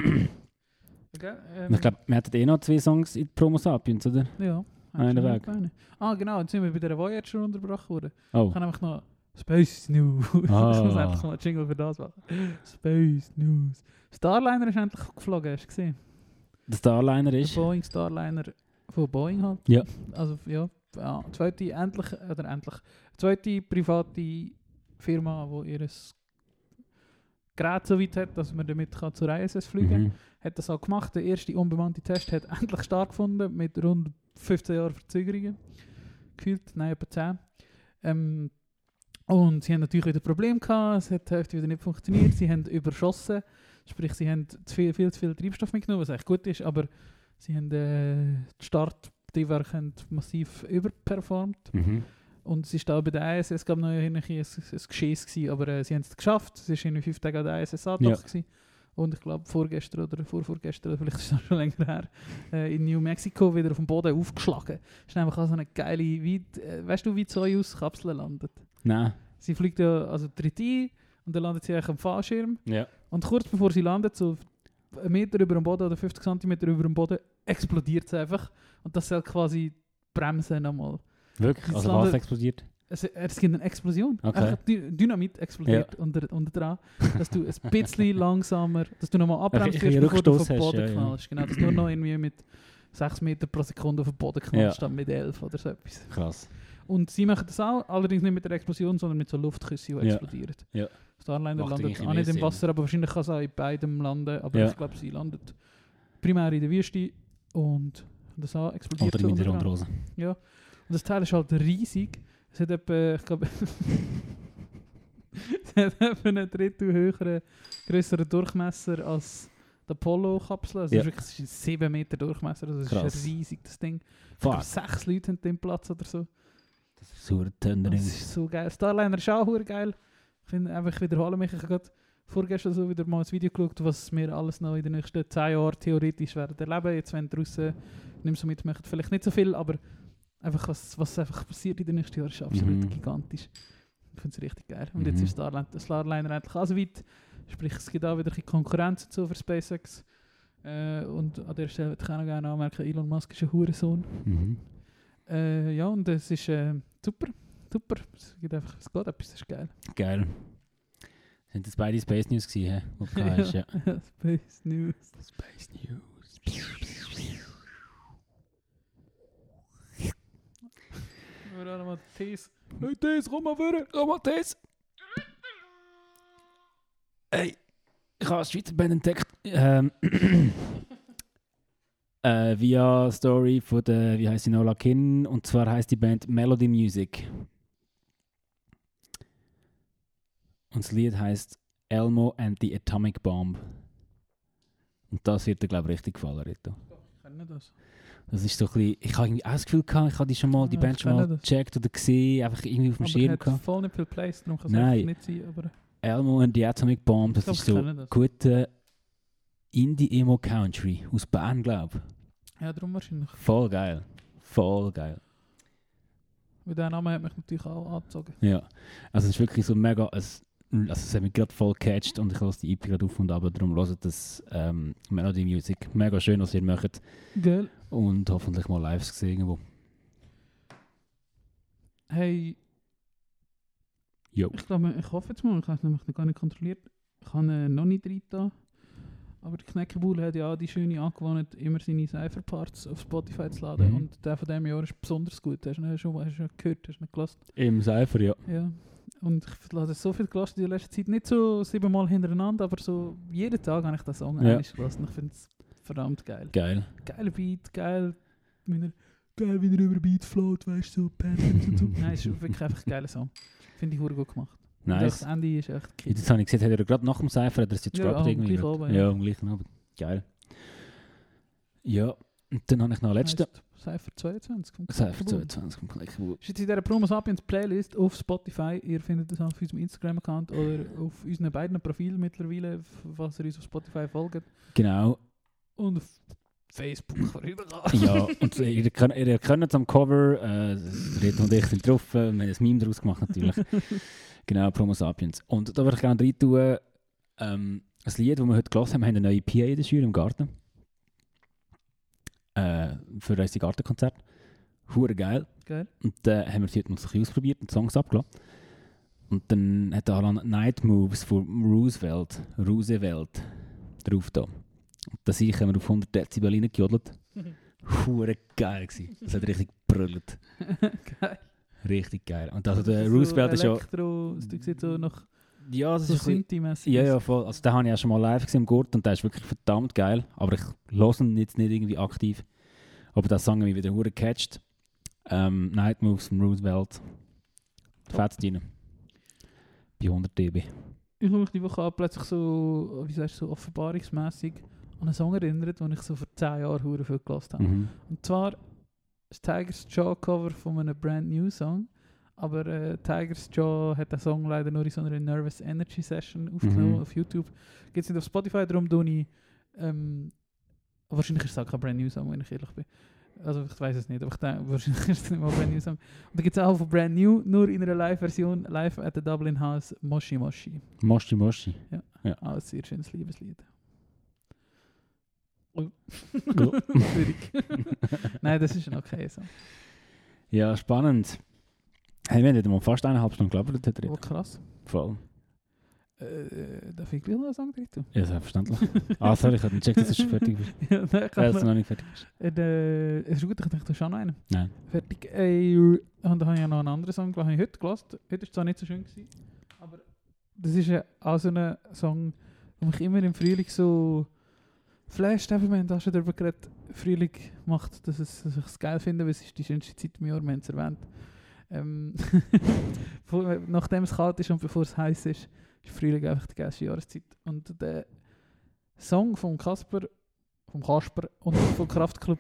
Okay,
Und
ähm,
ich glaube, wir hatten eh noch zwei Songs in Promo Sapiens, oder?
ja.
Einer
Absolut
weg.
keine. Ah, genau, jetzt sind wir bei dieser Voyager unterbrochen worden.
Oh,
Ich habe einfach noch Space News. ich muss
Ah.
einfach mal einen Jingle für das machen. Space News. Starliner ist endlich geflogen, hast du gesehen?
der Starliner
Der
ist.
Boeing Starliner von Boeing halt.
Ja.
Also ja, ja zweite endlich oder endlich zweite private Firma, wo ihr Gerät so weit hat, dass man damit kann zur ISS fliegen kann
Mhm.
hat das auch gemacht. Der erste unbemannte Test hat endlich stattgefunden, mit rund 15 Jahren Verzögerungen. Gefühlt, nein, etwa 10. Ähm, und sie haben natürlich wieder Probleme gehabt, es hat die Hälfte wieder nicht funktioniert, sie haben überschossen, sprich, sie haben zu viel, viel zu viel Treibstoff mitgenommen, was eigentlich gut ist, aber sie haben äh, die Starttriebwerke haben massiv überperformt.
Mhm.
Und es ist da bei der ISS, glaube ich, noch ein, ein, ein Geschiss gewesen, aber äh, sie haben es geschafft. Es war in fünf Tagen an der ISS
Ja.
angedacht. Ja. Und ich glaube, vorgestern oder vorvorgestern, vielleicht ist das schon länger her, äh, in New Mexico wieder auf dem Boden aufgeschlagen. Ist nämlich auch so eine geile, wie, äh, weißt du, wie Zeus-Kapsel landet?
Nein.
Sie fliegt ja, also tritt ein und dann landet sie eigentlich am Fahrschirm.
Ja.
Und kurz bevor sie landet, so einen Meter über dem Boden oder 50 cm über dem Boden, explodiert sie einfach. Und das soll quasi bremsen nochmal.
Wirklich?
Das
Also
landet-
was explodiert?
Es, es gibt eine Explosion.
Okay.
Einfach Dy- Dynamit explodiert unter, unter dran. Dass du ein bisschen langsamer, dass du nochmal abbremst,
Ein bisschen
bevor du auf
Rückstoß
den
hast,
Boden
ja, ja.
knallst. Genau, dass du nur noch irgendwie mit 6 Meter pro Sekunde auf den Boden knallst, statt mit 11 oder so etwas.
Krass.
Und sie machen das auch, allerdings nicht mit der Explosion, sondern mit so Luftküssen, die
Ja.
explodieren.
Ja.
Starliner
Macht
landet
eigentlich
auch
mehr
nicht im
Sinn.
Wasser, aber wahrscheinlich kann es auch in beidem landen. Aber
Ja.
ich glaube, sie landet primär in der Wüste und das auch explodiert.
Oder
so
mit der
unter anderem.
Rundrose.
Und das Teil ist halt riesig. Es hat etwa, ich glaube, es hat etwa einen Drittel höheren, grösseren Durchmesser als die Apollo-Kapsel. Also
Ja.
es ist wirklich es ist ein 7 Meter Durchmesser, also es ist
Krass.
riesig, das Ding. Ich
Fuck.
glaube, sechs Leute haben den Platz oder so.
Das ist so ein Töndering.
Das ist so geil. Starliner ist auch hure geil. Ich finde einfach, ich wiederhole mich. Ich habe gerade vorgestern so wieder mal ein Video geschaut, was wir alles noch in den nächsten 10 Jahren theoretisch werden erleben. Jetzt, wenn draußen nimmst so mit, machen vielleicht nicht so viel, aber einfach, was, was einfach passiert in den nächsten Jahren, ist absolut
Mhm.
gigantisch. Ich finde es richtig geil. Und jetzt
Mhm.
ist Starlin- Starliner endlich auch so weit. Sprich, es gibt auch wieder ein bisschen Konkurrenz und so für SpaceX. Äh, und an der Stelle würde ich auch noch gerne anmerken, Elon Musk ist ein Hurensohn.
Mhm.
Äh, ja, und es ist äh, super, super. Es geht einfach, es geht etwas, das ist geil.
Geil. Sind das beide Space News gewesen? hä? Okay, ist ja.
Space News.
Space News.
Wir haben nochmal Tees. Hey Tees, komm mal vor!
Komm mal, Tess! Hey, ich habe eine Schweizer Band entdeckt. Ähm, äh, via Story von der, wie heißt sie, Nola Kinn. Und zwar heißt die Band Melody Music. Und das Lied heißt Elmo and the Atomic Bomb. Und das wird dir, glaube ich, richtig gefallen, Rito.
Ich kenne das.
Das ist so ein bisschen, ich habe irgendwie auch das Gefühl gehabt, ich habe die schon mal, die
Ah,
Band
ich
schon mal
kenne das.
gecheckt oder gesehen, einfach irgendwie auf dem
Aber
Schirm
ich
gehabt.
habe voll nicht viel Plays, darum kann es
Nein.
einfach nicht sein. Aber
Elmo and the Atomic Bomb, das
Ich glaub,
ist
ich
so
kenne das.
guter Indie-Emo-Country aus Bern, glaube ich.
ja, darum wahrscheinlich.
Voll geil. Voll geil.
Weil der Name hat mich natürlich auch angezogen.
Ja. Also es ist wirklich so mega, es, also es hat mich gerade voll gecatcht und ich lasse die EP gerade auf und ab, darum hört das ähm, Melody Music. Mega schön, was ihr macht
Geil.
und hoffentlich mal live gesehen irgendwo.
Hey,
Jo.
ich glaube, ich hoffe jetzt mal, ich habe es nämlich noch gar nicht kontrolliert. Ich habe äh, noch nicht rein da. Aber der Knäckebull hat ja auch die schöne Angewohnheit, immer seine Cypher-Parts auf Spotify zu laden.
Mhm.
Und der von diesem Jahr ist besonders gut. Hast du ihn schon, hast du ihn gehört, hast du ihn gelassen?
Im Cypher, ja.
Ja. Und ich lasse so viel gelassen in der letzten Zeit. Nicht so siebenmal hintereinander, aber so jeden Tag habe ich den Song
Ja.
ja. gelassen. Ich finde es verdammt geil.
Geil.
Geiler Beat, geil, wenn er, geil, wie er über Beat float, weißt du, so Patterns und so. Nein, ist wirklich einfach ein geiler Song. Finde ich hure gut gemacht. Und auch
Nice.
Das Ende ist echt
Ja,
kid.
Das habe ich gesehen, hat er gerade nach dem Cypher oder ist jetzt
Ja,
gerade
am
irgendwie.
gleichen
gerade-
Abend, ja.
ja, am gleichen Abend. Geil. Ja, und dann habe ich noch einen letzten.
Heisst Cypher 22. vom
Cypher
Knackenbull.
22 vom Kneckebuhl.
Ist jetzt in dieser Promo Sapiens Playlist auf Spotify. Ihr findet das auf unserem Instagram-Account oder auf unseren beiden Profilen mittlerweile, f- falls ihr uns auf Spotify folgt.
Genau,
Und auf Facebook vorübergehen.
ja. Und ihr, könnt- ihr erkennt es am Cover, äh, Reto und ich sind drauf, äh, wir haben ein Meme daraus gemacht natürlich. genau, Promo Sapiens. Und da würde ich gerne rein tun, ähm, ein Lied, das wir heute gehört haben, wir haben eine neue PA in der Schule im Garten. Äh, für unser Gartenkonzert. Hure geil.
Geil.
Und dann haben wir es heute mal so ein bisschen ausprobiert und Songs abgelassen. Und dann hat Alan Night Moves von Roosevelt, Roosevelt drauf da. Und das ich haben wir auf 100 Dezibel reingejodelt. Hure geil gewesen. Das hat richtig brüllt.
Geil.
Richtig geil. Und also
Das
der
so
Roosevelt ist ja...
Elektro, das sieht so nach
Ja, das
so
ist ein bisschen-
Sinti-mässig.
ja, ja, voll. Also den habe ich auch schon mal live gesehen im Gurt und der ist wirklich verdammt geil. Aber ich höre ihn jetzt nicht irgendwie aktiv. Aber der Song hat mich wieder hure gecatcht. Ähm, Night Moves von Roosevelt. Fetzt rein. Bei 100 dB.
ich habe mich die Woche auch plötzlich so, wie sagst du, so offenbarungsmässig an einen Song erinnert, den ich so vor 10 Jahren hure viel gelassen habe.
Mhm.
Und zwar das Tigers Jaw Cover von einem brand new Song, Aber äh, Tigers Jaw hat den Song leider nur in so einer Nervous Energy Session aufgenommen
Mhm.
auf YouTube. Gibt es nicht auf Spotify, darum tue ich. Ähm, wahrscheinlich ist es auch kein Brand New Song, wenn ich ehrlich bin. Also ich weiß es nicht, aber ich denke, wahrscheinlich ist es nicht mal ein Brand New Song. Und da gibt es auch von Brand New, nur in einer Live-Version, live at the Dublin House, Moshi Moshi.
Moshi Moshi.
Auch Ah, ein sehr schönes Liebeslied.
Go.
Schwierig. Nein, das ist ein okay Song.
ja, spannend. Hey, wir haben heute mal fast eineinhalb Stunden gelabert heute
Oh,
drin.
krass.
Voll.
Äh, darf ich gleich noch einen Song drin
Ja, selbstverständlich. ah, sorry, ich habe nicht gecheckt, dass du schon fertig bist.
ja, nein, ich
Ja,
kann
dass
noch.
du noch nicht fertig bist.
En, eh, Es ist gut, ich dachte, du hast auch noch einen.
Nein.
Fertig. Äh, und dann habe ich ja noch einen anderen Song, den habe ich heute gelassen. Heute war es zwar nicht so schön, gewesen, aber das ist ja auch so ein Song, der mich immer im Frühling so flasht. Eben, wir haben da schon darüber geredet, Frühling macht, dass, es, dass ich es geil finde, weil es ist die schönste Zeit im Jahr, wir haben es erwähnt. Ähm, vor- nachdem es kalt ist und bevor es heiß ist, ist Frühling einfach die geilste Jahreszeit. Und der Song von Kasper, vom Kasper und vom Kraftklub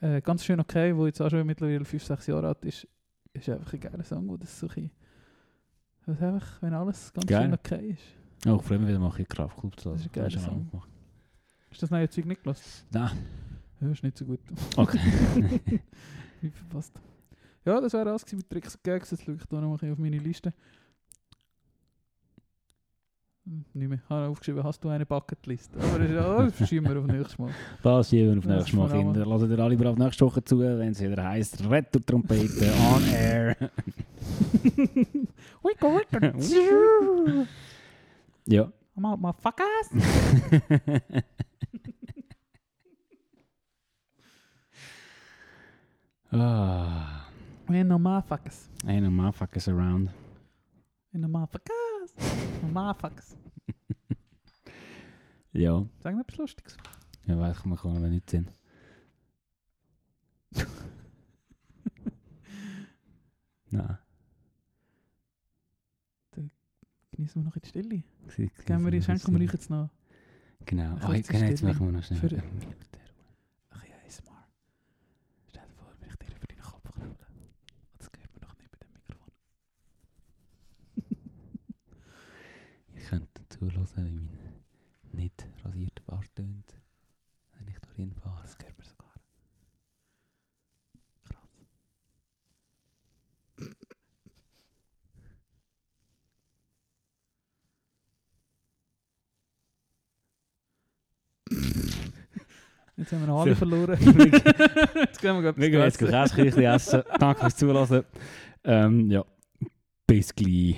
äh, ganz schön okay, wo jetzt auch schon mittlerweile 5, 6 Jahre alt ist, ist einfach ein geiler Song, wo das so ein bisschen- was einfach, wenn alles ganz
Geil.
schön okay ist.
Oh, ich freue mich wieder mal in Kraftclub zu
Das ist ein geiler Song.
gemacht.
Ist das neue Zeug nicht gelassen?
Nein.
Ja, ist nicht so gut.
Okay.
Wie verpasst. Ja, das wäre alles gewesen mit Tricks und Gags. Jetzt schaue ich da noch mal ein bisschen auf meine Liste. Hm, Nicht mehr. Habe aufgeschrieben, hast du eine Bucketlist? Aber das, ist, oh, das verschieben wir auf nächstes Mal.
Das schieben wir auf
Das
nächstes Mal,
vor allem.
Kinder. Lasst ihr alle brav nächste Woche zu, wenn es wieder heisst Retro-Trompete on air.
Wickel, wickel.
Ja.
I'm out, motherfuckers.
ah,
Ain't no motherfuckers.
ain't no motherfuckers around.
Ain't no motherfuckers. No motherfuckers.
Ja,
Sag noch etwas Lustiges.
ja weiß ich mir gar nicht sehen. Nein,
Genießen wir noch in die Stille.
gehen
Gehen wir, schenken wir euch jetzt noch
Genau,
Een
oh,
grote
ich, jetzt
stelling
machen wir noch schnell.
voor de-
een militair.
ein bisschen ASMR. Stell dir vor, wenn ich dir über deinen Kopf krabbel. Das gehört mir noch nicht bei dem Mikrofon.
Ihr könnt zuhören, wie mein nicht rasierter Bart tönt, wenn ich dorthin fahre. Das gehört mir sogar.
Krass. Jetzt haben wir noch alle
Zo.
verloren. jetzt gehen wir
Wir gehen Ehm, jetzt gerade Käseküchli essen. Danke fürs Zuhören. Ähm, ja, bis gleich.